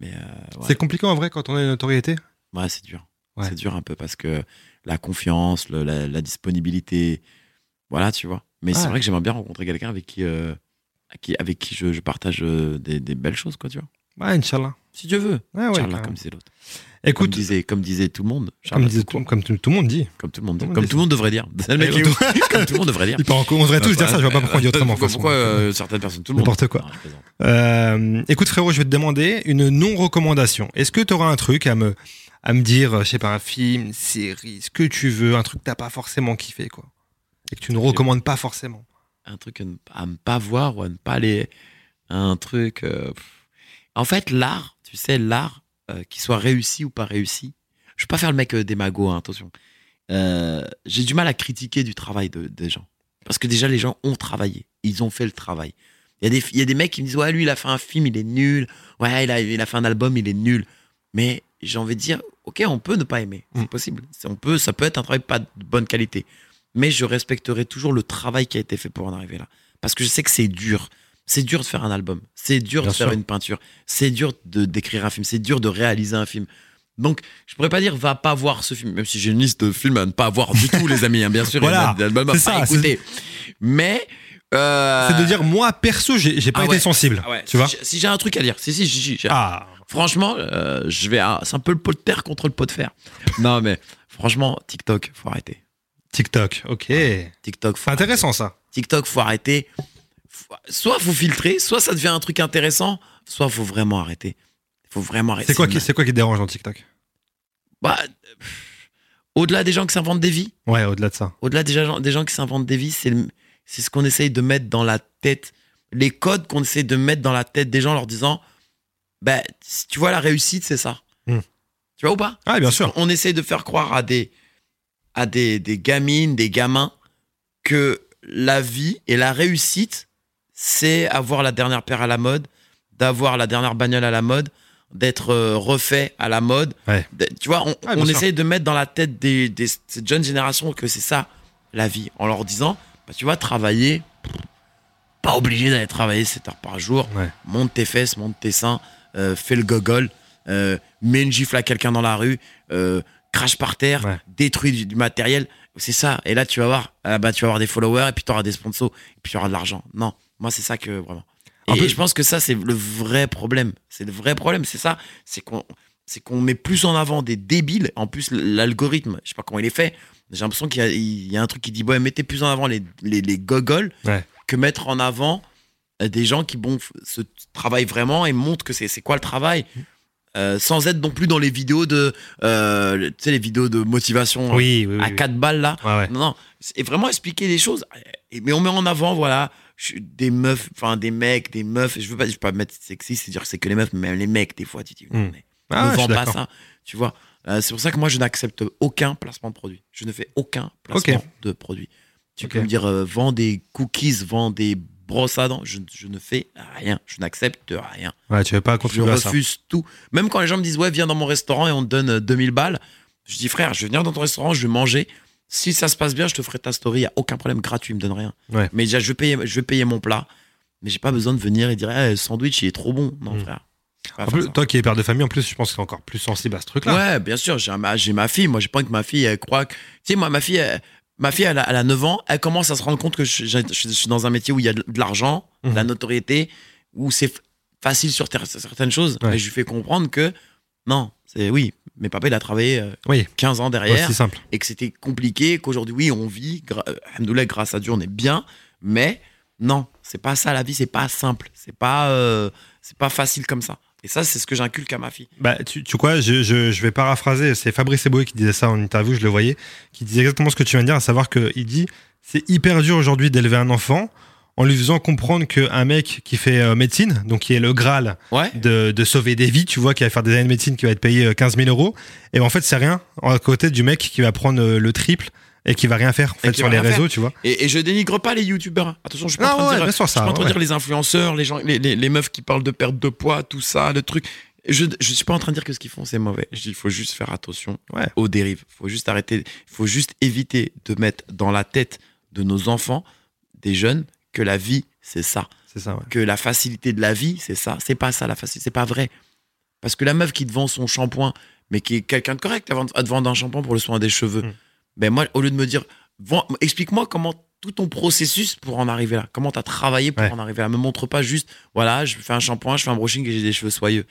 D: mais euh, ouais.
C: C'est compliqué en vrai quand on a une notoriété
D: Ouais, c'est dur.
C: Ouais.
D: C'est dur un peu parce que la confiance, le- la, la disponibilité, voilà, tu vois. Mais
C: Ouais.
D: c'est vrai que j'aimerais bien rencontrer quelqu'un avec qui, euh, à qui- avec qui je, je partage euh, des, des belles choses, quoi, tu vois.
C: Ouais, Inch'Allah.
D: Si Dieu veut.
C: Ah Ouais, ouais,
D: Inch'Allah,
C: carrément.
D: comme disait l'autre. Comme
C: Écoute, comme,
D: disait, comme disait tout le monde. Inch'Allah,
C: disait
D: tout
C: tout,
D: court.
C: comme tout, tout le monde dit.
D: Comme tout le monde.
C: Tout le monde
D: Comme
C: dit
D: tout le monde devrait dire. C'est le mec
C: Et
D: qui- Comme tout le monde devrait dire.
C: Il part en on devrait
D: Bah,
C: tous dire ça, je vois pas pourquoi on dit autrement.
D: Pourquoi,
C: de toute
D: pourquoi,
C: façon.
D: euh, certaines personnes, tout le monde.
C: N'importe quoi.
D: Non, je plaisante.
C: Euh, écoute frérot, je vais te demander une non-recommandation. Est-ce que tu auras un truc à me, à me dire, euh, je sais pas, un film, une série, ce que tu veux, un truc que t'as pas forcément kiffé, quoi. Et que tu ne recommandes pas forcément.
D: un truc à ne, à ne pas voir ou à ne pas aller. Un truc. euh, pff. en fait, l'art, tu sais, l'art, euh, qu'il soit réussi ou pas réussi, je ne veux pas faire le mec euh, démago, hein, attention. Euh, J'ai du mal à critiquer du travail de- des gens. Parce que déjà, les gens ont travaillé. Ils ont fait le travail. Il y, a des, il y a des mecs qui me disent Ouais, lui, il a fait un film, il est nul. Ouais, il a, il a fait un album, il est nul. Mais j'ai envie de dire Ok, on peut ne pas aimer.
C: Mm.
D: C'est possible. C'est- On peut, ça peut être un travail pas de bonne qualité mais je respecterai toujours le travail qui a été fait pour en arriver là. Parce que je sais que c'est dur. C'est dur de faire un album, c'est dur
C: Bien
D: de faire
C: sûr.
D: une peinture, c'est dur de d'écrire un film, c'est dur de réaliser un film. Donc, je pourrais pas dire va pas voir ce film, même si j'ai une liste de films à ne pas voir du tout, les amis. hein. Bien sûr,
C: Voilà,
D: il y en a des albums à
C: c'est
D: pas
C: ça, c'est-
D: écouter. Mais euh,
C: C'est de dire, moi perso, j'ai j'ai pas
D: ah
C: été
D: ouais.
C: sensible.
D: ah ouais,
C: tu vois
D: si j'ai- si j'ai un truc à lire, si si, si, si, j'ai-
C: Ah,
D: franchement, euh, je vais à- c'est un peu le pot de terre contre le pot de fer. non mais franchement, TikTok, faut arrêter.
C: TikTok, ok.
D: TikTok, faut
C: C'est intéressant ça.
D: TikTok, faut arrêter. Faut- Soit faut filtrer, soit ça devient un truc intéressant, soit faut vraiment arrêter. Faut vraiment arrêter.
C: C'est quoi, qui-
D: une-
C: c'est quoi qui te dérange dans TikTok
D: Bah, euh, pff, Au-delà des gens qui s'inventent des vies,
C: Ouais, au-delà de ça.
D: au-delà des gens, des gens qui s'inventent des vies, c'est le- c'est ce qu'on essaye de mettre dans la tête, les codes qu'on essaye de mettre dans la tête des gens en leur disant, bah, si tu vois la réussite, c'est ça.
C: Hmm.
D: Tu vois ou pas
C: Ah, bien sûr.
D: On essaye de faire croire à des à des, des gamines, des gamins que la vie et la réussite, c'est avoir la dernière paire à la mode, d'avoir la dernière bagnole à la mode, d'être euh, refait à la mode.
C: Ouais.
D: De- Tu vois, on,
C: bien
D: on
C: sûr.
D: essaye de mettre dans la tête des, des- cette jeune génération que c'est ça la vie, en leur disant, bah, tu vois, travailler, pas obligé d'aller travailler 7 heures par jour,
C: Ouais.
D: monte tes fesses, monte tes seins, euh, fais le gogol, euh, mets une gifle à quelqu'un dans la rue, euh, crache par terre,
C: Ouais.
D: détruis du, du matériel. C'est ça. Et là, tu vas voir, ah bah, tu vas avoir des followers, et puis tu auras des sponsors, et puis tu auras de l'argent. Non, moi, c'est ça que vraiment.
C: Un
D: Et,
C: peu-
D: et je pense que ça, c'est le vrai problème. C'est le vrai problème, c'est ça. C'est qu'on c'est qu'on met plus en avant des débiles. En plus, l'algorithme, je sais pas comment il est fait. J'ai l'impression qu'il y, a- il y a un truc qui dit ouais, mettez plus en avant les, les, les gogoles
C: Ouais.
D: que mettre en avant euh, des gens qui bon, f- se travaillent vraiment et montrent que c'est c'est quoi le travail. Euh, sans être non plus dans les vidéos de euh, le- tu sais les vidéos de motivation euh,
C: Oui, oui, oui.
D: à
C: oui.
D: quatre balles là
C: Ouais, ouais.
D: non, non. Et vraiment expliquer les choses. Et- Mais on met en avant, voilà, je suis des meufs, enfin des mecs, des meufs. Je veux pas, je veux pas mettre sexy, c'est dire que c'est que les meufs, mais même les mecs, des fois, tu te dis, non,
C: Mm.
D: mais
C: Ah,
D: ne
C: je
D: vends
C: suis
D: pas
C: d'accord.
D: ça. hein, Tu vois, Euh, c'est pour ça que moi, je n'accepte aucun placement de produit. Je ne fais aucun placement
C: Ok.
D: de produit. Tu
C: Ok.
D: peux me dire, euh, vends des cookies, vends des brosses à dents. Je, je ne fais rien. Je n'accepte rien.
C: Ouais, tu veux pas
D: Je
C: contribuer à ça.
D: refuse tout. Même quand les gens me disent, ouais, viens dans mon restaurant et on te donne euh, 2000 balles, je dis, frère, je vais venir dans ton restaurant, je vais manger. Si ça se passe bien, je te ferai ta story, il n'y a aucun problème, gratuit, il me donne rien.
C: Ouais.
D: Mais déjà, je vais payer, je vais payer mon plat, mais j'ai pas besoin de venir et dire, Eh, le sandwich, il est trop bon. Non,
C: Mm.
D: frère. Je vais pas
C: En
D: faire
C: plus,
D: ça.
C: toi qui es père de famille, en plus, je pense que t'es encore plus sensible à ce truc-là.
D: Ouais, bien sûr, j'ai ma, j'ai ma fille. Moi, j'ai pas envie que ma fille, elle croit que. Tu sais, moi, ma fille, elle, ma fille elle, a, elle a 9 ans, elle commence à se rendre compte que je, je- je suis dans un métier où il y a de de l'argent, de la
C: Mhm.
D: notoriété, où c'est f- facile sur ter- sur certaines choses.
C: Ouais.
D: Et je lui fais comprendre que, non, c'est oui, mais papa, il a travaillé euh,
C: Oui.
D: 15 ans
C: Ouais,
D: derrière
C: c'est simple.
D: et que c'était compliqué, qu'aujourd'hui, oui, on vit, gra- euh, alhamdoulilah, grâce à Dieu, on est bien, mais non, c'est pas ça la vie, c'est pas simple, c'est pas, euh, c'est pas facile comme ça. Et ça, c'est ce que j'inculque à ma fille.
C: Bah, tu, tu quoi, je, je, je vais paraphraser, c'est Fabrice Eboué qui disait ça en interview, je le voyais, qui disait exactement ce que tu viens de dire, à savoir qu'il dit c'est hyper dur aujourd'hui d'élever un enfant en lui faisant comprendre qu'un mec qui fait euh, médecine, donc qui est le Graal
D: Ouais.
C: de, de sauver des vies, tu vois, qui va faire des années de médecine, qui va être payé euh, 15 000 euros, et ben, en fait c'est rien à côté du mec qui va prendre euh, le triple et qui va rien faire en
D: Et
C: fait,
D: qui
C: sur
D: va
C: les
D: rien
C: réseaux, tu vois.
D: Et, et je dénigre pas les youtubeurs. hein. Attention, je suis pas en train
C: Non, Ah ouais,
D: de dire,
C: bien sûr,
D: je suis
C: ça.
D: pas en train de
C: ouais.
D: dire les influenceurs, les gens, les, les- les meufs qui parlent de perte de poids, tout ça, le truc. Je, je suis pas en train de dire que ce qu'ils font c'est mauvais. Je dis, il faut juste faire attention
C: Ouais.
D: aux dérives. Il faut juste arrêter. Il faut juste éviter de mettre dans la tête de nos enfants, des jeunes, que la vie c'est ça,
C: C'est ça, ouais.
D: que la facilité de la vie c'est ça. C'est pas ça la facilité, c'est pas vrai. Parce que la meuf qui te vend son shampoing, mais qui est quelqu'un de correct, elle vend- elle te vend un shampoing pour le soin des cheveux.
C: Mm.
D: Ben moi, au lieu de me dire, vends- explique-moi comment tout ton processus pour en arriver là, comment tu as travaillé pour
C: Ouais.
D: en arriver là. Me montre pas juste, voilà, je fais un shampoing, je fais un brushing et j'ai des cheveux soyeux.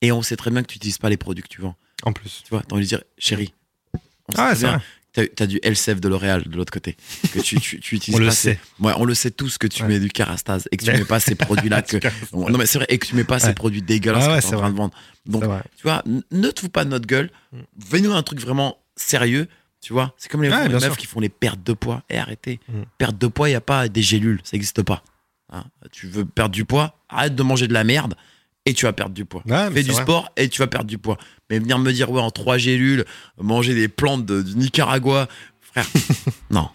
D: Et on sait très bien que tu n'utilises pas les produits que tu vends.
C: En plus.
D: Tu vois, t'as envie de dire, chérie. on sait
C: Ah,
D: très
C: c'est
D: bien
C: vrai,
D: que T'as, t'as du LCF de L'Oréal de l'autre côté. Que tu, tu, tu utilises
C: on le
D: pas
C: sait.
D: ces- Ouais, on le sait tous que tu
C: Ouais.
D: mets du carastase et que tu
C: Mais-
D: mets pas ces produits-là. Que... Non, mais c'est vrai, et que tu mets pas ces
C: Ouais.
D: produits dégueulasses
C: Ah ouais,
D: que t'es
C: c'est
D: en train
C: vrai.
D: de vendre. Donc,
C: C'est vrai.
D: tu vois, n- ne te fous pas de notre gueule.
C: Mm.
D: Fais-nous un truc vraiment sérieux. Tu vois, c'est comme les,
C: Ouais,
D: les
C: bien
D: meufs
C: sûr.
D: qui font les pertes de poids. Et arrêtez.
C: Mm.
D: Perte de poids, il n'y a pas des gélules. Ça n'existe pas. Hein. Tu veux perdre du poids, arrête de manger de la merde et tu vas perdre du poids.
C: Ouais, mais
D: Fais
C: c'est
D: du
C: vrai.
D: sport et tu vas perdre du poids. Mais venir me dire, ouais, en trois gélules, manger des plantes de- du Nicaragua, frère, non.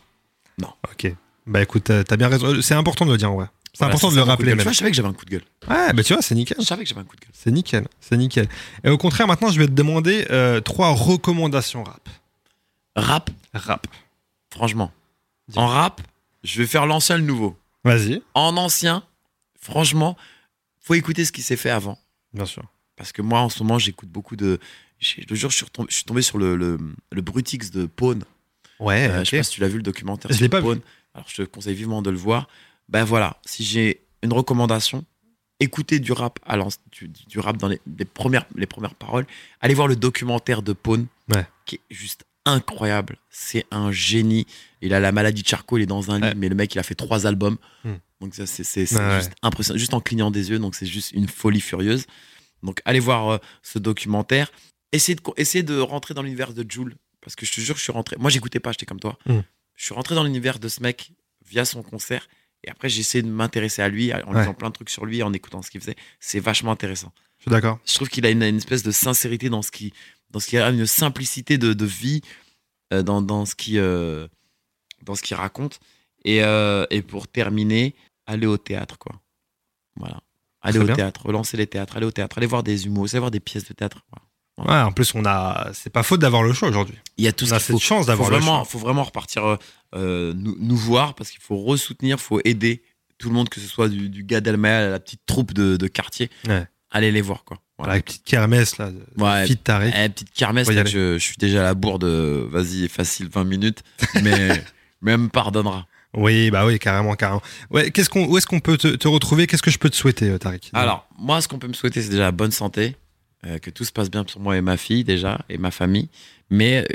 C: Ok. Bah écoute, euh, t'as bien raison. Euh, C'est important de le dire, ouais. C'est
D: Voilà,
C: important de le
D: ça, c'est un coup
C: rappeler,
D: gueule. Tu
C: même.
D: vois, je savais que j'avais un coup de gueule.
C: Ouais, bah tu vois, c'est nickel.
D: Je savais que j'avais un coup de gueule.
C: C'est nickel, c'est nickel. Et au contraire, maintenant, je vais te demander euh, trois recommandations rap.
D: Rap,
C: Rap.
D: franchement.
C: Dis-moi.
D: En rap, je vais faire l'ancien le nouveau.
C: Vas-y.
D: En ancien, franchement, faut écouter ce qui s'est fait avant.
C: Bien sûr.
D: Parce que moi, en ce moment, j'écoute beaucoup de. j'ai- Le jour, je suis retombé, je suis tombé sur le, le, le Brutix de Pone.
C: Ouais,
D: Euh, Je sais pas si tu l'as vu le documentaire.
C: Je
D: sur
C: l'ai pas vu.
D: Pone. Alors, je te conseille vivement de le voir. Ben voilà, si j'ai une recommandation, écoutez du rap, à l'an- du, du- du rap dans les, les premières, les premières paroles. Allez voir le documentaire de Pone,
C: Ouais.
D: qui est juste incroyable. C'est un génie. Il a la maladie de Charcot, il est dans un lit,
C: Ouais.
D: mais le mec, il a fait trois albums.
C: Hmm.
D: Donc, ça, c'est c'est- c'est
C: Ouais,
D: juste impressionnant. Juste en clignant des yeux, donc c'est juste une folie furieuse. Donc, allez voir euh, ce documentaire. Essayez de, co- essayez de rentrer dans l'univers de Jules. Parce que je te jure, je suis rentré. Moi, j'écoutais pas, j'étais comme toi.
C: Hmm.
D: Je suis rentré dans l'univers de ce mec via son concert. Et après, j'ai essayé de m'intéresser à lui, en
C: Ouais.
D: lisant plein de trucs sur lui, en écoutant ce qu'il faisait. C'est vachement intéressant
C: je suis d'accord.
D: je trouve qu'il a une, une espèce de sincérité dans ce qui dans ce qui a une simplicité de, de vie euh, dans, dans ce qui euh, dans ce qu'il raconte et, euh, et pour terminer aller au théâtre quoi voilà aller
C: Très
D: au
C: bien.
D: théâtre relancer les théâtres aller au théâtre aller voir des humours aller voir des pièces de théâtre voilà.
C: Ouais, en plus, on a. C'est pas faute d'avoir le choix aujourd'hui.
D: il y a tout
C: On
D: ce
C: a
D: qu'il faut
C: cette chance
D: faut
C: d'avoir le
D: vraiment,
C: choix.
D: faut vraiment repartir euh, euh, nous, nous voir parce qu'il faut ressoutenir, faut aider tout le monde, que ce soit du, du Gad Elmaleh à la petite troupe de, de quartier.
C: Ouais.
D: Allez les voir quoi. Voilà.
C: La petite kermesse, là. de-
D: Ouais,
C: Fit Tariq.
D: Eh, petite kermesse,
C: Faut y
D: là,
C: aller.
D: je, je suis déjà à la bourde, euh, vas-y, facile 20 minutes, mais même pardonnera.
C: Oui, bah oui, carrément, carrément. Ouais, qu'est-ce qu'on, où est-ce qu'on peut te, te retrouver Qu'est-ce que je peux te souhaiter, euh, Tariq
D: Alors, moi, ce qu'on peut me souhaiter, c'est déjà la bonne santé, euh, que tout se passe bien pour moi et ma fille déjà, et ma famille, mais euh,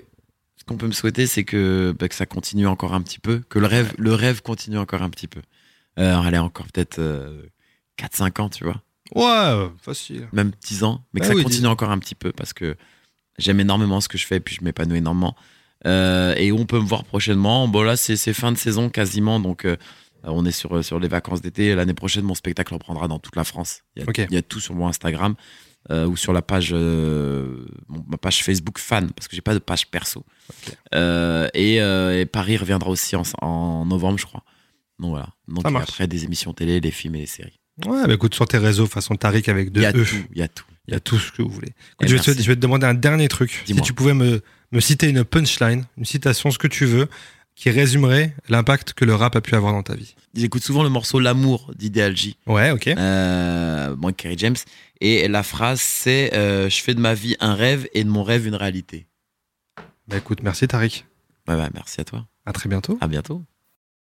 D: ce qu'on peut me souhaiter, c'est que, bah, que ça continue encore un petit peu, que le rêve, le rêve continue encore un petit peu. Euh, allez, encore peut-être euh, 4-5 ans, tu vois,
C: Ouais, euh, facile.
D: même 10 ans, mais que
C: Ah
D: ça
C: oui,
D: continue
C: 10
D: encore un petit peu, parce que j'aime énormément ce que je fais, et puis je m'épanouis énormément. Euh, et on peut me voir prochainement. Bon, là, c'est c'est fin de saison quasiment, donc euh, on est sur, sur les vacances d'été. L'année prochaine, mon spectacle reprendra dans toute la France. Il y a,
C: Ok.
D: il y a tout sur mon Instagram. euh, ou sur la page, euh, mon- ma page Facebook fan, parce que j'ai pas de page perso. Euh, et, euh, et Paris reviendra aussi en, en novembre, je crois. Donc voilà. Donc
C: Ça
D: et
C: marche.
D: après des émissions télé, les films et les séries.
C: Ouais, bah écoute, sur tes réseaux, façon Tariq avec
D: Il
C: deux
D: y a
C: E.
D: tout, il y a tout.
C: Il y a tout ce que vous voulez.
D: Eh,
C: Écoute, je, vais te,
D: merci.
C: je vais te demander un dernier truc. Si
D: Dis-moi.
C: tu pouvais me, me citer une punchline, une citation, ce que tu veux, qui résumerait l'impact que le rap a pu avoir dans ta vie.
D: J'écoute souvent le morceau L'amour d'Idéal J.
C: Ouais, ok.
D: euh, moi, Kerry James. Et la phrase, c'est euh, Je fais de ma vie un rêve et de mon rêve une réalité.
C: Bah écoute, merci Tariq.
D: Bah, bah, merci à toi.
C: À très bientôt.
D: À bientôt.